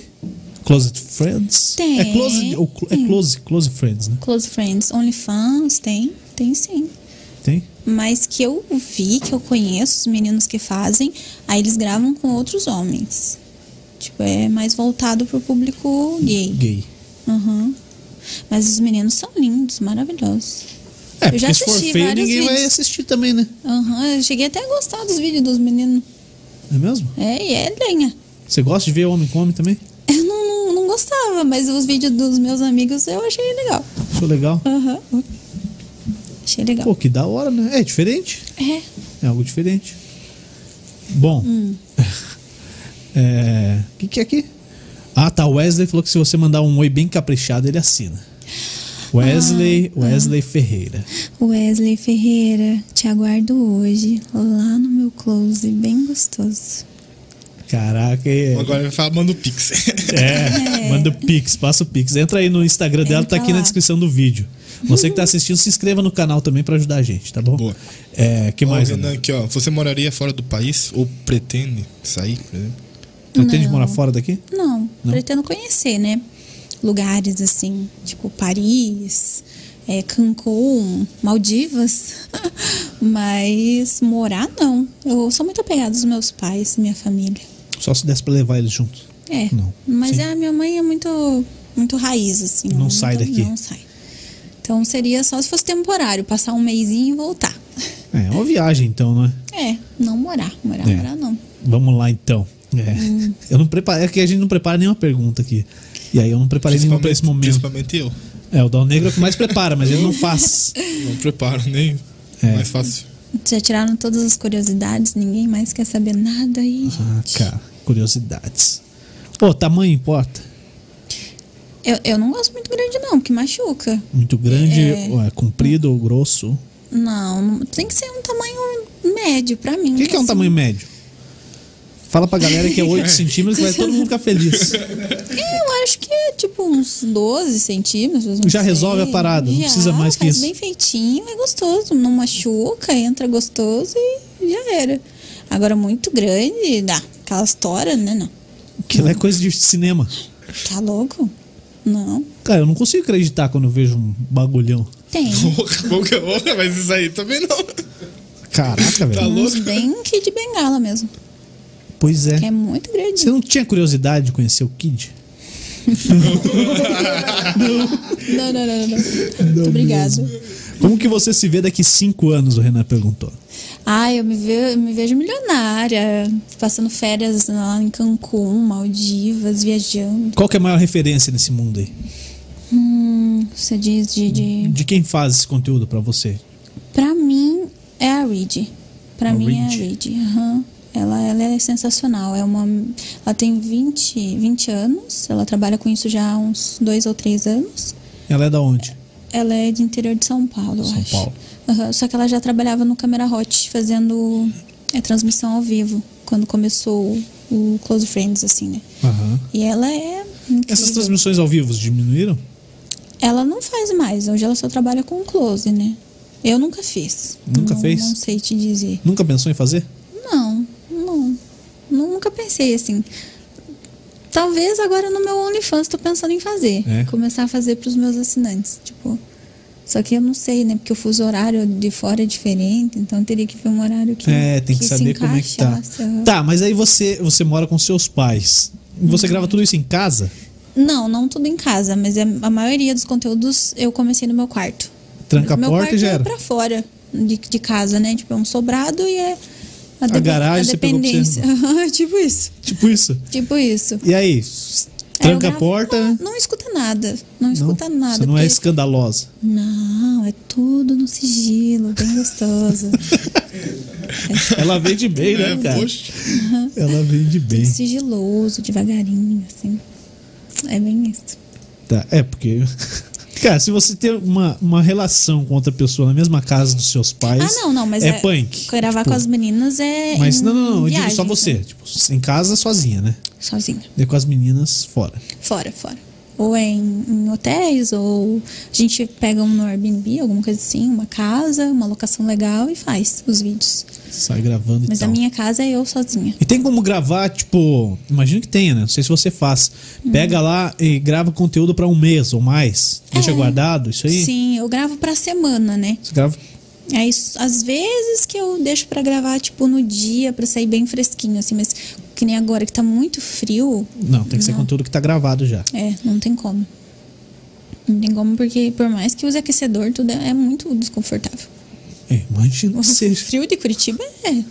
[SPEAKER 1] Closet Friends?
[SPEAKER 3] Tem. Hum.
[SPEAKER 1] É Close, ou cl- é close, close Friends, né?
[SPEAKER 3] Close Friends, OnlyFans, tem? Tem sim.
[SPEAKER 1] Tem?
[SPEAKER 3] Mas que eu vi, que eu conheço os meninos que fazem, aí eles gravam com outros homens. Tipo, é mais voltado pro público gay.
[SPEAKER 1] Gay.
[SPEAKER 3] Uhum. Mas os meninos são lindos, maravilhosos.
[SPEAKER 1] É,
[SPEAKER 3] Eu já
[SPEAKER 1] porque se for
[SPEAKER 3] assisti
[SPEAKER 1] feio,
[SPEAKER 3] vários
[SPEAKER 1] ninguém vai
[SPEAKER 3] vídeos.
[SPEAKER 1] assistir também, né?
[SPEAKER 3] Aham, eu cheguei até a gostar dos vídeos dos meninos.
[SPEAKER 1] Não é mesmo?
[SPEAKER 3] É, e é lenha. (laughs)
[SPEAKER 1] Você gosta de ver homem com homem também?
[SPEAKER 3] Eu não, não, não gostava, mas os vídeos dos meus amigos eu achei legal.
[SPEAKER 1] Achou legal?
[SPEAKER 3] Aham. Achei legal.
[SPEAKER 1] Pô, que da hora, né? É diferente.
[SPEAKER 3] É.
[SPEAKER 1] É algo diferente. Bom.
[SPEAKER 3] Hum.
[SPEAKER 1] (laughs) É. O que, que é aqui? Ah, tá. O Wesley falou que se você mandar um oi bem caprichado, ele assina. Wesley,
[SPEAKER 3] Ah, tá.
[SPEAKER 1] Wesley Ferreira.
[SPEAKER 3] Wesley Ferreira, te aguardo hoje, lá no meu close, bem gostoso.
[SPEAKER 1] Caraca, é.
[SPEAKER 2] Agora ele fala, manda o Pix.
[SPEAKER 1] É,
[SPEAKER 3] É.
[SPEAKER 1] manda o Pix, passa o Pix. Entra aí no Instagram dela,
[SPEAKER 3] Entra
[SPEAKER 1] tá aqui na
[SPEAKER 3] lá. Uhum.
[SPEAKER 1] descrição do vídeo. Você que tá assistindo, se inscreva no canal também pra ajudar a gente, tá bom?
[SPEAKER 2] Boa.
[SPEAKER 1] É, que (laughs)
[SPEAKER 2] Ó,
[SPEAKER 1] mais?
[SPEAKER 2] Renan,
[SPEAKER 1] Ana?
[SPEAKER 2] aqui, ó. Você moraria fora do país ou pretende sair, por exemplo?
[SPEAKER 1] Pretende
[SPEAKER 3] Não.
[SPEAKER 1] morar fora daqui?
[SPEAKER 3] Não,
[SPEAKER 1] Não?
[SPEAKER 3] pretendo conhecer, né? Lugares assim, tipo Paris, é, Cancún, Maldivas. (laughs) Mas morar, não. Eu sou muito apegada aos meus pais, minha família.
[SPEAKER 1] Só se desse pra levar eles junto.
[SPEAKER 3] É.
[SPEAKER 1] Não,
[SPEAKER 3] Mas
[SPEAKER 1] sim.
[SPEAKER 3] a minha mãe é muito, muito raiz, assim.
[SPEAKER 1] Não
[SPEAKER 3] ela
[SPEAKER 1] sai
[SPEAKER 3] muito-
[SPEAKER 1] daqui.
[SPEAKER 3] Não sai. Então seria só se fosse temporário, passar um mêsinho e voltar. (laughs)
[SPEAKER 1] É, é uma viagem então, não é?
[SPEAKER 3] É, não morar. Morar,
[SPEAKER 1] É.
[SPEAKER 3] morar não.
[SPEAKER 1] Vamos lá então. É. Eu não preparei, é que a gente não prepara nenhuma pergunta aqui. E aí eu não preparei nenhuma pra esse momento.
[SPEAKER 2] principalmente eu.
[SPEAKER 1] É, o Dal Negro é o que mais prepara, mas ele não
[SPEAKER 2] (laughs)
[SPEAKER 1] faz.
[SPEAKER 2] Não preparo nem.
[SPEAKER 1] É.
[SPEAKER 2] Mais fácil.
[SPEAKER 3] Já tiraram todas as curiosidades, ninguém mais quer saber nada aí,
[SPEAKER 1] Ah,
[SPEAKER 3] gente.
[SPEAKER 1] cara, curiosidades. Pô, tamanho importa?
[SPEAKER 3] Eu, eu não gosto muito grande, não, porque machuca.
[SPEAKER 1] Muito grande,
[SPEAKER 3] É.
[SPEAKER 1] ou é comprido ou grosso? O
[SPEAKER 3] Não, não- tem que ser um tamanho médio pra mim.
[SPEAKER 1] que, que é um
[SPEAKER 3] assim.
[SPEAKER 1] tamanho médio? Fala pra galera que é
[SPEAKER 2] (laughs)
[SPEAKER 1] 8 centímetros que vai todo mundo ficar feliz.
[SPEAKER 3] Eu acho que é tipo uns 12 centímetros. não
[SPEAKER 1] Já
[SPEAKER 3] sei.
[SPEAKER 1] resolve a parada, não
[SPEAKER 3] Já,
[SPEAKER 1] precisa mais que
[SPEAKER 3] faz
[SPEAKER 1] isso.
[SPEAKER 3] bem feitinho, é gostoso. Não machuca, entra gostoso e já era. Agora, muito grande, dá aquela história, né? Não.
[SPEAKER 1] Aquilo é coisa de cinema.
[SPEAKER 3] Tá louco? Não.
[SPEAKER 1] Cara, eu não consigo acreditar quando eu vejo um bagulhão.
[SPEAKER 3] Tem.
[SPEAKER 2] Pouca hora, mas isso aí também não.
[SPEAKER 1] Caraca,
[SPEAKER 2] Tá
[SPEAKER 1] velho.
[SPEAKER 3] Uns
[SPEAKER 2] louco?
[SPEAKER 3] bem que de bengala mesmo.
[SPEAKER 1] Pois é.
[SPEAKER 3] que É muito grande.
[SPEAKER 1] Você não tinha curiosidade de conhecer o Kid?
[SPEAKER 3] Não, não, não, não. não. Muito obrigada.
[SPEAKER 1] Como que você se vê daqui cinco anos? O Renan perguntou.
[SPEAKER 3] Ah, eu me, ve- eu me vejo milionária, passando férias lá em Cancún, Maldivas, viajando.
[SPEAKER 1] Qual que é a maior referência nesse mundo aí?
[SPEAKER 3] Hum, você diz de. de...
[SPEAKER 1] De quem faz esse conteúdo pra você?
[SPEAKER 3] Pra mim, é a Reed. Pra
[SPEAKER 1] A
[SPEAKER 3] mim é a
[SPEAKER 1] Reed.
[SPEAKER 3] Reed. aham. Ela, ela é sensacional. É uma, ela tem 20, 20 anos, ela trabalha com isso já há uns dois ou três anos.
[SPEAKER 1] Ela é da onde?
[SPEAKER 3] Ela é de interior de São Paulo, eu
[SPEAKER 1] São
[SPEAKER 3] acho.
[SPEAKER 1] Paulo.
[SPEAKER 3] Aham, Só que ela já trabalhava no Câmera Hot, fazendo é, transmissão ao vivo, quando começou o, o Close Friends, assim, né?
[SPEAKER 1] Aham.
[SPEAKER 3] E ela é.
[SPEAKER 1] Essas
[SPEAKER 3] incrível.
[SPEAKER 1] transmissões ao vivo diminuíram?
[SPEAKER 3] Ela não faz mais, hoje ela só trabalha com close, né? Eu nunca fiz.
[SPEAKER 1] Nunca
[SPEAKER 3] Não-
[SPEAKER 1] fez?
[SPEAKER 3] Não sei te dizer.
[SPEAKER 1] Nunca pensou em fazer?
[SPEAKER 3] Não, não. Nunca pensei assim. Talvez agora no meu OnlyFans tô pensando em fazer.
[SPEAKER 1] É?
[SPEAKER 3] Começar a fazer pros meus assinantes, tipo. Só que eu não sei, né? Porque o fuso horário de fora é diferente, então teria que ver um horário que
[SPEAKER 1] É, tem que,
[SPEAKER 3] se
[SPEAKER 1] saber como é que tá.
[SPEAKER 3] encaixasse, aham.
[SPEAKER 1] Tá, mas aí você, você mora com seus pais. Você
[SPEAKER 3] Uhum.
[SPEAKER 1] grava tudo isso em casa?
[SPEAKER 3] Não, não tudo em casa, mas é- a maioria dos conteúdos eu comecei no meu quarto.
[SPEAKER 1] Tranca a
[SPEAKER 3] meu
[SPEAKER 1] porta
[SPEAKER 3] quarto
[SPEAKER 1] e já
[SPEAKER 3] é
[SPEAKER 1] era.
[SPEAKER 3] pra fora de, de casa, né? Tipo, é um sobrado e é a, depen-
[SPEAKER 1] garagem você pegou pra você.
[SPEAKER 3] dependência. (laughs) Aham, tipo isso.
[SPEAKER 1] Tipo isso.
[SPEAKER 3] Tipo isso.
[SPEAKER 1] E aí?
[SPEAKER 3] Aí eu
[SPEAKER 1] Tranca a
[SPEAKER 3] gravo-
[SPEAKER 1] porta?
[SPEAKER 3] Não,
[SPEAKER 1] né?
[SPEAKER 3] não escuta nada. Não escuta nada.
[SPEAKER 1] Você não é
[SPEAKER 3] porque-
[SPEAKER 1] escandalosa.
[SPEAKER 3] Não, é tudo no sigilo,
[SPEAKER 1] (laughs)
[SPEAKER 3] bem gostoso.
[SPEAKER 1] Ela vem de bem, né,
[SPEAKER 2] (laughs) É,
[SPEAKER 1] cara?
[SPEAKER 2] poxa.
[SPEAKER 1] Ela vem de bem.
[SPEAKER 3] Sigiloso, devagarinho, assim. É bem isso.
[SPEAKER 1] Tá, é porque. (laughs) Cara, se você tem uma, uma relação com outra pessoa na mesma casa dos seus pais.
[SPEAKER 3] ah, não, não, mas
[SPEAKER 1] é, punk.
[SPEAKER 3] Gravar
[SPEAKER 1] Tipo,
[SPEAKER 3] com as meninas é.
[SPEAKER 1] Mas
[SPEAKER 3] em
[SPEAKER 1] não, não, não, eu digo só
[SPEAKER 3] viagens,
[SPEAKER 1] você.
[SPEAKER 3] né?
[SPEAKER 1] Tipo, em casa sozinha, né?
[SPEAKER 3] Sozinha.
[SPEAKER 1] E com as meninas fora.
[SPEAKER 3] Fora, fora. ou é em, em hotéis, ou a gente pega um no Airbnb, alguma coisa assim, uma casa, uma locação legal e faz os vídeos.
[SPEAKER 1] Sai gravando e
[SPEAKER 3] Mas
[SPEAKER 1] tal.
[SPEAKER 3] a minha casa é eu sozinha.
[SPEAKER 1] E tem como gravar, tipo, imagino que tenha, né? Não sei se você faz.
[SPEAKER 3] Uhum.
[SPEAKER 1] Pega lá e grava conteúdo pra um mês ou mais. Deixa
[SPEAKER 3] É.
[SPEAKER 1] guardado, isso aí?
[SPEAKER 3] Sim, eu gravo pra semana, né?
[SPEAKER 1] Você grava
[SPEAKER 3] Aí, s- às vezes que eu deixo pra gravar, tipo, no dia, pra sair bem fresquinho, assim, mas que nem agora que tá muito frio,
[SPEAKER 1] Não, tem que ser
[SPEAKER 3] Não.
[SPEAKER 1] conteúdo que tá gravado já.
[SPEAKER 3] é, não tem como. Não tem como, porque por mais que use aquecedor, tudo é, é muito desconfortável.
[SPEAKER 1] É, imagina
[SPEAKER 3] O
[SPEAKER 1] que seja.
[SPEAKER 3] frio de Curitiba é.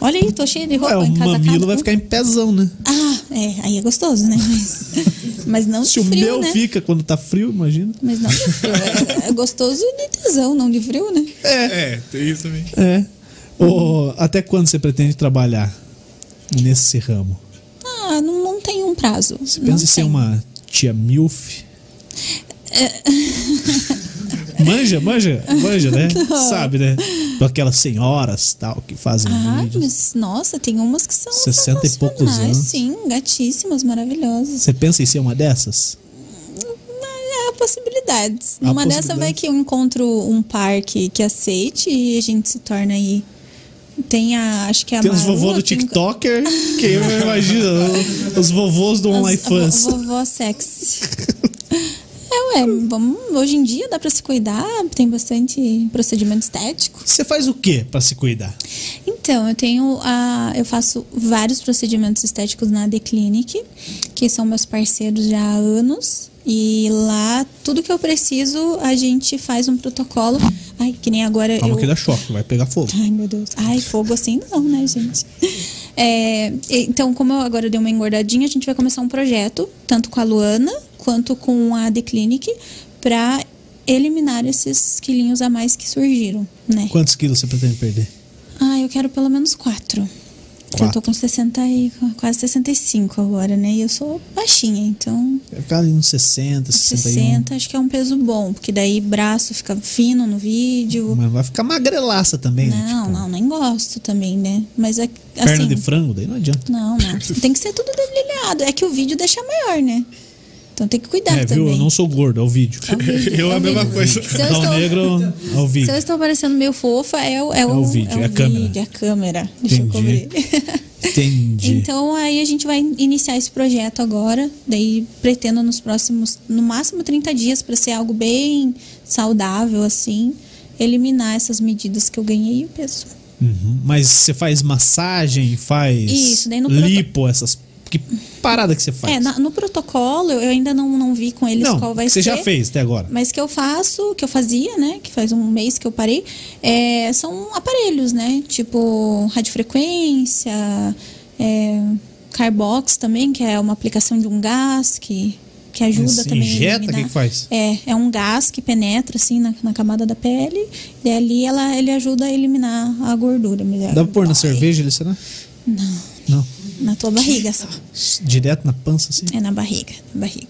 [SPEAKER 3] Olha aí, tô cheia de roupa
[SPEAKER 1] Ué, É, o
[SPEAKER 3] em casa.
[SPEAKER 1] mamilo
[SPEAKER 3] cada
[SPEAKER 1] vai
[SPEAKER 3] um.
[SPEAKER 1] ficar em pezão, né?
[SPEAKER 3] Ah, é, aí é gostoso, né?
[SPEAKER 1] (laughs)
[SPEAKER 3] Mas, mas não
[SPEAKER 1] Se
[SPEAKER 3] de frio,
[SPEAKER 1] o meu
[SPEAKER 3] né?
[SPEAKER 1] fica quando tá frio, imagina.
[SPEAKER 3] Mas não de frio. É, é gostoso de tesão, não de frio, né?
[SPEAKER 2] É, tem isso também.
[SPEAKER 1] É. Ô, até quando você pretende trabalhar nesse ramo?
[SPEAKER 3] Ah, não, não tem um prazo. Você
[SPEAKER 1] Pensa em ser uma tia
[SPEAKER 3] (laughs)
[SPEAKER 1] Milf? manja, manja, manja, né?
[SPEAKER 3] (laughs) Não.
[SPEAKER 1] Sabe, né? Aquelas senhoras tal que fazem
[SPEAKER 3] Ah,
[SPEAKER 1] vídeos.
[SPEAKER 3] mas nossa, tem umas que são
[SPEAKER 1] 60 e poucos
[SPEAKER 3] sensacionais,
[SPEAKER 1] anos.
[SPEAKER 3] Sim, gatíssimas, maravilhosas.
[SPEAKER 1] Você pensa em ser uma dessas?
[SPEAKER 3] Há possibilidades.
[SPEAKER 1] Há
[SPEAKER 3] Numa dessa
[SPEAKER 1] possibilidades.
[SPEAKER 3] vai que eu encontro um parque que aceite e a gente se torna aí. Tem a, acho que é a
[SPEAKER 1] Tem uns
[SPEAKER 3] Marua,
[SPEAKER 1] vovô do
[SPEAKER 3] tem-
[SPEAKER 1] TikToker, que eu
[SPEAKER 3] (laughs)
[SPEAKER 1] imagino, os vovôs do
[SPEAKER 3] As-
[SPEAKER 1] OnlyFans.
[SPEAKER 3] vo- Vovó sexy. é, ué, vamos, hoje em dia dá pra se cuidar, tem bastante procedimento estético.
[SPEAKER 1] Você faz o quê pra se cuidar?
[SPEAKER 3] Então, eu tenho a. Eu faço vários procedimentos estéticos na The Clinic, que são meus parceiros já há anos. E lá, tudo que eu preciso, a gente faz um protocolo. Ai, que nem agora
[SPEAKER 1] Calma
[SPEAKER 3] eu.
[SPEAKER 1] que dá choque, vai pegar fogo.
[SPEAKER 3] Ai, meu Deus. Ai, fogo assim não, né, gente? É, então, como eu agora dei uma engordadinha, a gente vai começar um projeto, tanto com a Luana quanto com a The Clinic, pra eliminar esses quilinhos a mais que surgiram, né?
[SPEAKER 1] Quantos quilos você pretende perder?
[SPEAKER 3] Ah, eu quero pelo menos quatro. Porque Eu
[SPEAKER 1] Quatro.
[SPEAKER 3] tô com 60 e quase 65 agora, né? E eu sou baixinha, então
[SPEAKER 1] Vai ficar ali uns 60, 61.
[SPEAKER 3] 60 acho que é um peso bom, porque daí braço fica fino no vídeo.
[SPEAKER 1] Mas vai ficar magrelaça também, né?
[SPEAKER 3] um. Não,
[SPEAKER 1] Tipo,
[SPEAKER 3] não, nem gosto também, né? Mas é
[SPEAKER 1] Perna
[SPEAKER 3] assim.
[SPEAKER 1] de frango, daí não adianta.
[SPEAKER 3] Não, não.
[SPEAKER 1] (laughs)
[SPEAKER 3] Tem que ser tudo dedilhado. É que o vídeo deixa maior, né? Então tem que cuidar
[SPEAKER 1] é,
[SPEAKER 3] também.
[SPEAKER 1] viu? Eu não sou gordo, é o vídeo. (laughs)
[SPEAKER 2] Eu a mesma coisa.
[SPEAKER 3] Se eu
[SPEAKER 1] Não,
[SPEAKER 3] estou-
[SPEAKER 1] um negro é o
[SPEAKER 3] Se
[SPEAKER 1] vídeo.
[SPEAKER 3] eu estou parecendo meio fofa, é o, é o,
[SPEAKER 1] o vídeo, é a câmera.
[SPEAKER 3] é a câmera.
[SPEAKER 1] Entendi.
[SPEAKER 3] Deixa eu cobrir.
[SPEAKER 1] Entendi.
[SPEAKER 3] (laughs) Então aí a gente vai iniciar esse projeto agora, daí pretendo nos próximos, no máximo 30 dias para ser algo bem saudável assim, eliminar essas medidas que eu ganhei e o peso.
[SPEAKER 1] Uhum. Mas você faz massagem, faz
[SPEAKER 3] Isso, daí no proto-
[SPEAKER 1] lipo, essas... Que parada que você faz?
[SPEAKER 3] É, na- no protocolo eu ainda não, não vi com eles
[SPEAKER 1] não,
[SPEAKER 3] qual vai
[SPEAKER 1] que você
[SPEAKER 3] ser.
[SPEAKER 1] já fez até agora.
[SPEAKER 3] Mas que eu faço, que eu fazia, né? Que faz um mês que eu parei, é, são aparelhos, né? Tipo radiofrequência, é, Carbox também, que é uma aplicação de um gás que, que ajuda
[SPEAKER 1] Você
[SPEAKER 3] também. a
[SPEAKER 1] injeta?
[SPEAKER 3] eliminar.
[SPEAKER 1] O que que faz?
[SPEAKER 3] É, é um gás que penetra assim na, na camada da pele, e ali ela, ele ajuda a eliminar a gordura. Melhor.
[SPEAKER 1] Dá pra pôr na cerveja ali, será? Não. Não.
[SPEAKER 3] Na tua barriga só.
[SPEAKER 1] Direto na pança, assim?
[SPEAKER 3] É na barriga, na barriga.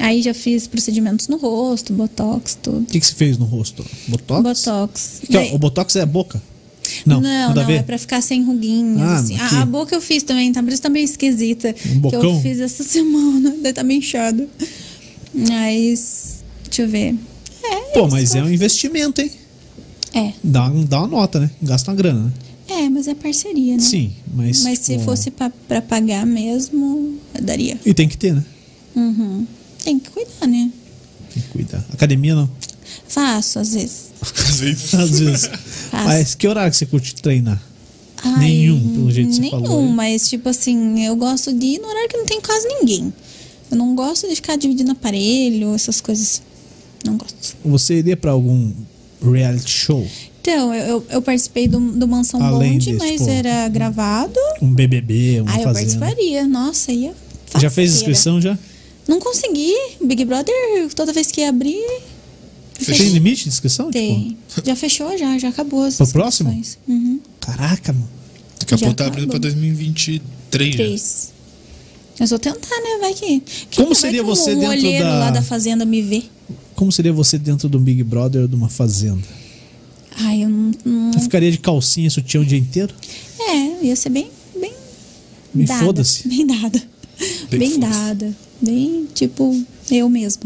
[SPEAKER 3] Aí já fiz procedimentos no rosto, botox, tudo.
[SPEAKER 1] O que, que você fez no rosto? Botox?
[SPEAKER 3] Botox.
[SPEAKER 1] Que, ó,
[SPEAKER 3] Daí-
[SPEAKER 1] o botox é a boca? Não,
[SPEAKER 3] não,
[SPEAKER 1] nada a
[SPEAKER 3] não,
[SPEAKER 1] ver.
[SPEAKER 3] é pra ficar sem ruguinhas.
[SPEAKER 1] Ah,
[SPEAKER 3] assim.
[SPEAKER 1] aqui.
[SPEAKER 3] Ah, a boca eu fiz também, tá? Por isso tá meio esquisita.
[SPEAKER 1] Um
[SPEAKER 3] que
[SPEAKER 1] bocão?
[SPEAKER 3] eu fiz essa (laughs) semana, daí tá meio inchado. Mas, deixa eu ver. É,
[SPEAKER 1] Pô,
[SPEAKER 3] isso
[SPEAKER 1] mas
[SPEAKER 3] que
[SPEAKER 1] é
[SPEAKER 3] eu-
[SPEAKER 1] um investimento, hein?
[SPEAKER 3] É,
[SPEAKER 1] Dá, dá uma nota, né? Gasta uma grana, né?
[SPEAKER 3] é, mas é parceria, né?
[SPEAKER 1] Sim, mas.
[SPEAKER 3] Mas se
[SPEAKER 1] tipo,
[SPEAKER 3] fosse pra, pra pagar mesmo, eu daria.
[SPEAKER 1] E tem que ter, né?
[SPEAKER 3] Uhum. Tem que cuidar, né?
[SPEAKER 1] Tem que cuidar. Academia não. (laughs)
[SPEAKER 3] Faço, às vezes.
[SPEAKER 2] Às vezes.
[SPEAKER 1] Às vezes. mas que horário que você curte treinar? Nenhum, pelo jeito que você
[SPEAKER 3] nenhum,
[SPEAKER 1] falou aí.
[SPEAKER 3] mas tipo assim, eu gosto de ir no horário que não tem quase ninguém. Eu não gosto de ficar dividindo aparelho, essas coisas. Não gosto.
[SPEAKER 1] Você iria pra algum reality show?
[SPEAKER 3] Então, eu, eu- eu participei do, do Mansão
[SPEAKER 1] Além
[SPEAKER 3] Bonde,
[SPEAKER 1] desse, Uhum.
[SPEAKER 3] mas
[SPEAKER 1] pô.
[SPEAKER 3] era gravado.
[SPEAKER 1] Um BBB, uma
[SPEAKER 3] Aí Ah, eu
[SPEAKER 1] fazenda?
[SPEAKER 3] participaria. Nossa, ia.
[SPEAKER 1] Já fez
[SPEAKER 3] faceira.
[SPEAKER 1] inscrição já?
[SPEAKER 3] Não consegui. Big Brother, toda vez que ia abrir.
[SPEAKER 1] Tem limite de inscrição?
[SPEAKER 3] Tem.
[SPEAKER 1] Tipo,
[SPEAKER 3] Já fechou, já, já acabou as
[SPEAKER 1] Pro próximo?
[SPEAKER 3] inscrições. Uhum.
[SPEAKER 1] caraca, mano.
[SPEAKER 2] Daqui a
[SPEAKER 3] Já
[SPEAKER 2] pouco tá abrindo
[SPEAKER 3] acabou.
[SPEAKER 2] pra 2023. já.
[SPEAKER 3] Três. Eu vou tentar, né? Vai que. que
[SPEAKER 1] Como
[SPEAKER 3] vai
[SPEAKER 1] seria
[SPEAKER 3] que
[SPEAKER 1] você
[SPEAKER 3] o
[SPEAKER 1] dentro
[SPEAKER 3] olheiro
[SPEAKER 1] da-
[SPEAKER 3] lá da fazenda me vê?
[SPEAKER 1] Como seria você dentro do Big Brother ou de uma fazenda?
[SPEAKER 3] Ai, eu não. não-
[SPEAKER 1] Você ficaria de calcinha, sutiã o dia inteiro?
[SPEAKER 3] É, ia ser bem. Bem.
[SPEAKER 1] Me
[SPEAKER 3] dada.
[SPEAKER 1] foda-se.
[SPEAKER 3] (laughs) Bem dada.
[SPEAKER 2] Bem
[SPEAKER 3] Bem,
[SPEAKER 2] foda-se.
[SPEAKER 3] dada. Bem, tipo. Eu É, mesma.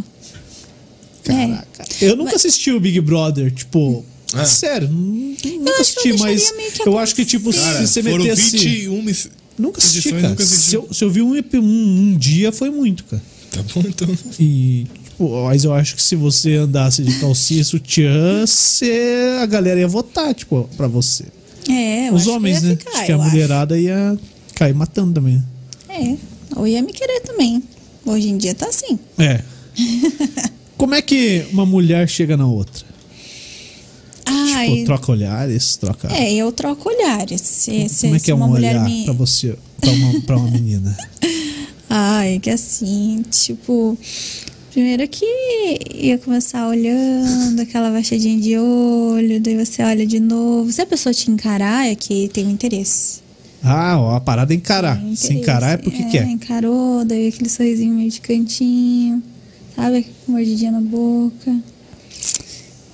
[SPEAKER 2] Caraca.
[SPEAKER 1] Eu nunca assisti o Big Brother, tipo.
[SPEAKER 2] É.
[SPEAKER 1] Sério, n- nunca
[SPEAKER 3] acho
[SPEAKER 1] assisti,
[SPEAKER 3] que eu
[SPEAKER 1] mas
[SPEAKER 3] deixaria meio que
[SPEAKER 1] eu acho que, tipo,
[SPEAKER 3] acontecer.
[SPEAKER 2] Cara,
[SPEAKER 1] se você assim.
[SPEAKER 2] foram
[SPEAKER 1] metesse.
[SPEAKER 2] 21. es-
[SPEAKER 1] Nunca assisti,
[SPEAKER 2] edições,
[SPEAKER 1] cara.
[SPEAKER 2] nunca assisti.
[SPEAKER 1] Se, eu, se eu vi um, EP um, um dia, foi muito, cara.
[SPEAKER 2] Tá bom,
[SPEAKER 3] (laughs)
[SPEAKER 2] então.
[SPEAKER 1] E, tipo, mas eu acho que se você andasse de calcinha e sutiã, você- a galera ia votar, tipo, pra você.
[SPEAKER 3] É, eu
[SPEAKER 1] Os
[SPEAKER 3] acho
[SPEAKER 1] homens,
[SPEAKER 3] que eu
[SPEAKER 1] né?
[SPEAKER 3] ia ficar,
[SPEAKER 1] acho que a
[SPEAKER 3] eu acho.
[SPEAKER 1] mulherada ia cair matando também. né?
[SPEAKER 3] É, ou ia me querer também. Hoje em dia tá assim.
[SPEAKER 1] É. Como é que uma mulher chega na outra?
[SPEAKER 3] Ai,
[SPEAKER 1] Tipo, troca olhares, troca.
[SPEAKER 3] é, eu troco olhares. Se, se,
[SPEAKER 1] Como é
[SPEAKER 3] se
[SPEAKER 1] que é um
[SPEAKER 3] uma mulher
[SPEAKER 1] olhar
[SPEAKER 3] me...
[SPEAKER 1] pra você, pra uma, pra uma
[SPEAKER 3] (laughs)
[SPEAKER 1] menina?
[SPEAKER 3] Ai, que assim, tipo. Primeiro que ia começar olhando, aquela baixadinha de olho, daí você olha de novo. Se a pessoa te encarar, é que tem um interesse.
[SPEAKER 1] Ah, ó, a parada é encarar.
[SPEAKER 3] Tem um
[SPEAKER 1] Se encarar é
[SPEAKER 3] interesse.
[SPEAKER 1] porque quer.
[SPEAKER 3] Encarou, daí aquele sorrisinho meio de cantinho, sabe? Mordidinha na boca.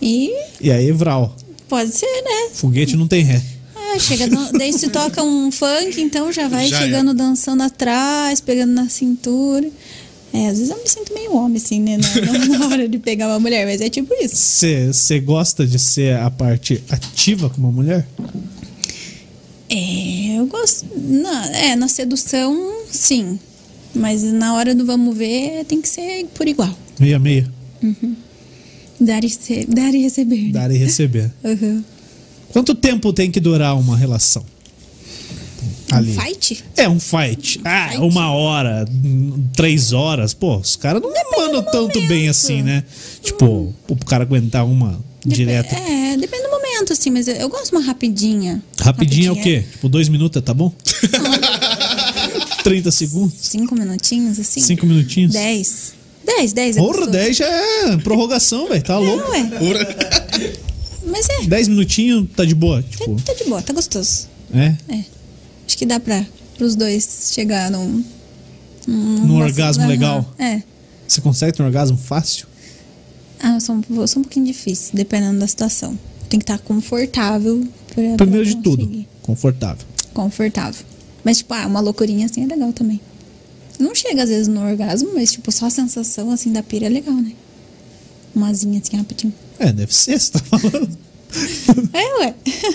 [SPEAKER 3] E
[SPEAKER 1] E aí, Vral,
[SPEAKER 3] pode ser, né?
[SPEAKER 1] foguete não tem ré.
[SPEAKER 3] Ah, chega, no- daí se toca um funk, então já vai
[SPEAKER 2] Já é.
[SPEAKER 3] chegando, dançando atrás, pegando na cintura. É, às vezes eu me sinto meio homem, assim, né? Na, (laughs) na hora de pegar uma mulher, mas é tipo isso.
[SPEAKER 1] Você gosta de ser a parte ativa com uma mulher?
[SPEAKER 3] É, eu gosto. Na, é, na sedução, sim. Mas na hora do vamos ver, tem que ser por igual.
[SPEAKER 1] Meia meia.
[SPEAKER 3] Dar e, ser, dar e receber. né?
[SPEAKER 1] Dar e receber.
[SPEAKER 3] Uhum.
[SPEAKER 1] Quanto tempo tem que durar uma relação? Ali.
[SPEAKER 3] Um fight?
[SPEAKER 1] É um fight. Ah,
[SPEAKER 3] Fight.
[SPEAKER 1] uma hora, hum, três horas. Pô, os caras não mandam tanto bem assim, né? Tipo, o cara aguentar uma direta.
[SPEAKER 3] Dep- É, depende do momento, assim, mas eu, eu gosto de uma rapidinha.
[SPEAKER 1] Rapidinho é o quê? Tipo, dois minutos, tá
[SPEAKER 3] (laughs)
[SPEAKER 1] bom? 30 segundos?
[SPEAKER 3] Cinco minutinhos, assim?
[SPEAKER 1] Cinco minutinhos?
[SPEAKER 3] Dez. Dez, dez. é
[SPEAKER 1] Porra,
[SPEAKER 3] gostoso.
[SPEAKER 1] 10 já é prorrogação, velho. Tá
[SPEAKER 3] É,
[SPEAKER 1] louco.
[SPEAKER 3] ué.
[SPEAKER 2] Ora,
[SPEAKER 3] Mas é,
[SPEAKER 1] 10 minutinhos, tá de boa.
[SPEAKER 3] tá,
[SPEAKER 1] Tipo,
[SPEAKER 3] tá de boa, tá gostoso.
[SPEAKER 1] é.
[SPEAKER 3] É. Acho que dá pra pros dois chegar num.
[SPEAKER 1] Num orgasmo
[SPEAKER 3] aham,
[SPEAKER 1] legal.
[SPEAKER 3] É.
[SPEAKER 1] Você consegue ter um orgasmo fácil?
[SPEAKER 3] Ah, eu sou um, eu sou um pouquinho difícil, dependendo da situação. Tem que estar confortável. Pra,
[SPEAKER 1] Primeiro
[SPEAKER 3] pra
[SPEAKER 1] de tudo,
[SPEAKER 3] conseguir.
[SPEAKER 1] confortável.
[SPEAKER 3] Confortável. Mas, tipo, ah, uma loucurinha assim é legal também. Não chega às vezes no orgasmo, mas, tipo, só a sensação assim da pira é legal, né? Uma asinha assim rapidinho.
[SPEAKER 1] É, deve ser, você tá falando.
[SPEAKER 3] É, ué. (laughs)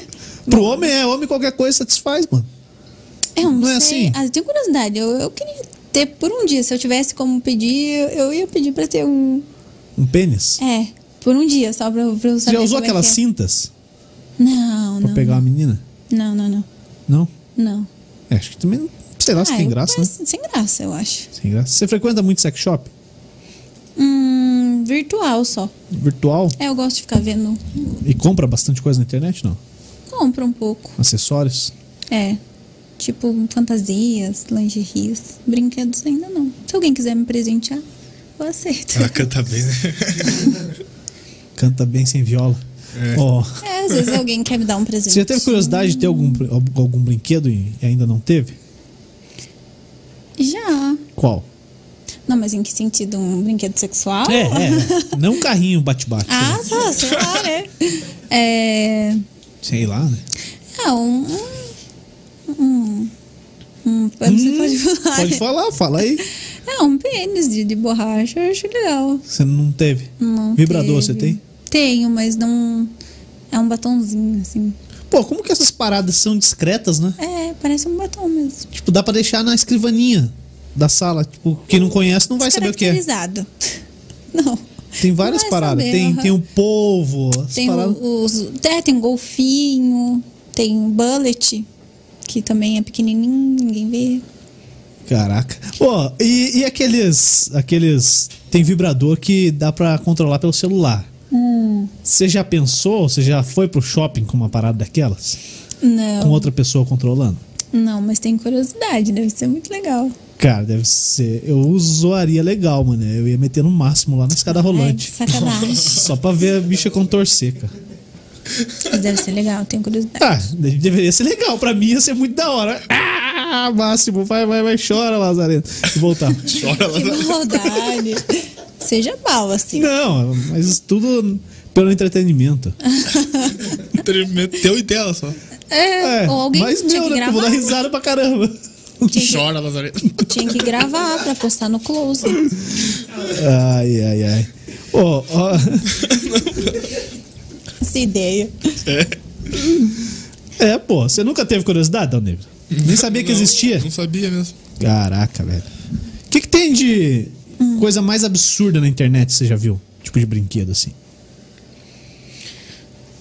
[SPEAKER 1] Pro homem é homem, qualquer coisa satisfaz, mano.
[SPEAKER 3] É, eu não,
[SPEAKER 1] Não é
[SPEAKER 3] sei.
[SPEAKER 1] assim?
[SPEAKER 3] Ah, eu tenho curiosidade. Eu, eu queria ter por um dia. Se eu tivesse como pedir, eu- eu ia pedir pra ter um.
[SPEAKER 1] Um pênis.
[SPEAKER 3] É, por um dia, só pra, pra eu
[SPEAKER 1] Você
[SPEAKER 3] saber.
[SPEAKER 1] já usou
[SPEAKER 3] como é
[SPEAKER 1] aquelas
[SPEAKER 3] que é.
[SPEAKER 1] cintas
[SPEAKER 3] Não,
[SPEAKER 1] pra
[SPEAKER 3] não.
[SPEAKER 1] pegar uma menina?
[SPEAKER 3] Não, não, não.
[SPEAKER 1] Não?
[SPEAKER 3] Não.
[SPEAKER 1] É, acho que também, não- sei lá, se
[SPEAKER 3] Ah,
[SPEAKER 1] tem
[SPEAKER 3] eu-
[SPEAKER 1] graça, né?
[SPEAKER 3] mas Sem graça, eu acho.
[SPEAKER 1] Sem graça. Você frequenta muito sex shop?
[SPEAKER 3] Hum, virtual só.
[SPEAKER 1] Virtual?
[SPEAKER 3] É, eu gosto de ficar vendo.
[SPEAKER 1] E compra bastante coisa na internet, não?
[SPEAKER 3] Compra um pouco.
[SPEAKER 1] Acessórios?
[SPEAKER 3] É. Tipo, fantasias, lingeries, brinquedos ainda não. Se alguém quiser me presentear, eu aceito.
[SPEAKER 2] Ela canta bem, né?
[SPEAKER 1] (laughs) Canta bem sem viola.
[SPEAKER 2] É.
[SPEAKER 1] Ó,
[SPEAKER 3] É, às vezes alguém quer me dar um presente.
[SPEAKER 1] Você já teve curiosidade de ter algum, algum brinquedo e ainda não teve?
[SPEAKER 3] Já.
[SPEAKER 1] Qual?
[SPEAKER 3] Não, mas em que sentido? Um brinquedo sexual?
[SPEAKER 1] É, é. Não um carrinho bate-bate.
[SPEAKER 3] (laughs) Ah,
[SPEAKER 1] né?
[SPEAKER 3] só, sei lá, né? É.
[SPEAKER 1] Sei lá, né?
[SPEAKER 3] É, um. Um. um
[SPEAKER 1] Hum,
[SPEAKER 3] você pode falar.
[SPEAKER 1] Pode falar, fala aí.
[SPEAKER 3] É, um pênis de, de borracha, eu acho legal.
[SPEAKER 1] Você não teve?
[SPEAKER 3] Não
[SPEAKER 1] Vibrador
[SPEAKER 3] teve.
[SPEAKER 1] você tem?
[SPEAKER 3] Tenho, mas não. É um batonzinho, assim.
[SPEAKER 1] Pô, como que essas paradas são discretas, né?
[SPEAKER 3] É, parece um batom mesmo.
[SPEAKER 1] Tipo, dá pra deixar na escrivaninha da sala. Tipo, quem não conhece não vai saber o que é.
[SPEAKER 3] Descaracterizado. (laughs) Não.
[SPEAKER 1] Tem várias
[SPEAKER 3] Não vai
[SPEAKER 1] paradas.
[SPEAKER 3] saber,
[SPEAKER 1] tem,
[SPEAKER 3] aham.
[SPEAKER 1] tem o polvo. as
[SPEAKER 3] Tem
[SPEAKER 1] paradas-
[SPEAKER 3] o- os. É, tem golfinho, tem um bullet, que também é pequenininho, ninguém vê.
[SPEAKER 1] Caraca. Ó, e, e aqueles. Aqueles. Tem vibrador que dá pra controlar pelo celular. Você já pensou, você já foi pro shopping com uma parada daquelas?
[SPEAKER 3] Não.
[SPEAKER 1] Com outra pessoa controlando?
[SPEAKER 3] Não, mas tem curiosidade, deve ser muito legal.
[SPEAKER 1] Cara, deve ser. Eu usaria legal, mano. Eu ia meter no máximo lá na escada rolante.
[SPEAKER 3] Ai,
[SPEAKER 1] (laughs)
[SPEAKER 3] É, (laughs) sacanagem.
[SPEAKER 1] Só pra ver a bicha contorcer, cara.
[SPEAKER 3] Mas deve ser legal,
[SPEAKER 1] (laughs)
[SPEAKER 3] tenho curiosidade.
[SPEAKER 1] Tá, de- deveria ser legal. Pra mim ia ser muito da hora. Ah, Máximo, vai, vai, vai, chora, Lazarento. E voltar.
[SPEAKER 2] Chora
[SPEAKER 3] Que
[SPEAKER 2] lá.
[SPEAKER 3] maldade. Seja mal, assim.
[SPEAKER 1] Não, mas tudo pelo entretenimento.
[SPEAKER 2] Teu e dela só.
[SPEAKER 3] É,
[SPEAKER 1] É,
[SPEAKER 3] ou alguém
[SPEAKER 1] mas
[SPEAKER 3] tinha
[SPEAKER 1] meu,
[SPEAKER 3] que
[SPEAKER 1] né? porque eu Vou dar
[SPEAKER 3] gravar.
[SPEAKER 1] risada
[SPEAKER 3] (laughs)
[SPEAKER 1] pra caramba.
[SPEAKER 3] Tinha que,
[SPEAKER 2] Chora, Lazareta.
[SPEAKER 3] tinha que gravar pra postar no close.
[SPEAKER 1] Ai, ai, ai. Ô, ó,
[SPEAKER 3] Essa ideia.
[SPEAKER 1] é, pô, você nunca teve curiosidade, Dalneiro? Nem sabia que
[SPEAKER 2] Não,
[SPEAKER 1] existia.
[SPEAKER 2] Não sabia mesmo.
[SPEAKER 1] Caraca, velho. O que, que tem de coisa mais absurda na internet que você já viu? Tipo de brinquedo, assim.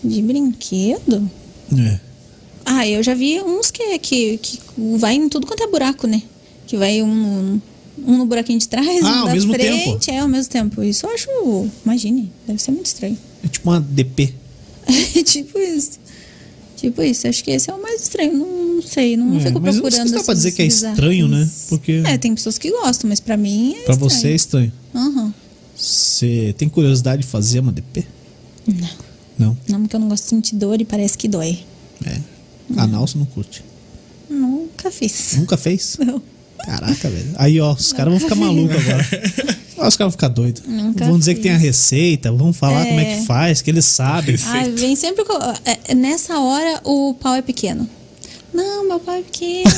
[SPEAKER 3] De brinquedo?
[SPEAKER 1] É.
[SPEAKER 3] Ah, eu já vi uns que, que, que vai em tudo quanto é buraco, né? Que vai um, um no buraquinho de trás,
[SPEAKER 1] Ah,
[SPEAKER 3] um
[SPEAKER 1] ao
[SPEAKER 3] da
[SPEAKER 1] mesmo
[SPEAKER 3] frente.
[SPEAKER 1] tempo.
[SPEAKER 3] É, ao mesmo tempo. Isso eu acho. Imagine, deve ser muito estranho.
[SPEAKER 1] É tipo uma DP.
[SPEAKER 3] É (laughs) tipo isso. Tipo isso. Acho que esse é o mais estranho. Não, não sei, não
[SPEAKER 1] É,
[SPEAKER 3] fico
[SPEAKER 1] mas não
[SPEAKER 3] procurando.
[SPEAKER 1] sei se dá pra
[SPEAKER 3] essas
[SPEAKER 1] dizer que é estranho, né?
[SPEAKER 3] bizarrices.
[SPEAKER 1] Porque-
[SPEAKER 3] É, tem pessoas que gostam, mas pra mim é
[SPEAKER 1] Pra
[SPEAKER 3] estranho.
[SPEAKER 1] você é estranho.
[SPEAKER 3] Aham.
[SPEAKER 1] Você tem curiosidade de fazer uma DP? Não. Não?
[SPEAKER 3] Não, porque eu não gosto de sentir dor e parece que dói.
[SPEAKER 1] É. Anal você não curte.
[SPEAKER 3] Nunca fiz. (laughs)
[SPEAKER 1] Nunca fez?
[SPEAKER 3] Não.
[SPEAKER 1] Caraca, velho. Aí, ó, os caras vão ficar malucos
[SPEAKER 3] (laughs)
[SPEAKER 1] agora. Ó, os caras vão ficar doidos.
[SPEAKER 3] Nunca
[SPEAKER 1] vão dizer que
[SPEAKER 3] fiz.
[SPEAKER 1] tem a receita, vão falar como é que
[SPEAKER 3] É.
[SPEAKER 1] faz, que eles
[SPEAKER 3] (laughs)
[SPEAKER 1] sabem.
[SPEAKER 3] Ai, vem sempre com. é, Nessa hora o pau é pequeno. Não, meu pau
[SPEAKER 1] (laughs)
[SPEAKER 3] é pequeno.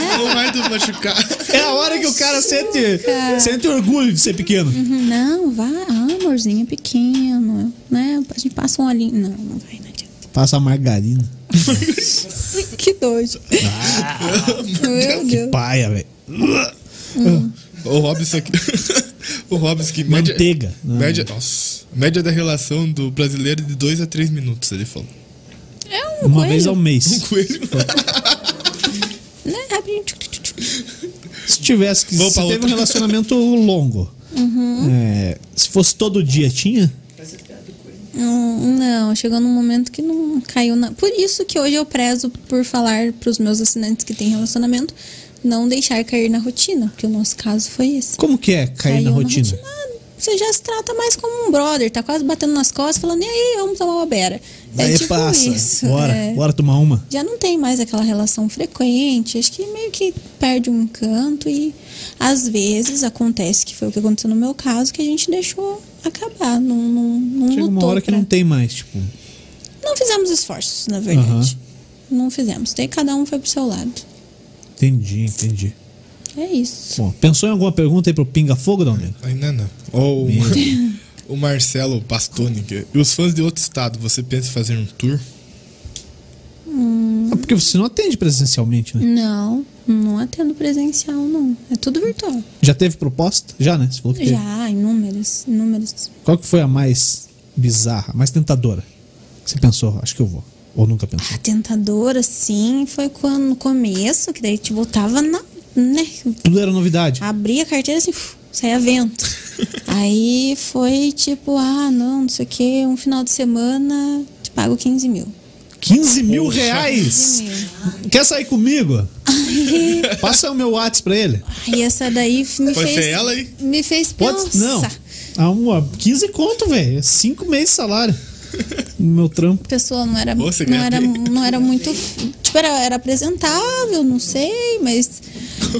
[SPEAKER 2] Não vai do machucar.
[SPEAKER 1] É a hora que o cara sente, sente orgulho de ser pequeno.
[SPEAKER 3] não, vá. Ah, amorzinho é pequeno. Né? A gente passa um olhinho. Não, não vai, não
[SPEAKER 1] (laughs)
[SPEAKER 3] adianta.
[SPEAKER 1] Passa margarina.
[SPEAKER 3] Que doido.
[SPEAKER 1] Ah,
[SPEAKER 3] (laughs) Meu Deus.
[SPEAKER 1] Paia, velho.
[SPEAKER 2] O Robson aqui. O Robson que média.
[SPEAKER 1] Manteiga.
[SPEAKER 2] Média, nossa, média da relação do brasileiro é de 2 a 3 minutos, ele (laughs) falou.
[SPEAKER 3] É um
[SPEAKER 1] Uma
[SPEAKER 3] coelho,
[SPEAKER 1] vez ao
[SPEAKER 2] Um
[SPEAKER 1] mês.
[SPEAKER 2] coelho.
[SPEAKER 3] Né? Abre. tchuc, tchuc, tchuc.
[SPEAKER 1] Se tivesse que.
[SPEAKER 2] Vamos
[SPEAKER 1] Se
[SPEAKER 2] pra
[SPEAKER 1] teve
[SPEAKER 2] outra.
[SPEAKER 1] um relacionamento longo.
[SPEAKER 3] Uhum.
[SPEAKER 1] É, se fosse todo dia, tinha?
[SPEAKER 3] Hum, Não, chegou num momento que não caiu na. Por isso que hoje eu prezo por falar pros meus assinantes que têm relacionamento não deixar cair na rotina, porque o nosso caso foi esse.
[SPEAKER 1] Como que é cair
[SPEAKER 3] Caiu
[SPEAKER 1] na rotina?
[SPEAKER 3] ah, Você já se trata mais como um brother, tá quase batendo nas costas, falando, e aí, vamos tomar uma beira. É
[SPEAKER 1] Aí
[SPEAKER 3] tipo
[SPEAKER 1] passa.
[SPEAKER 3] isso.
[SPEAKER 1] bora,
[SPEAKER 3] é.
[SPEAKER 1] bora tomar uma.
[SPEAKER 3] Já não tem mais aquela relação frequente, acho que meio que perde um encanto e às vezes acontece, que foi o que aconteceu no meu caso, que a gente deixou acabar, não, não, não
[SPEAKER 1] Chega uma
[SPEAKER 3] lutou
[SPEAKER 1] hora que
[SPEAKER 3] pra-
[SPEAKER 1] não tem mais, tipo.
[SPEAKER 3] não fizemos esforços, na verdade. Não fizemos. Daí cada um foi pro seu lado.
[SPEAKER 1] Entendi, entendi.
[SPEAKER 3] É isso.
[SPEAKER 1] Bom, pensou em alguma pergunta aí pro Pinga Fogo, Dalmiro?
[SPEAKER 2] Ainda não. Ou o, Mar- o Marcelo Bastoni. que- E os fãs de outro estado, você pensa em fazer um tour?
[SPEAKER 1] É porque você não atende presencialmente, né?
[SPEAKER 3] Não, não atendo presencial, não. É tudo virtual.
[SPEAKER 1] Já teve proposta? Já, né? Você falou que teve.
[SPEAKER 3] Já, inúmeras, inúmeras.
[SPEAKER 1] Qual que foi a mais bizarra, a mais tentadora? Você pensou, acho que eu vou. Ou nunca pensou?
[SPEAKER 3] A tentadora, sim, foi quando no começo, que daí te botava na. né?
[SPEAKER 1] Tudo era novidade.
[SPEAKER 3] Abria a carteira assim, uf,
[SPEAKER 1] (laughs)
[SPEAKER 3] saía vento. Aí foi tipo, ah, não, não sei o quê, um final de semana te pago 15 mil.
[SPEAKER 1] 15 mil
[SPEAKER 2] Poxa.
[SPEAKER 1] reais!
[SPEAKER 3] 15 mil. Ah.
[SPEAKER 1] Quer sair
[SPEAKER 3] (laughs)
[SPEAKER 1] comigo? Passa o meu WhatsApp pra ele.
[SPEAKER 3] Aí essa daí f- me
[SPEAKER 2] Pode
[SPEAKER 3] fez.
[SPEAKER 2] ser ela, hein?
[SPEAKER 3] Me fez
[SPEAKER 1] Pode?
[SPEAKER 3] pensar.
[SPEAKER 1] Não. Ah, uma, 15 conto, velho. 5 meses de salário. No meu trampo.
[SPEAKER 3] A pessoa não era,
[SPEAKER 2] Você
[SPEAKER 3] não
[SPEAKER 2] ganha
[SPEAKER 3] era,
[SPEAKER 2] bem.
[SPEAKER 3] não era muito. Tipo, era, era apresentável, não sei,
[SPEAKER 1] (laughs)
[SPEAKER 3] mas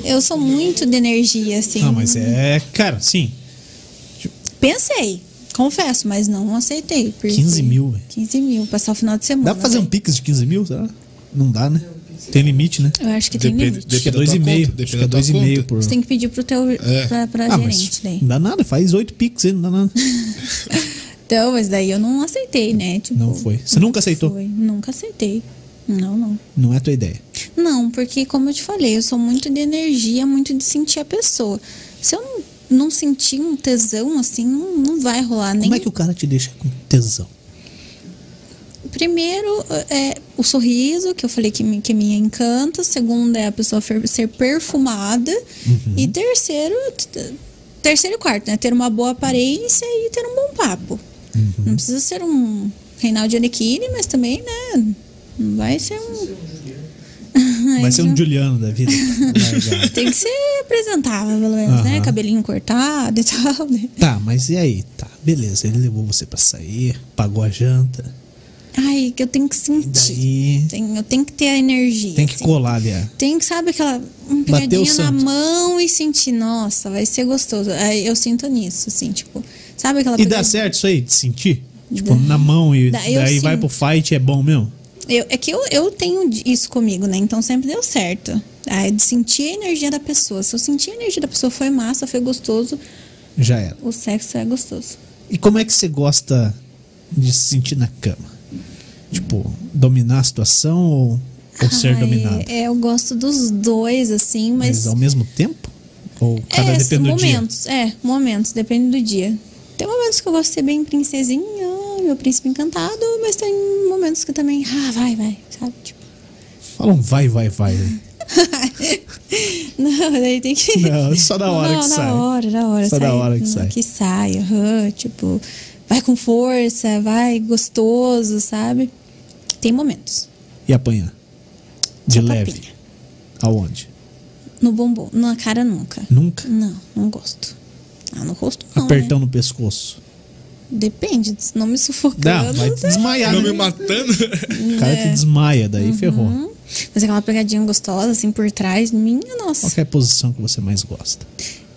[SPEAKER 3] eu sou muito de energia, assim.
[SPEAKER 1] Ah, mas é. Cara, sim.
[SPEAKER 3] Pensei, confesso, mas não aceitei. porque-
[SPEAKER 1] 15 mil, velho.
[SPEAKER 3] 15 mil, passar o final de semana.
[SPEAKER 1] Dá pra fazer um
[SPEAKER 3] velho.
[SPEAKER 1] pix de 15 mil? Será? Não dá, né? Tem limite, né?
[SPEAKER 3] Eu acho que tem limite.
[SPEAKER 1] Acho que é
[SPEAKER 2] da tua
[SPEAKER 1] 2,5.
[SPEAKER 2] conta,
[SPEAKER 1] Acho
[SPEAKER 2] depende
[SPEAKER 1] que é
[SPEAKER 2] da tua
[SPEAKER 1] 2,5
[SPEAKER 2] conta.
[SPEAKER 1] por.
[SPEAKER 3] Você tem que pedir pro teu,
[SPEAKER 2] É.
[SPEAKER 3] pra, pra
[SPEAKER 1] Ah,
[SPEAKER 3] gerente né?
[SPEAKER 1] mas
[SPEAKER 3] daí.
[SPEAKER 1] não dá nada, faz 8 pix aí, não dá
[SPEAKER 3] (laughs)
[SPEAKER 1] nada.
[SPEAKER 3] Então, mas daí eu não aceitei, né? Tipo,
[SPEAKER 1] Não foi. Você nunca aceitou?
[SPEAKER 3] Foi, nunca aceitei. Não, não.
[SPEAKER 1] Não é a tua ideia.
[SPEAKER 3] Não, porque como eu te falei, eu sou muito de energia, muito de sentir a pessoa. Se eu não, não sentir um tesão assim, não, não vai rolar nem.
[SPEAKER 1] Como é que o cara te deixa com tesão?
[SPEAKER 3] Primeiro é o sorriso, que eu falei que me, que me encanta. Segundo é a pessoa fer- ser perfumada.
[SPEAKER 1] Uhum.
[SPEAKER 3] E terceiro, t- terceiro e quarto, né? Ter uma boa aparência e ter um bom papo.
[SPEAKER 1] Uhum.
[SPEAKER 3] Não precisa ser um Reinaldo Giannichini, mas também, né? Não vai ser um. (laughs)
[SPEAKER 1] Vai ser um Juliano da vida. Largado.
[SPEAKER 3] Tem que ser apresentável, pelo menos, né?
[SPEAKER 1] Aham.
[SPEAKER 3] Cabelinho cortado e tal, né?
[SPEAKER 1] tá, mas e aí? Tá, beleza. Ele levou você pra sair, pagou a janta.
[SPEAKER 3] Ai, que eu tenho que
[SPEAKER 1] E
[SPEAKER 3] sentir.
[SPEAKER 1] daí
[SPEAKER 3] Tem- eu tenho que ter a energia.
[SPEAKER 1] tem que
[SPEAKER 3] assim.
[SPEAKER 1] colar ali. é. a-
[SPEAKER 3] Tem que, sabe, aquela
[SPEAKER 1] Bateu
[SPEAKER 3] um
[SPEAKER 1] o
[SPEAKER 3] pegadinha na
[SPEAKER 1] santo.
[SPEAKER 3] mão e sentir, nossa, vai ser gostoso. Aí eu sinto nisso, assim, tipo, sabe aquela
[SPEAKER 1] E dá
[SPEAKER 3] pegadinha?
[SPEAKER 1] certo isso aí? De sentir? Tipo,
[SPEAKER 3] Dá.
[SPEAKER 1] na mão e
[SPEAKER 3] Dá, eu
[SPEAKER 1] daí vai
[SPEAKER 3] sinto.
[SPEAKER 1] pro fight é bom mesmo?
[SPEAKER 3] Eu, é que eu, eu tenho isso comigo, né? Então sempre deu certo. Ah, sentir a energia da pessoa. Se eu sentir a energia da pessoa, foi massa, foi gostoso,
[SPEAKER 1] Já era.
[SPEAKER 3] o sexo é gostoso.
[SPEAKER 1] E como é que você gosta de se sentir na cama? Tipo, dominar a situação ou, ou ser
[SPEAKER 3] Ai,
[SPEAKER 1] dominado?
[SPEAKER 3] É, eu gosto dos dois, assim, mas.
[SPEAKER 1] Mas é um ao mesmo tempo? Ou cada
[SPEAKER 3] é,
[SPEAKER 1] Ah, depende do dia?
[SPEAKER 3] momentos, é, momentos, depende do dia. Tem momentos que eu gosto de ser bem princesinha, meu príncipe encantado, mas tem momentos que também, ah, vai, vai, sabe? Tipo, (laughs)
[SPEAKER 1] Fala um vai, vai, vai. aí.
[SPEAKER 3] não, daí tem que.
[SPEAKER 1] Não, só na hora
[SPEAKER 3] Não,
[SPEAKER 1] que
[SPEAKER 3] na
[SPEAKER 1] sai.
[SPEAKER 3] hora, na hora.
[SPEAKER 1] Só
[SPEAKER 3] sai,
[SPEAKER 1] na hora que sai.
[SPEAKER 3] Que sai, aham, tipo, vai com força, vai gostoso, sabe? Tem momentos.
[SPEAKER 1] E apanhar? De
[SPEAKER 3] Só
[SPEAKER 1] leve.
[SPEAKER 3] papinha.
[SPEAKER 1] Aonde?
[SPEAKER 3] No bombom, na cara nunca.
[SPEAKER 1] Nunca?
[SPEAKER 3] Não, não gosto. Ah, no rosto não,
[SPEAKER 1] Apertão
[SPEAKER 3] né?
[SPEAKER 1] no pescoço.
[SPEAKER 3] Depende, se não É. me sufocando.
[SPEAKER 1] Não,
[SPEAKER 3] (laughs)
[SPEAKER 1] vai
[SPEAKER 3] tá?
[SPEAKER 1] desmaiar.
[SPEAKER 2] Não
[SPEAKER 1] né?
[SPEAKER 2] me matando.
[SPEAKER 1] O cara que desmaia, daí ferrou.
[SPEAKER 3] Hum, Mas aquela pegadinha gostosa, assim, por trás, minha nossa.
[SPEAKER 1] Qual que é a posição que você mais gosta?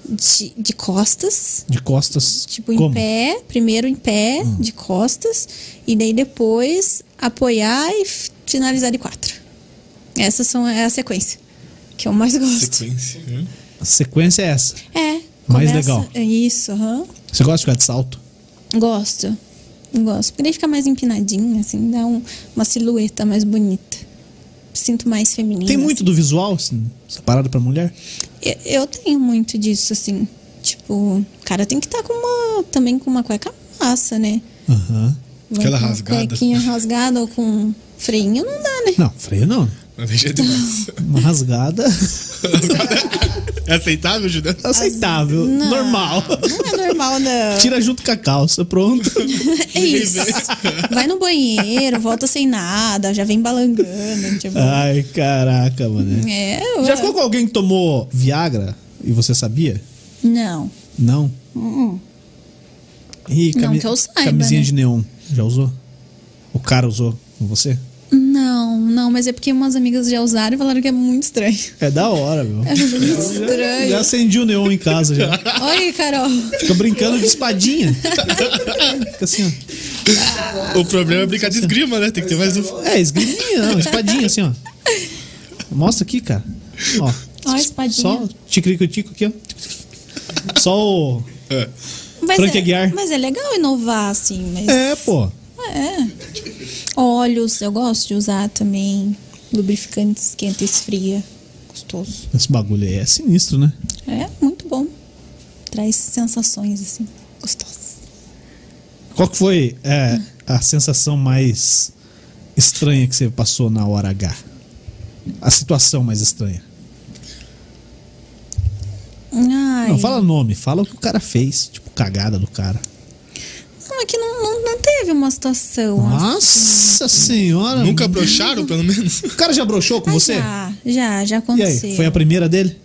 [SPEAKER 3] De, de costas,
[SPEAKER 1] De costas?
[SPEAKER 3] tipo, em
[SPEAKER 1] como? Hum.
[SPEAKER 3] pé. Primeiro em pé, de costas. E daí depois apoiar e f- finalizar de quatro. Essas são é a sequência que eu mais gosto.
[SPEAKER 2] Sequência. né?
[SPEAKER 1] A sequência é essa.
[SPEAKER 3] É.
[SPEAKER 1] Mais
[SPEAKER 3] começa-
[SPEAKER 1] legal.
[SPEAKER 3] é Isso, aham.
[SPEAKER 1] Você gosta de ficar de salto?
[SPEAKER 3] Gosto. Gosto. Porque daí fica mais empinadinho, assim, dá um- uma silhueta mais bonita. Sinto mais feminina.
[SPEAKER 1] Tem muito do visual, assim, separado pra mulher?
[SPEAKER 3] Eu, eu tenho muito disso, assim. Tipo, o cara tem que estar com uma. também com uma cueca massa, né?
[SPEAKER 1] Aham.
[SPEAKER 3] Vai
[SPEAKER 2] Aquela
[SPEAKER 3] com uma
[SPEAKER 2] rasgada.
[SPEAKER 3] Cuequinha rasgada ou com freinho não dá, né?
[SPEAKER 1] Não, freio não.
[SPEAKER 2] Mas deixa (laughs) demais.
[SPEAKER 1] Uma rasgada (laughs)
[SPEAKER 2] É aceitável, Juliano?
[SPEAKER 1] aceitável,
[SPEAKER 3] Não.
[SPEAKER 1] normal.
[SPEAKER 3] Não é
[SPEAKER 1] (laughs)
[SPEAKER 3] normal, não.
[SPEAKER 1] Tira junto com a calça, pronto.
[SPEAKER 3] É isso. Vai no banheiro, volta sem nada, já vem balangando, tipo.
[SPEAKER 1] Ai, caraca, mano.
[SPEAKER 3] É,
[SPEAKER 1] Já
[SPEAKER 3] eu-
[SPEAKER 1] ficou com alguém que tomou Viagra e você sabia?
[SPEAKER 3] Não.
[SPEAKER 1] Não? E
[SPEAKER 3] Hum. Não que eu saiba,
[SPEAKER 1] Camisinha
[SPEAKER 3] né?
[SPEAKER 1] de neon. Já usou? O cara usou com você?
[SPEAKER 3] Não, não, mas é porque umas amigas já usaram e falaram que é muito estranho. (laughs)
[SPEAKER 1] É da hora, meu.
[SPEAKER 3] É muito estranho.
[SPEAKER 1] Já acendi o neon em casa já.
[SPEAKER 3] Olha aí, Carol.
[SPEAKER 1] Fica brincando de espadinha. Fica assim, ó.
[SPEAKER 2] O problema é brincar de esgrima, né? Tem que ter mais um.
[SPEAKER 1] É, esgriminha, não, espadinha, assim, ó. Mostra aqui, cara. Ó.
[SPEAKER 3] Olha a espadinha.
[SPEAKER 1] Só ticrico-tico aqui, ó. Só o.
[SPEAKER 2] É.
[SPEAKER 3] mas,
[SPEAKER 1] Frank
[SPEAKER 3] é,
[SPEAKER 1] Aguiar.
[SPEAKER 3] mas é legal inovar, assim, mas.
[SPEAKER 1] É, pô.
[SPEAKER 3] É. Óleos, eu gosto de usar também. Lubrificante esquenta e esfria. Gostoso.
[SPEAKER 1] Esse bagulho aí é sinistro, né?
[SPEAKER 3] É, muito bom. Traz sensações, assim, gostosas.
[SPEAKER 1] Qual que foi é, a sensação mais estranha que você passou na hora H? A situação mais estranha.
[SPEAKER 3] Ai.
[SPEAKER 1] Não, fala nome, fala o que o cara fez. Tipo, cagada do cara.
[SPEAKER 3] Não, é que não, não, não teve uma situação.
[SPEAKER 1] Ah, Nossa senhora.
[SPEAKER 2] Nunca broxaram, pelo menos? (laughs)
[SPEAKER 1] O cara já broxou com
[SPEAKER 3] Ah,
[SPEAKER 1] você?
[SPEAKER 3] Já, já, já
[SPEAKER 1] E
[SPEAKER 3] aconteceu.
[SPEAKER 1] aí, foi a primeira dele?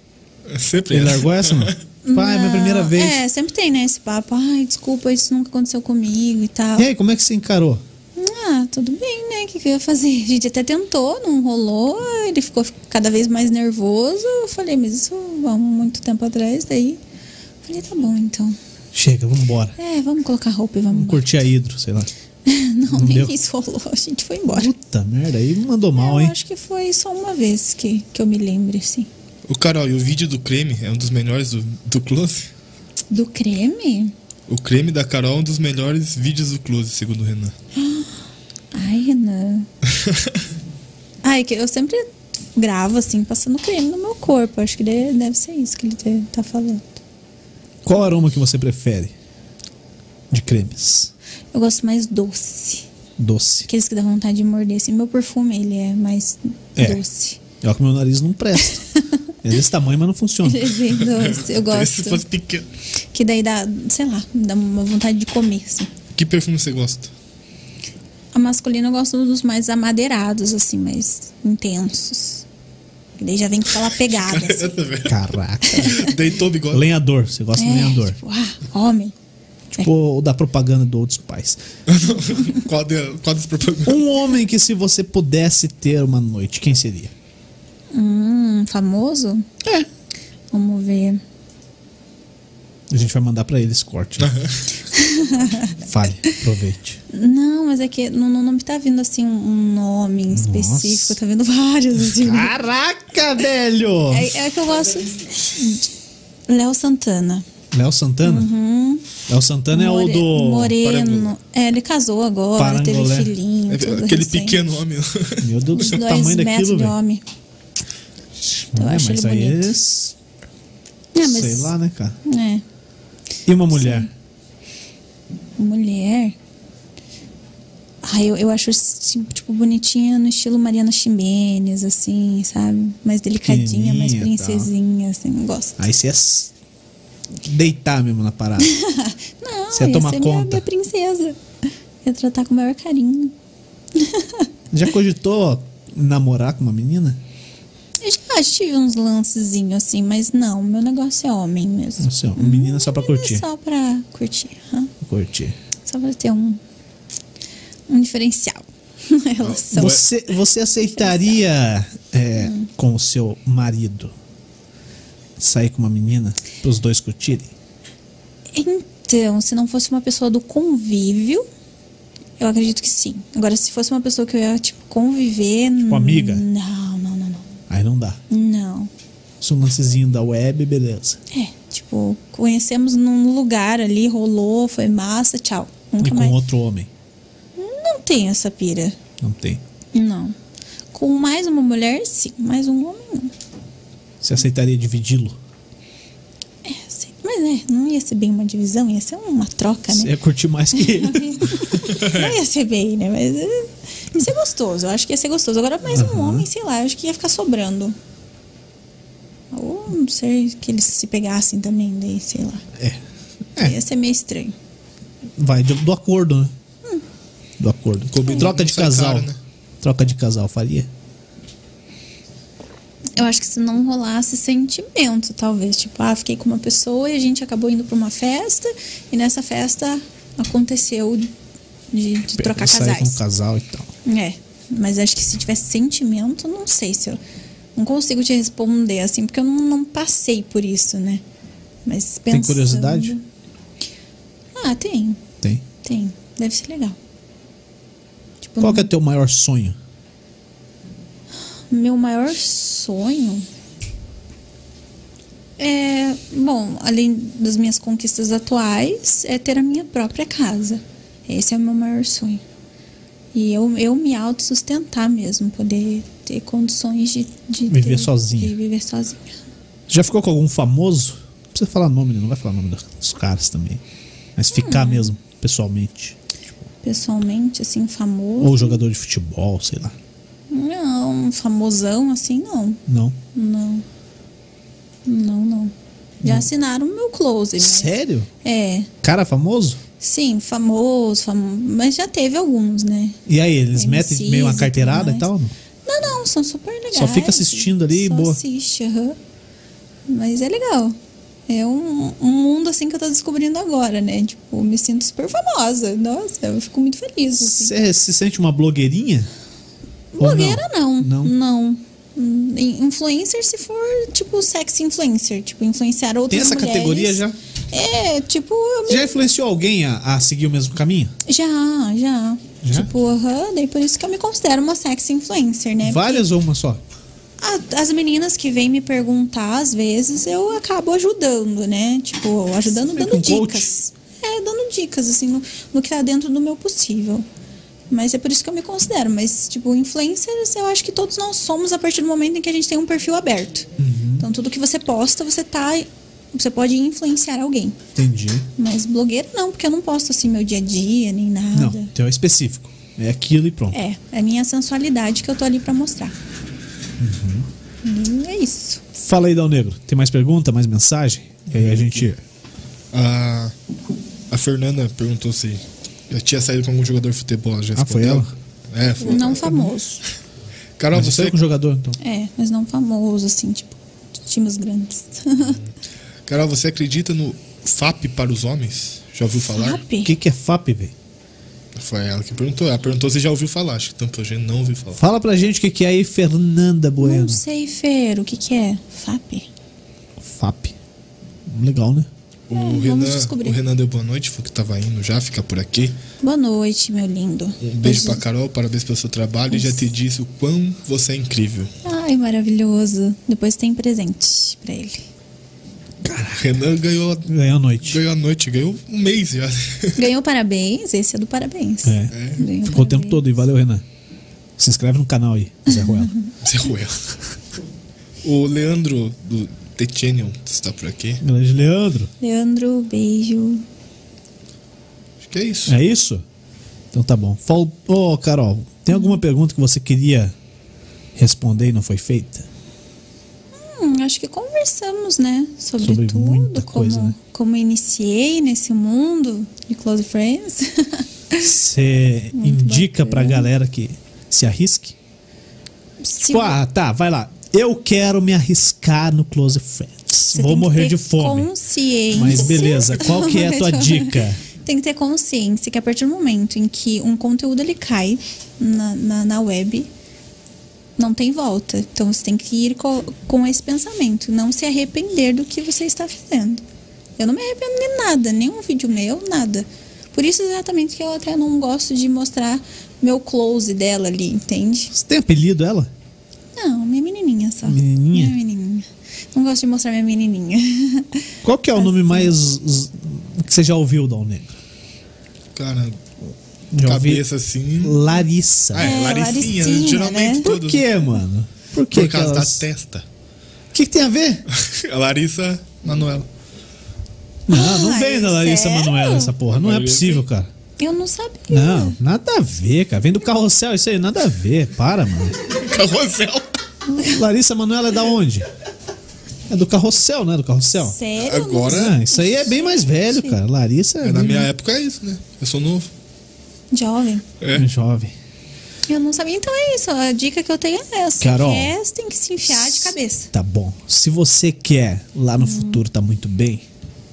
[SPEAKER 2] Sempre.
[SPEAKER 1] Ele
[SPEAKER 2] né?
[SPEAKER 1] largou essa,
[SPEAKER 3] (laughs)
[SPEAKER 1] não? Pai, é minha
[SPEAKER 3] Não,
[SPEAKER 1] primeira vez.
[SPEAKER 3] É, sempre tem, né, esse papo. Ai, desculpa, isso nunca aconteceu comigo e tal.
[SPEAKER 1] E aí, como é que você encarou?
[SPEAKER 3] Ah, tudo bem, né? O que, que eu ia fazer? A gente até tentou, não rolou. Ele ficou cada vez mais nervoso. Eu falei, mas isso há muito tempo atrás. Daí eu falei, tá bom, então.
[SPEAKER 1] Chega, vambora.
[SPEAKER 3] É, vamos colocar roupa e vamos.
[SPEAKER 1] Vamos curtir a hidro, sei lá.
[SPEAKER 3] (laughs) não,
[SPEAKER 1] não
[SPEAKER 3] nem
[SPEAKER 1] deu.
[SPEAKER 3] isso rolou. A gente foi embora.
[SPEAKER 1] Puta merda, aí mandou mal,
[SPEAKER 3] eu
[SPEAKER 1] hein?
[SPEAKER 3] acho que foi só uma vez que, que eu me lembre, assim.
[SPEAKER 2] O Carol, e o vídeo do creme é um dos melhores do, do Close?
[SPEAKER 3] Do creme?
[SPEAKER 2] O creme da Carol é um dos melhores vídeos do Close, segundo o Renan.
[SPEAKER 3] Ai,
[SPEAKER 1] (laughs)
[SPEAKER 3] Renan. Ai, que eu sempre gravo, assim, passando creme no meu corpo. Acho que de- deve ser isso que ele te- tá falando.
[SPEAKER 1] Qual aroma que você prefere? De cremes.
[SPEAKER 3] Eu gosto mais doce.
[SPEAKER 1] Doce.
[SPEAKER 3] Aqueles que dá vontade de morder. Assim, meu perfume, ele é mais
[SPEAKER 1] É.
[SPEAKER 3] doce. (laughs)
[SPEAKER 1] É o que meu nariz não presta. É desse tamanho, mas não funciona.
[SPEAKER 3] Ele é bem doce.
[SPEAKER 1] (laughs)
[SPEAKER 3] Eu
[SPEAKER 2] Se
[SPEAKER 3] gosto.
[SPEAKER 2] Então, fosse pequeno.
[SPEAKER 3] Que daí dá, sei lá, dá uma vontade de comer, assim.
[SPEAKER 2] Que perfume você
[SPEAKER 3] (laughs)
[SPEAKER 2] gosta?
[SPEAKER 3] A masculina eu gosto dos mais amadeirados, assim, mais intensos. E daí já vem com
[SPEAKER 1] (laughs)
[SPEAKER 3] aquela pegada, assim.
[SPEAKER 2] Essa, velho.
[SPEAKER 1] Caraca.
[SPEAKER 2] Deitou o bigode.
[SPEAKER 1] lenhador. Você gosta do lenhador.
[SPEAKER 3] tipo, ah, homem.
[SPEAKER 1] Tipo
[SPEAKER 3] É.
[SPEAKER 1] o da propaganda do Outros Pais.
[SPEAKER 2] (laughs) Qual, de, qual das propagandas?
[SPEAKER 1] Um homem que se você pudesse ter uma noite, quem seria?
[SPEAKER 3] Hum, famoso?
[SPEAKER 1] É.
[SPEAKER 3] Vamos ver. (laughs)
[SPEAKER 1] A gente vai mandar pra ele esse corte. né? Fale, aproveite.
[SPEAKER 3] Não, mas é que não, não, não me tá vindo assim um nome em específico, tá vindo
[SPEAKER 1] (laughs)
[SPEAKER 3] vários. Assim.
[SPEAKER 1] Caraca, velho!
[SPEAKER 3] É, é que eu gosto. Léo Santana.
[SPEAKER 1] Léo Santana? Léo Santana
[SPEAKER 3] Hum. More-
[SPEAKER 1] é o do.
[SPEAKER 2] Parango-
[SPEAKER 3] Moreno. É, ele casou agora,
[SPEAKER 1] Parangolé. É,
[SPEAKER 3] teve filhinho. tudo
[SPEAKER 2] É, Aquele
[SPEAKER 3] recente.
[SPEAKER 2] pequeno homem.
[SPEAKER 1] Meu Deus do
[SPEAKER 3] Uns
[SPEAKER 1] céu, o
[SPEAKER 3] dois
[SPEAKER 1] tamanho
[SPEAKER 3] metros
[SPEAKER 1] daquilo,
[SPEAKER 3] de
[SPEAKER 1] velho.
[SPEAKER 3] homem. Eu
[SPEAKER 1] É,
[SPEAKER 3] acho
[SPEAKER 1] mas
[SPEAKER 3] ele
[SPEAKER 1] aí.
[SPEAKER 3] bonito.
[SPEAKER 1] eles-
[SPEAKER 3] É, mas,
[SPEAKER 1] Sei lá, né, cara?
[SPEAKER 3] É,
[SPEAKER 1] E uma mulher?
[SPEAKER 3] mulher. Ai, eu, eu acho assim, tipo bonitinha no estilo Mariana Ximenes, assim, sabe? Mais delicadinha, mais
[SPEAKER 1] Pequenininha tá. e tal.
[SPEAKER 3] princesinha, assim, gosto.
[SPEAKER 1] Aí você ia s- deitar mesmo na parada.
[SPEAKER 3] Não,
[SPEAKER 1] Você ia
[SPEAKER 3] ia
[SPEAKER 1] tomar
[SPEAKER 3] ser minha-
[SPEAKER 1] conta.
[SPEAKER 3] Minha, princesa. Ia tratar com o maior carinho.
[SPEAKER 1] Já cogitou namorar com uma menina?
[SPEAKER 3] Eu já tive uns lancezinhos assim, mas não, meu negócio é homem mesmo.
[SPEAKER 1] Assim, ó, menina só pra
[SPEAKER 3] É
[SPEAKER 1] curtir.
[SPEAKER 3] só pra curtir. hã?
[SPEAKER 1] Curtir.
[SPEAKER 3] Só pra ter um, um diferencial (laughs) na relação.
[SPEAKER 1] Você, você aceitaria é, com o seu marido sair com uma menina pros dois curtirem?
[SPEAKER 3] Então, se não fosse uma pessoa do convívio, eu acredito que sim. Agora, se fosse uma pessoa que eu ia, tipo, conviver. Tipo,
[SPEAKER 1] amiga?
[SPEAKER 3] Não, não, não, não.
[SPEAKER 1] Aí não dá.
[SPEAKER 3] Não.
[SPEAKER 1] Se um lancezinho da web, beleza.
[SPEAKER 3] É, tipo, conhecemos num lugar ali, rolou, foi massa, tchau.
[SPEAKER 1] E
[SPEAKER 3] Nunca
[SPEAKER 1] com
[SPEAKER 3] mais.
[SPEAKER 1] outro homem?
[SPEAKER 3] Não tem essa pira.
[SPEAKER 1] Não tem.
[SPEAKER 3] Não. Com mais uma mulher, sim. Mais um homem, não.
[SPEAKER 1] Você aceitaria dividi-lo?
[SPEAKER 3] É, sim. Mas é, não ia ser bem uma divisão, ia ser uma troca,
[SPEAKER 1] Você
[SPEAKER 3] né?
[SPEAKER 1] ia curtir mais que ele.
[SPEAKER 3] (laughs) Não ia ser bem, né? Mas é, ia ser gostoso. Eu acho que ia ser gostoso. Agora, mais um homem, sei lá, eu acho que ia ficar sobrando. Ou não sei que eles se pegassem também, daí, sei lá.
[SPEAKER 1] É. É.
[SPEAKER 3] Ia ser meio estranho.
[SPEAKER 1] Vai do, do acordo, né? Do acordo.
[SPEAKER 2] Combinado,
[SPEAKER 1] Troca
[SPEAKER 2] não
[SPEAKER 1] de
[SPEAKER 2] sai
[SPEAKER 1] casal.
[SPEAKER 2] caro, né?
[SPEAKER 1] Troca de casal, faria?
[SPEAKER 3] Eu acho que se não rolasse sentimento, talvez. Tipo, ah, fiquei com uma pessoa e a gente acabou indo pra uma festa. E nessa festa aconteceu de, de trocar
[SPEAKER 1] Sair
[SPEAKER 3] casais.
[SPEAKER 1] com um casal e tal.
[SPEAKER 3] É, mas acho que se tivesse sentimento, não sei se eu. Não consigo te responder assim, porque eu não, não passei por isso, né? Mas pensando...
[SPEAKER 1] Tem curiosidade?
[SPEAKER 3] Ah, tem,
[SPEAKER 1] Tem.
[SPEAKER 3] tem. Deve ser legal. Tipo,
[SPEAKER 1] Qual que é teu maior sonho?
[SPEAKER 3] meu maior sonho. É. Bom, além das minhas conquistas atuais, é ter a minha própria casa. Esse é o meu maior sonho. E eu, eu me autossustentar mesmo, poder ter condições de, de
[SPEAKER 1] Viver
[SPEAKER 3] ter-
[SPEAKER 1] sozinha.
[SPEAKER 3] De viver sozinha.
[SPEAKER 1] Já ficou com algum famoso? Não precisa falar nome, né? não vai falar nome dos caras também. Mas
[SPEAKER 3] Ah.
[SPEAKER 1] ficar mesmo, pessoalmente.
[SPEAKER 3] Pessoalmente, assim, famoso.
[SPEAKER 1] Ou jogador de futebol, sei lá.
[SPEAKER 3] Não, famosão, assim, não.
[SPEAKER 1] Não.
[SPEAKER 3] Não. Não, não. Já assinaram o meu close, né?
[SPEAKER 1] Sério?
[SPEAKER 3] É.
[SPEAKER 1] Cara famoso?
[SPEAKER 3] Sim, famoso, famo- mas já teve alguns, né?
[SPEAKER 1] E aí, eles
[SPEAKER 3] MCs
[SPEAKER 1] metem meio uma
[SPEAKER 3] e
[SPEAKER 1] carteirada e
[SPEAKER 3] tudo
[SPEAKER 1] tal?
[SPEAKER 3] mais.
[SPEAKER 1] Não?
[SPEAKER 3] Não, não, são super legais.
[SPEAKER 1] Só fica assistindo ali e
[SPEAKER 3] Só
[SPEAKER 1] boa.
[SPEAKER 3] assiste, aham. Mas é legal. É um, um mundo, assim, que eu tô descobrindo agora, né? Tipo, me sinto super famosa. Nossa, eu fico muito feliz, assim.
[SPEAKER 1] Você é, se sente uma blogueirinha? Ou não?
[SPEAKER 3] Blogueira, não.
[SPEAKER 1] Não?
[SPEAKER 3] Não. Hum, in- Influencer, se for, tipo, sexy influencer. Tipo, influenciar
[SPEAKER 1] Tem
[SPEAKER 3] outras
[SPEAKER 1] essa
[SPEAKER 3] mulheres.
[SPEAKER 1] categoria já?
[SPEAKER 3] É, tipo, eu me
[SPEAKER 1] Já influenciou alguém a, a seguir o mesmo caminho?
[SPEAKER 3] Já, já.
[SPEAKER 1] Já?
[SPEAKER 3] Tipo, aham, daí por isso que eu me considero uma sex influencer, né?
[SPEAKER 1] Várias ou uma só?
[SPEAKER 3] A- as meninas que vêm me perguntar, às vezes, eu acabo ajudando, né? Tipo, ajudando,
[SPEAKER 1] Meio que
[SPEAKER 3] dando
[SPEAKER 1] um coach.
[SPEAKER 3] dicas. É, dando dicas, assim, no, no que tá dentro do meu possível. Mas é por isso que eu me considero. Mas, tipo, influencers, eu acho que todos nós somos a partir do momento em que a gente tem um perfil aberto.
[SPEAKER 1] Uhum.
[SPEAKER 3] Então, tudo que você posta, você tá. Você pode influenciar alguém.
[SPEAKER 1] Entendi.
[SPEAKER 3] Mas blogueiro não, porque eu não posto assim meu dia a dia, nem nada.
[SPEAKER 1] Não, teu é específico. É aquilo e pronto.
[SPEAKER 3] É, é a minha sensualidade que eu tô ali pra mostrar.
[SPEAKER 1] Uhum.
[SPEAKER 3] E é isso.
[SPEAKER 1] Fala aí, Dal Negro. Tem mais pergunta, mais mensagem? E aí a gente.
[SPEAKER 2] A, (laughs) a Fernanda perguntou se eu tinha saído com algum jogador de futebol. Já
[SPEAKER 1] Ah, foi
[SPEAKER 2] respondeu?
[SPEAKER 1] ela?
[SPEAKER 2] É, foi.
[SPEAKER 3] Não famoso.
[SPEAKER 2] Carol,
[SPEAKER 1] Mas você
[SPEAKER 2] você,
[SPEAKER 1] é com jogador, então.
[SPEAKER 3] É, mas não famoso, assim, tipo, de times grandes. (laughs)
[SPEAKER 2] Carol, você acredita no FAP para os homens? Já ouviu falar?
[SPEAKER 1] O que, que é FAP, velho?
[SPEAKER 2] Foi ela que perguntou. Ela perguntou se já ouviu falar. Acho que tanto a gente não ouviu falar.
[SPEAKER 1] Fala pra gente o que, que é aí, Fernanda Bueno.
[SPEAKER 3] Não sei, Fer, o que que é? FAP?
[SPEAKER 1] FAP. Legal, né?
[SPEAKER 2] O,
[SPEAKER 3] vamos
[SPEAKER 2] Renan,
[SPEAKER 3] descobrir.
[SPEAKER 2] o Renan deu boa noite, foi que tava indo já, fica por aqui.
[SPEAKER 3] Boa noite, meu lindo.
[SPEAKER 2] Um beijo pra Carol, parabéns pelo seu trabalho e já te disse o quão você é incrível.
[SPEAKER 3] Ai, maravilhoso. Depois tem presente pra ele.
[SPEAKER 2] Renan ganhou, a-
[SPEAKER 1] Ganhou a noite.
[SPEAKER 2] ganhou a noite, ganhou um mês já. (laughs)
[SPEAKER 3] Ganhou parabéns, esse é do parabéns.
[SPEAKER 1] É.
[SPEAKER 3] Ganhou
[SPEAKER 1] Ficou o tempo
[SPEAKER 3] parabéns.
[SPEAKER 1] todo e valeu, Renan. Se inscreve no canal aí,
[SPEAKER 3] (laughs)
[SPEAKER 1] Zé Ruela.
[SPEAKER 2] Zé Ruel. O Leandro do Techenion está tá por aqui.
[SPEAKER 1] Grande Leandro.
[SPEAKER 3] Leandro, beijo.
[SPEAKER 2] Acho que é isso.
[SPEAKER 1] É isso? Então tá bom. Fal- Ô, Carol, tem alguma pergunta que você queria responder e não foi
[SPEAKER 3] (laughs)
[SPEAKER 1] feita?
[SPEAKER 3] Hum, acho que conversamos, né? Sobre,
[SPEAKER 1] Sobre
[SPEAKER 3] tudo,
[SPEAKER 1] muita
[SPEAKER 3] como,
[SPEAKER 1] coisa, né?
[SPEAKER 3] como iniciei nesse mundo de Close Friends. (laughs)
[SPEAKER 1] Você
[SPEAKER 3] Muito
[SPEAKER 1] indica pra
[SPEAKER 3] bacana.
[SPEAKER 1] galera que se arrisque?
[SPEAKER 3] Se
[SPEAKER 1] Tipo, ah, tá, vai lá. Eu quero me arriscar no Close Friends.
[SPEAKER 3] você
[SPEAKER 1] Vou
[SPEAKER 3] tem que
[SPEAKER 1] morrer
[SPEAKER 3] ter
[SPEAKER 1] de fome.
[SPEAKER 3] Consciência.
[SPEAKER 1] Mas beleza, qual que é a
[SPEAKER 3] (laughs)
[SPEAKER 1] tua dica?
[SPEAKER 3] Tem que ter consciência que a partir do momento em que um conteúdo ele cai na, na, na web, não tem volta. Então você tem que ir co- com esse pensamento, não se arrepender do que você está fazendo. Eu não me arrependo de nada, nenhum vídeo meu, nada. Por isso exatamente que eu até não gosto de mostrar meu close dela ali, entende?
[SPEAKER 1] Você tem apelido ela?
[SPEAKER 3] Não, minha menininha só.
[SPEAKER 1] Menininha?
[SPEAKER 3] Minha menininha. Não gosto de mostrar minha menininha. (laughs)
[SPEAKER 1] Qual que é o
[SPEAKER 3] Assim.
[SPEAKER 1] nome mais z- que você já ouviu do Al Negro?
[SPEAKER 2] Cara,
[SPEAKER 1] Já ouvi
[SPEAKER 2] cabeça assim.
[SPEAKER 1] Larissa.
[SPEAKER 2] Ah, é,
[SPEAKER 3] É,
[SPEAKER 2] Laricinha, né?
[SPEAKER 3] Laricinha,
[SPEAKER 2] geralmente
[SPEAKER 3] né?
[SPEAKER 1] Por
[SPEAKER 2] todos.
[SPEAKER 1] que, mano? Por que? que
[SPEAKER 2] Por causa
[SPEAKER 1] elas-
[SPEAKER 2] da testa. (laughs)
[SPEAKER 1] O que, que tem a ver?
[SPEAKER 2] A Larissa Manoela.
[SPEAKER 1] Não, não
[SPEAKER 3] Ai,
[SPEAKER 1] vem da Larissa
[SPEAKER 3] Ah, é sério?
[SPEAKER 1] Manoela essa porra. Não é
[SPEAKER 2] Larissa.
[SPEAKER 1] possível, cara.
[SPEAKER 3] Eu não sabia.
[SPEAKER 1] Não, nada a ver, cara. Vem do carrossel isso aí, nada a ver. Para, mano.
[SPEAKER 2] Carrossel.
[SPEAKER 1] Larissa Manoela é da onde? É do carrossel, né? Do carrossel.
[SPEAKER 3] Sério? Eu não
[SPEAKER 2] Agora.
[SPEAKER 1] Ah, isso aí é bem mais velho, cara. Larissa é,
[SPEAKER 2] É, na
[SPEAKER 1] bem
[SPEAKER 2] minha época é isso, né? Eu sou novo.
[SPEAKER 3] Jovem.
[SPEAKER 2] É.
[SPEAKER 1] mais Um jovem.
[SPEAKER 3] Eu não sabia, então é isso. A dica que eu tenho é essa.
[SPEAKER 1] Carol.
[SPEAKER 3] Que é, você tem que se enfiar de cabeça. Hum.
[SPEAKER 1] Tá bom. Se você quer lá no futuro tá muito bem,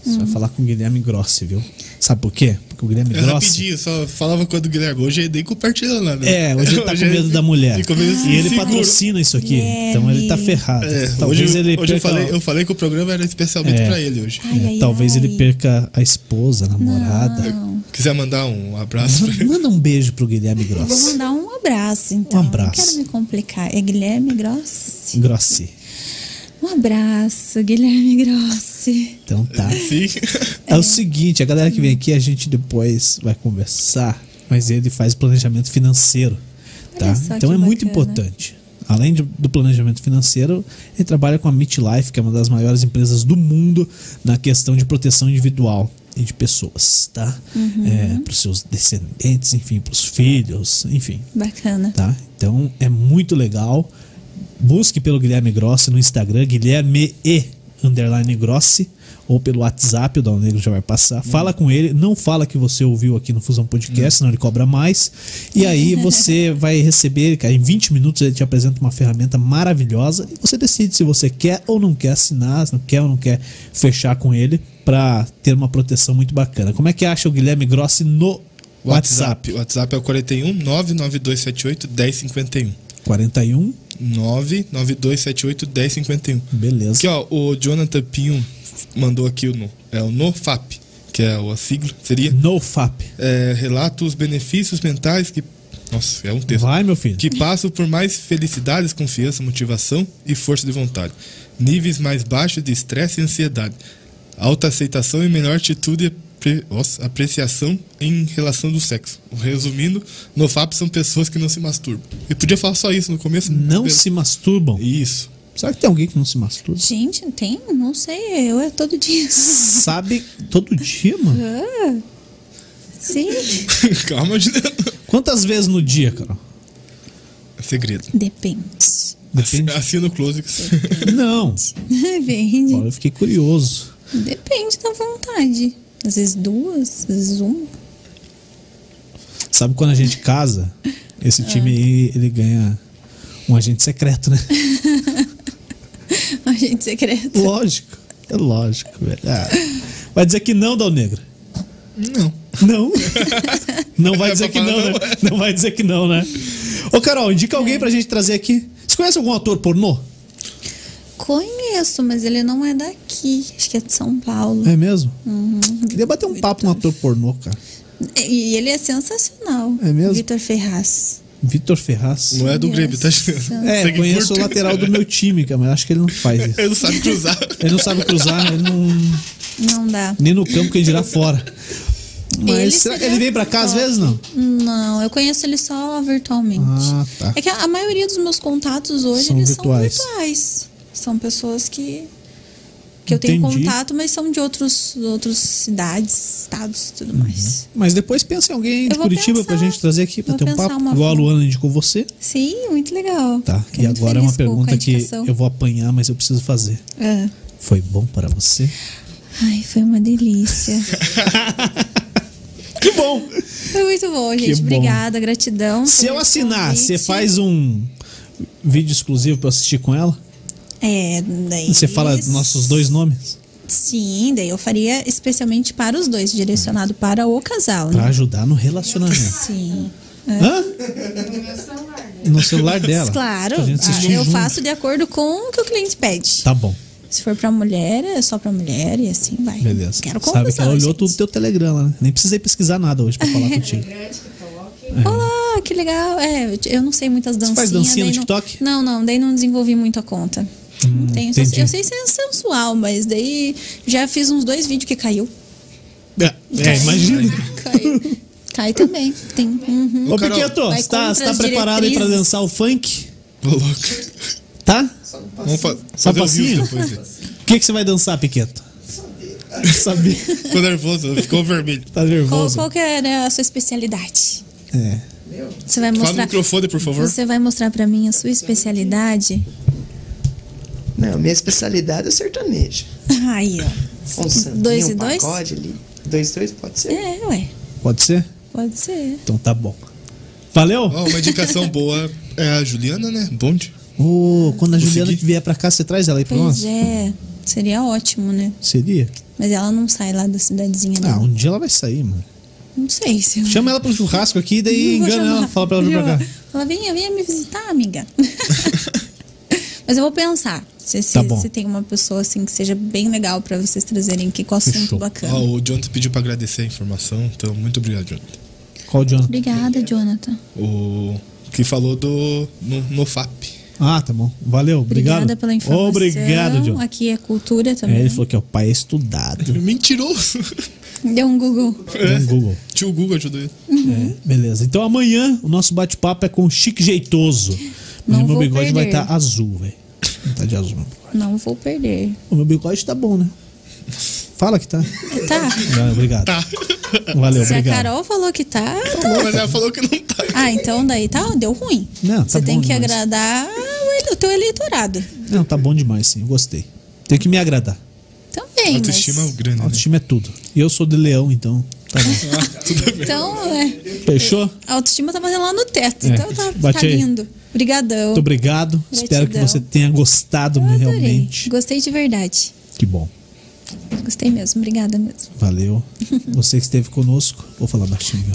[SPEAKER 1] você vai falar com o Guilherme Grossi, viu? Sabe por quê? Porque o Guilherme
[SPEAKER 2] É
[SPEAKER 1] Grossi.
[SPEAKER 2] rapidinho, só falava com a do Guilherme. Hoje é dei compartilhando lá, né?
[SPEAKER 1] É, hoje ele tá
[SPEAKER 2] (laughs)
[SPEAKER 1] com medo da
[SPEAKER 2] fica-
[SPEAKER 1] mulher.
[SPEAKER 2] fica meio
[SPEAKER 1] E ele
[SPEAKER 2] inseguro.
[SPEAKER 1] patrocina isso aqui.
[SPEAKER 3] Guilherme.
[SPEAKER 1] Então ele tá ferrado.
[SPEAKER 2] É,
[SPEAKER 1] Talvez
[SPEAKER 2] hoje,
[SPEAKER 1] ele
[SPEAKER 2] hoje eu,
[SPEAKER 1] perca-
[SPEAKER 2] falei, eu falei que o programa era especialmente
[SPEAKER 1] É.
[SPEAKER 2] pra ele hoje.
[SPEAKER 1] É,
[SPEAKER 3] Ai, ai,
[SPEAKER 1] talvez
[SPEAKER 3] ai.
[SPEAKER 1] ele perca a esposa, a namorada.
[SPEAKER 3] Não.
[SPEAKER 2] Quiser mandar um abraço pra ele.
[SPEAKER 1] Manda um beijo pro Guilherme
[SPEAKER 3] Vou
[SPEAKER 1] Grossi.
[SPEAKER 3] mandar um abraço, então.
[SPEAKER 1] Um abraço.
[SPEAKER 3] Não quero me complicar. É Guilherme Grossi?
[SPEAKER 1] Grossi.
[SPEAKER 3] Um abraço, Guilherme Grossi.
[SPEAKER 1] Então tá.
[SPEAKER 2] Sim.
[SPEAKER 1] É o seguinte, a galera que vem aqui, a gente depois vai conversar, mas ele faz planejamento financeiro, tá?
[SPEAKER 3] Olha só
[SPEAKER 1] Então
[SPEAKER 3] que
[SPEAKER 1] é muito
[SPEAKER 3] bacana.
[SPEAKER 1] importante. Além de- do planejamento financeiro, ele trabalha com a MetLife, que é uma das maiores empresas do mundo na questão de proteção individual e de pessoas, tá?
[SPEAKER 3] Uhum.
[SPEAKER 1] para os seus descendentes, enfim, para os filhos, enfim,
[SPEAKER 3] Bacana.
[SPEAKER 1] tá? Então é muito legal. Busque pelo Guilherme Grossi no Instagram, Guilherme E underline Grossi, ou pelo WhatsApp, o Dal Negro já vai passar. Fala com ele, não fala que você ouviu aqui no Fusão Podcast, senão ele cobra mais. E aí você vai receber, cara, em 20 minutos ele te apresenta uma ferramenta maravilhosa e você decide se você quer ou não quer assinar, se não quer ou não quer fechar com ele para ter uma proteção muito bacana. Como é que acha o Guilherme Grossi no (laughs) WhatsApp?
[SPEAKER 2] WhatsApp. WhatsApp é o 41 99278 1051.
[SPEAKER 1] 41,
[SPEAKER 2] 99278 1051.
[SPEAKER 1] beleza.
[SPEAKER 2] Aqui, ó, o Jonathan Pinho mandou aqui o no, é o NOFAP, que é a sigla, seria.
[SPEAKER 1] NoFap.
[SPEAKER 2] É, relata os benefícios mentais que. Nossa, é um texto.
[SPEAKER 1] Vai, meu filho.
[SPEAKER 2] Que passam por mais felicidades, confiança, motivação e força de vontade. Níveis mais baixos de estresse e ansiedade. Alta aceitação e melhor atitude e apre- nossa, apreciação em relação do sexo. Resumindo, NoFap são pessoas que não se masturbam. Eu podia falar só isso no começo.
[SPEAKER 1] Não
[SPEAKER 2] né?
[SPEAKER 1] se masturbam.
[SPEAKER 2] Isso. (laughs)
[SPEAKER 1] Será que tem alguém que não se masturba?
[SPEAKER 3] Gente, tem? Não sei. Eu é
[SPEAKER 1] (laughs)
[SPEAKER 3] todo dia.
[SPEAKER 1] Sabe todo dia, mano?
[SPEAKER 3] Ah, sim.
[SPEAKER 2] Calma, Juliano.
[SPEAKER 1] Quantas vezes no dia, Carol?
[SPEAKER 2] É segredo.
[SPEAKER 3] Depende.
[SPEAKER 1] Depende.
[SPEAKER 2] Assina o close.
[SPEAKER 1] Não.
[SPEAKER 3] Depende.
[SPEAKER 1] Agora eu fiquei curioso.
[SPEAKER 3] Depende da vontade. Às vezes duas, às vezes uma.
[SPEAKER 1] Sabe quando a gente casa, esse time aí, ele ganha um agente secreto, né?
[SPEAKER 3] A gente secreta.
[SPEAKER 1] Lógico. É lógico, velho. Ah, Vai dizer que não, Dal Negra.
[SPEAKER 2] (laughs) Não.
[SPEAKER 1] Não. Não vai
[SPEAKER 2] É
[SPEAKER 1] dizer
[SPEAKER 2] pra
[SPEAKER 1] que
[SPEAKER 2] falar
[SPEAKER 1] não, né?
[SPEAKER 2] não.
[SPEAKER 1] Não vai dizer que não, né? Ô, Carol, indica alguém pra gente trazer aqui. Você conhece algum ator pornô?
[SPEAKER 3] Conheço. conheço, mas ele não é daqui. Acho que é de São Paulo.
[SPEAKER 1] É mesmo?
[SPEAKER 3] Uhum.
[SPEAKER 1] Queria bater um papo com um ator pornô, cara.
[SPEAKER 3] E ele é sensacional.
[SPEAKER 1] É mesmo?
[SPEAKER 3] Vitor Ferraz.
[SPEAKER 1] Vitor Ferraz.
[SPEAKER 2] Não é do
[SPEAKER 3] Yes.
[SPEAKER 2] Grêmio, tá achando?
[SPEAKER 1] É,
[SPEAKER 2] Segue
[SPEAKER 1] conheço
[SPEAKER 2] curto.
[SPEAKER 1] o lateral do meu time, cara, mas acho que ele não faz isso.
[SPEAKER 2] Ele não sabe
[SPEAKER 3] (laughs)
[SPEAKER 2] cruzar.
[SPEAKER 1] Ele não sabe cruzar, ele não,
[SPEAKER 3] Não dá.
[SPEAKER 1] nem no campo que ele dirá fora. Mas
[SPEAKER 3] Ele
[SPEAKER 1] será que
[SPEAKER 3] seria
[SPEAKER 1] ele vem pra cá às
[SPEAKER 3] top.
[SPEAKER 1] vezes, não?
[SPEAKER 3] Não, eu conheço ele só virtualmente.
[SPEAKER 1] Ah, tá.
[SPEAKER 3] É que a, a maioria dos meus contatos hoje
[SPEAKER 1] São
[SPEAKER 3] eles
[SPEAKER 1] virtuais.
[SPEAKER 3] são virtuais. São pessoas que que eu tenho
[SPEAKER 1] Entendi.
[SPEAKER 3] contato, mas são de outros outras cidades, estados, e tudo
[SPEAKER 1] Uhum.
[SPEAKER 3] mais.
[SPEAKER 1] Mas depois pensa em alguém de
[SPEAKER 3] Eu vou
[SPEAKER 1] Curitiba
[SPEAKER 3] pensar.
[SPEAKER 1] pra gente trazer aqui pra
[SPEAKER 3] Vou
[SPEAKER 1] ter um
[SPEAKER 3] pensar
[SPEAKER 1] papo.
[SPEAKER 3] uma
[SPEAKER 1] Igual a
[SPEAKER 3] forma.
[SPEAKER 1] Luana indicou você.
[SPEAKER 3] Sim, muito legal.
[SPEAKER 1] Tá.
[SPEAKER 3] Fiquei
[SPEAKER 1] e
[SPEAKER 3] muito
[SPEAKER 1] agora é uma
[SPEAKER 3] feliz com- com a
[SPEAKER 1] pergunta que
[SPEAKER 3] indicação.
[SPEAKER 1] eu vou apanhar, mas eu preciso fazer.
[SPEAKER 3] É.
[SPEAKER 1] Foi bom para você?
[SPEAKER 3] Ai, foi uma delícia.
[SPEAKER 1] Que bom!
[SPEAKER 3] Foi muito bom, gente.
[SPEAKER 1] bom.
[SPEAKER 3] Obrigada, gratidão.
[SPEAKER 1] Se
[SPEAKER 3] pelo
[SPEAKER 1] eu assinar,
[SPEAKER 3] convite.
[SPEAKER 1] você faz um vídeo exclusivo pra eu assistir com ela?
[SPEAKER 3] É, daí.
[SPEAKER 1] Você fala nossos dois nomes?
[SPEAKER 3] Sim, daí eu faria especialmente para os dois, direcionado para o casal,
[SPEAKER 1] Pra
[SPEAKER 3] né?
[SPEAKER 1] ajudar no relacionamento.
[SPEAKER 3] Sim.
[SPEAKER 1] Hã? No celular dela.
[SPEAKER 3] Claro,
[SPEAKER 1] Pra gente assistir
[SPEAKER 3] ah, eu
[SPEAKER 1] junto.
[SPEAKER 3] faço de acordo com o que o cliente pede.
[SPEAKER 1] Tá bom,
[SPEAKER 3] Se for pra mulher, é só pra mulher e assim vai.
[SPEAKER 1] beleza.
[SPEAKER 3] Quero conversar.
[SPEAKER 1] Sabe que ela olhou
[SPEAKER 3] gente.
[SPEAKER 1] tudo teu Telegram lá, né? Nem precisei pesquisar nada hoje pra
[SPEAKER 3] (laughs)
[SPEAKER 1] falar contigo.
[SPEAKER 3] Olá, que legal. É, eu- eu não sei muitas dancinhas.
[SPEAKER 1] é. faz dancinha
[SPEAKER 3] daí
[SPEAKER 1] no
[SPEAKER 3] não-
[SPEAKER 1] TikTok? Hum,
[SPEAKER 3] Não, não, daí não desenvolvi muito a conta. Não tenho- só-
[SPEAKER 1] entendi.
[SPEAKER 3] eu sei ser sensual, mas daí já fiz uns dois vídeos que caiu.
[SPEAKER 1] É, imagina.
[SPEAKER 3] Cai, cai também. Tem. Uhum.
[SPEAKER 1] Ô,
[SPEAKER 2] Carol.
[SPEAKER 1] Piqueto,
[SPEAKER 3] Vai
[SPEAKER 1] você tá,
[SPEAKER 3] contra
[SPEAKER 1] você tá
[SPEAKER 3] as
[SPEAKER 1] preparado aí pra
[SPEAKER 3] diretrizes.
[SPEAKER 1] dançar o funk?
[SPEAKER 2] Ô, louco.
[SPEAKER 1] Tá?
[SPEAKER 2] Vamos fa
[SPEAKER 1] Só
[SPEAKER 2] fazer o vídeo
[SPEAKER 1] passinho?
[SPEAKER 2] depois. gente.
[SPEAKER 1] O que, que você vai dançar, Piqueto? (laughs) Sabia.
[SPEAKER 2] Ficou nervoso, ficou vermelho.
[SPEAKER 1] Tá
[SPEAKER 3] Qual,
[SPEAKER 1] nervoso?
[SPEAKER 3] qual que é a sua especialidade?
[SPEAKER 1] É.
[SPEAKER 3] Você vai
[SPEAKER 2] Fala no
[SPEAKER 3] mostrar.
[SPEAKER 2] microfone, por favor.
[SPEAKER 3] Você vai mostrar pra mim a sua especialidade?
[SPEAKER 4] Não, minha especialidade é sertanejo.
[SPEAKER 3] (laughs) Aí,
[SPEAKER 4] Um
[SPEAKER 3] Dois
[SPEAKER 4] sambinha,
[SPEAKER 3] e
[SPEAKER 4] um
[SPEAKER 3] dois?
[SPEAKER 4] pagode ali. Dois e dois pode
[SPEAKER 3] ó.
[SPEAKER 4] ser.
[SPEAKER 3] É, ué.
[SPEAKER 1] Pode ser?
[SPEAKER 3] Pode ser.
[SPEAKER 1] Então tá bom. Valeu?
[SPEAKER 2] Ó, uma indicação boa é a Juliana, né? Bonde.
[SPEAKER 1] Ô, quando a Juliana
[SPEAKER 2] Consegui.
[SPEAKER 1] vier pra cá, você traz ela aí pra
[SPEAKER 3] Pois
[SPEAKER 1] nós?
[SPEAKER 3] é. Seria ótimo, né?
[SPEAKER 1] Seria?
[SPEAKER 3] Mas ela não sai lá da cidadezinha
[SPEAKER 1] Ah,
[SPEAKER 3] dela.
[SPEAKER 1] um dia ela vai sair, mano.
[SPEAKER 3] Não sei se eu.
[SPEAKER 1] Chama ela pro churrasco aqui, daí
[SPEAKER 3] Vou
[SPEAKER 1] engana
[SPEAKER 3] chamar.
[SPEAKER 1] ela, fala pra ela vir pra cá.
[SPEAKER 3] Viu? Fala, venha, venha me
[SPEAKER 1] (laughs)
[SPEAKER 3] visitar, amiga. Mas eu vou pensar. Se, se,
[SPEAKER 1] Tá bom.
[SPEAKER 3] se tem uma pessoa assim que seja bem legal pra vocês trazerem aqui com assunto
[SPEAKER 1] Fechou.
[SPEAKER 3] bacana.
[SPEAKER 2] Ó, o Jonathan pediu pra agradecer a informação, então muito obrigado, Jonathan.
[SPEAKER 1] Qual o Jonathan?
[SPEAKER 3] Obrigada, Jonathan.
[SPEAKER 2] O que falou do no, no FAP.
[SPEAKER 1] Ah, tá bom. Valeu, obrigado.
[SPEAKER 3] Obrigada pela informação.
[SPEAKER 1] Obrigado, Jonathan.
[SPEAKER 3] Aqui é cultura
[SPEAKER 1] É,
[SPEAKER 3] também.
[SPEAKER 1] ele falou que é o pai é estudado.
[SPEAKER 2] (laughs) Mentiroso.
[SPEAKER 3] Deu um Google.
[SPEAKER 1] É. No Google.
[SPEAKER 2] Tio Google ajudou ele.
[SPEAKER 3] Uhum.
[SPEAKER 1] É, beleza. Então amanhã o nosso bate-papo é com o Chique Jeitoso.
[SPEAKER 3] Não
[SPEAKER 1] Amanhã meu
[SPEAKER 3] vou
[SPEAKER 1] bigode vai
[SPEAKER 3] perder.
[SPEAKER 1] estar azul, velho. Não tá de azul. não.
[SPEAKER 3] Não vou perder.
[SPEAKER 1] O meu bigode tá bom, né? Fala que tá.
[SPEAKER 3] Tá.
[SPEAKER 1] Ah, obrigado.
[SPEAKER 2] Tá.
[SPEAKER 1] Valeu,
[SPEAKER 3] Se a
[SPEAKER 1] obrigado.
[SPEAKER 3] Carol falou que tá, tá.
[SPEAKER 2] Mas ela falou que não tá.
[SPEAKER 3] Ah, então daí tá, deu ruim.
[SPEAKER 1] Não, tá
[SPEAKER 3] Você
[SPEAKER 1] bom
[SPEAKER 3] tem que
[SPEAKER 1] demais.
[SPEAKER 3] agradar o ele- o teu eleitorado.
[SPEAKER 1] Não, tá bom demais, sim. Eu gostei. Tem que me agradar.
[SPEAKER 3] Também,
[SPEAKER 2] Autoestima é o
[SPEAKER 3] Então mas...
[SPEAKER 2] grande. Né?
[SPEAKER 1] Autoestima é tudo. E eu sou de leão, então. Tá bom.
[SPEAKER 3] Então, é,
[SPEAKER 1] Fechou?
[SPEAKER 3] a autoestima tá fazendo lá no teto.
[SPEAKER 1] É,
[SPEAKER 3] Então tá,
[SPEAKER 1] bate
[SPEAKER 3] tá
[SPEAKER 1] aí.
[SPEAKER 3] lindo. Obrigadão.
[SPEAKER 1] Muito obrigado. Espero que
[SPEAKER 3] Gratidão.
[SPEAKER 1] você tenha gostado
[SPEAKER 3] Eu adorei.
[SPEAKER 1] realmente.
[SPEAKER 3] Gostei de verdade.
[SPEAKER 1] Que bom.
[SPEAKER 3] Gostei mesmo. Obrigada mesmo. (laughs)
[SPEAKER 1] Valeu. Você que esteve conosco, vou falar baixinho.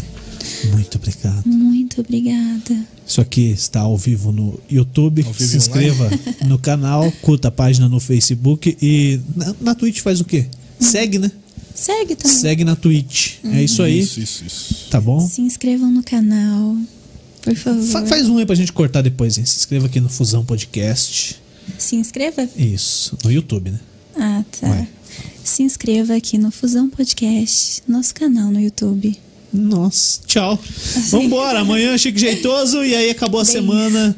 [SPEAKER 1] Muito obrigado.
[SPEAKER 3] Muito obrigada.
[SPEAKER 1] Isso aqui está ao vivo no YouTube.
[SPEAKER 2] Ao vivo
[SPEAKER 1] Se
[SPEAKER 2] e
[SPEAKER 1] inscreva
[SPEAKER 2] (laughs)
[SPEAKER 1] no canal, curta a página no Facebook e na, na Twitch faz o quê?
[SPEAKER 3] Uhum.
[SPEAKER 1] Segue,
[SPEAKER 3] Tá
[SPEAKER 1] né?
[SPEAKER 3] Segue também.
[SPEAKER 1] Segue na Twitch. É isso aí,
[SPEAKER 2] Isso, isso, isso.
[SPEAKER 1] tá bom?
[SPEAKER 3] Se inscrevam no canal. Por favor.
[SPEAKER 1] Fa- faz um aí pra gente cortar depois, hein? Se inscreva aqui no Fusão Podcast.
[SPEAKER 3] Se inscreva.
[SPEAKER 1] Isso, no YouTube, né?
[SPEAKER 3] Ah, tá.
[SPEAKER 1] Vai.
[SPEAKER 3] Se inscreva aqui no Fusão Podcast, nosso canal no YouTube.
[SPEAKER 1] Nossa, tchau. Vambora, amanhã Chique Jeitoso e aí acabou a semana.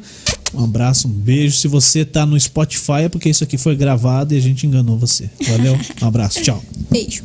[SPEAKER 1] Um abraço, um beijo. Se você tá no Spotify é porque isso aqui foi gravado e a gente enganou você. Valeu, um abraço, tchau.
[SPEAKER 3] Beijo.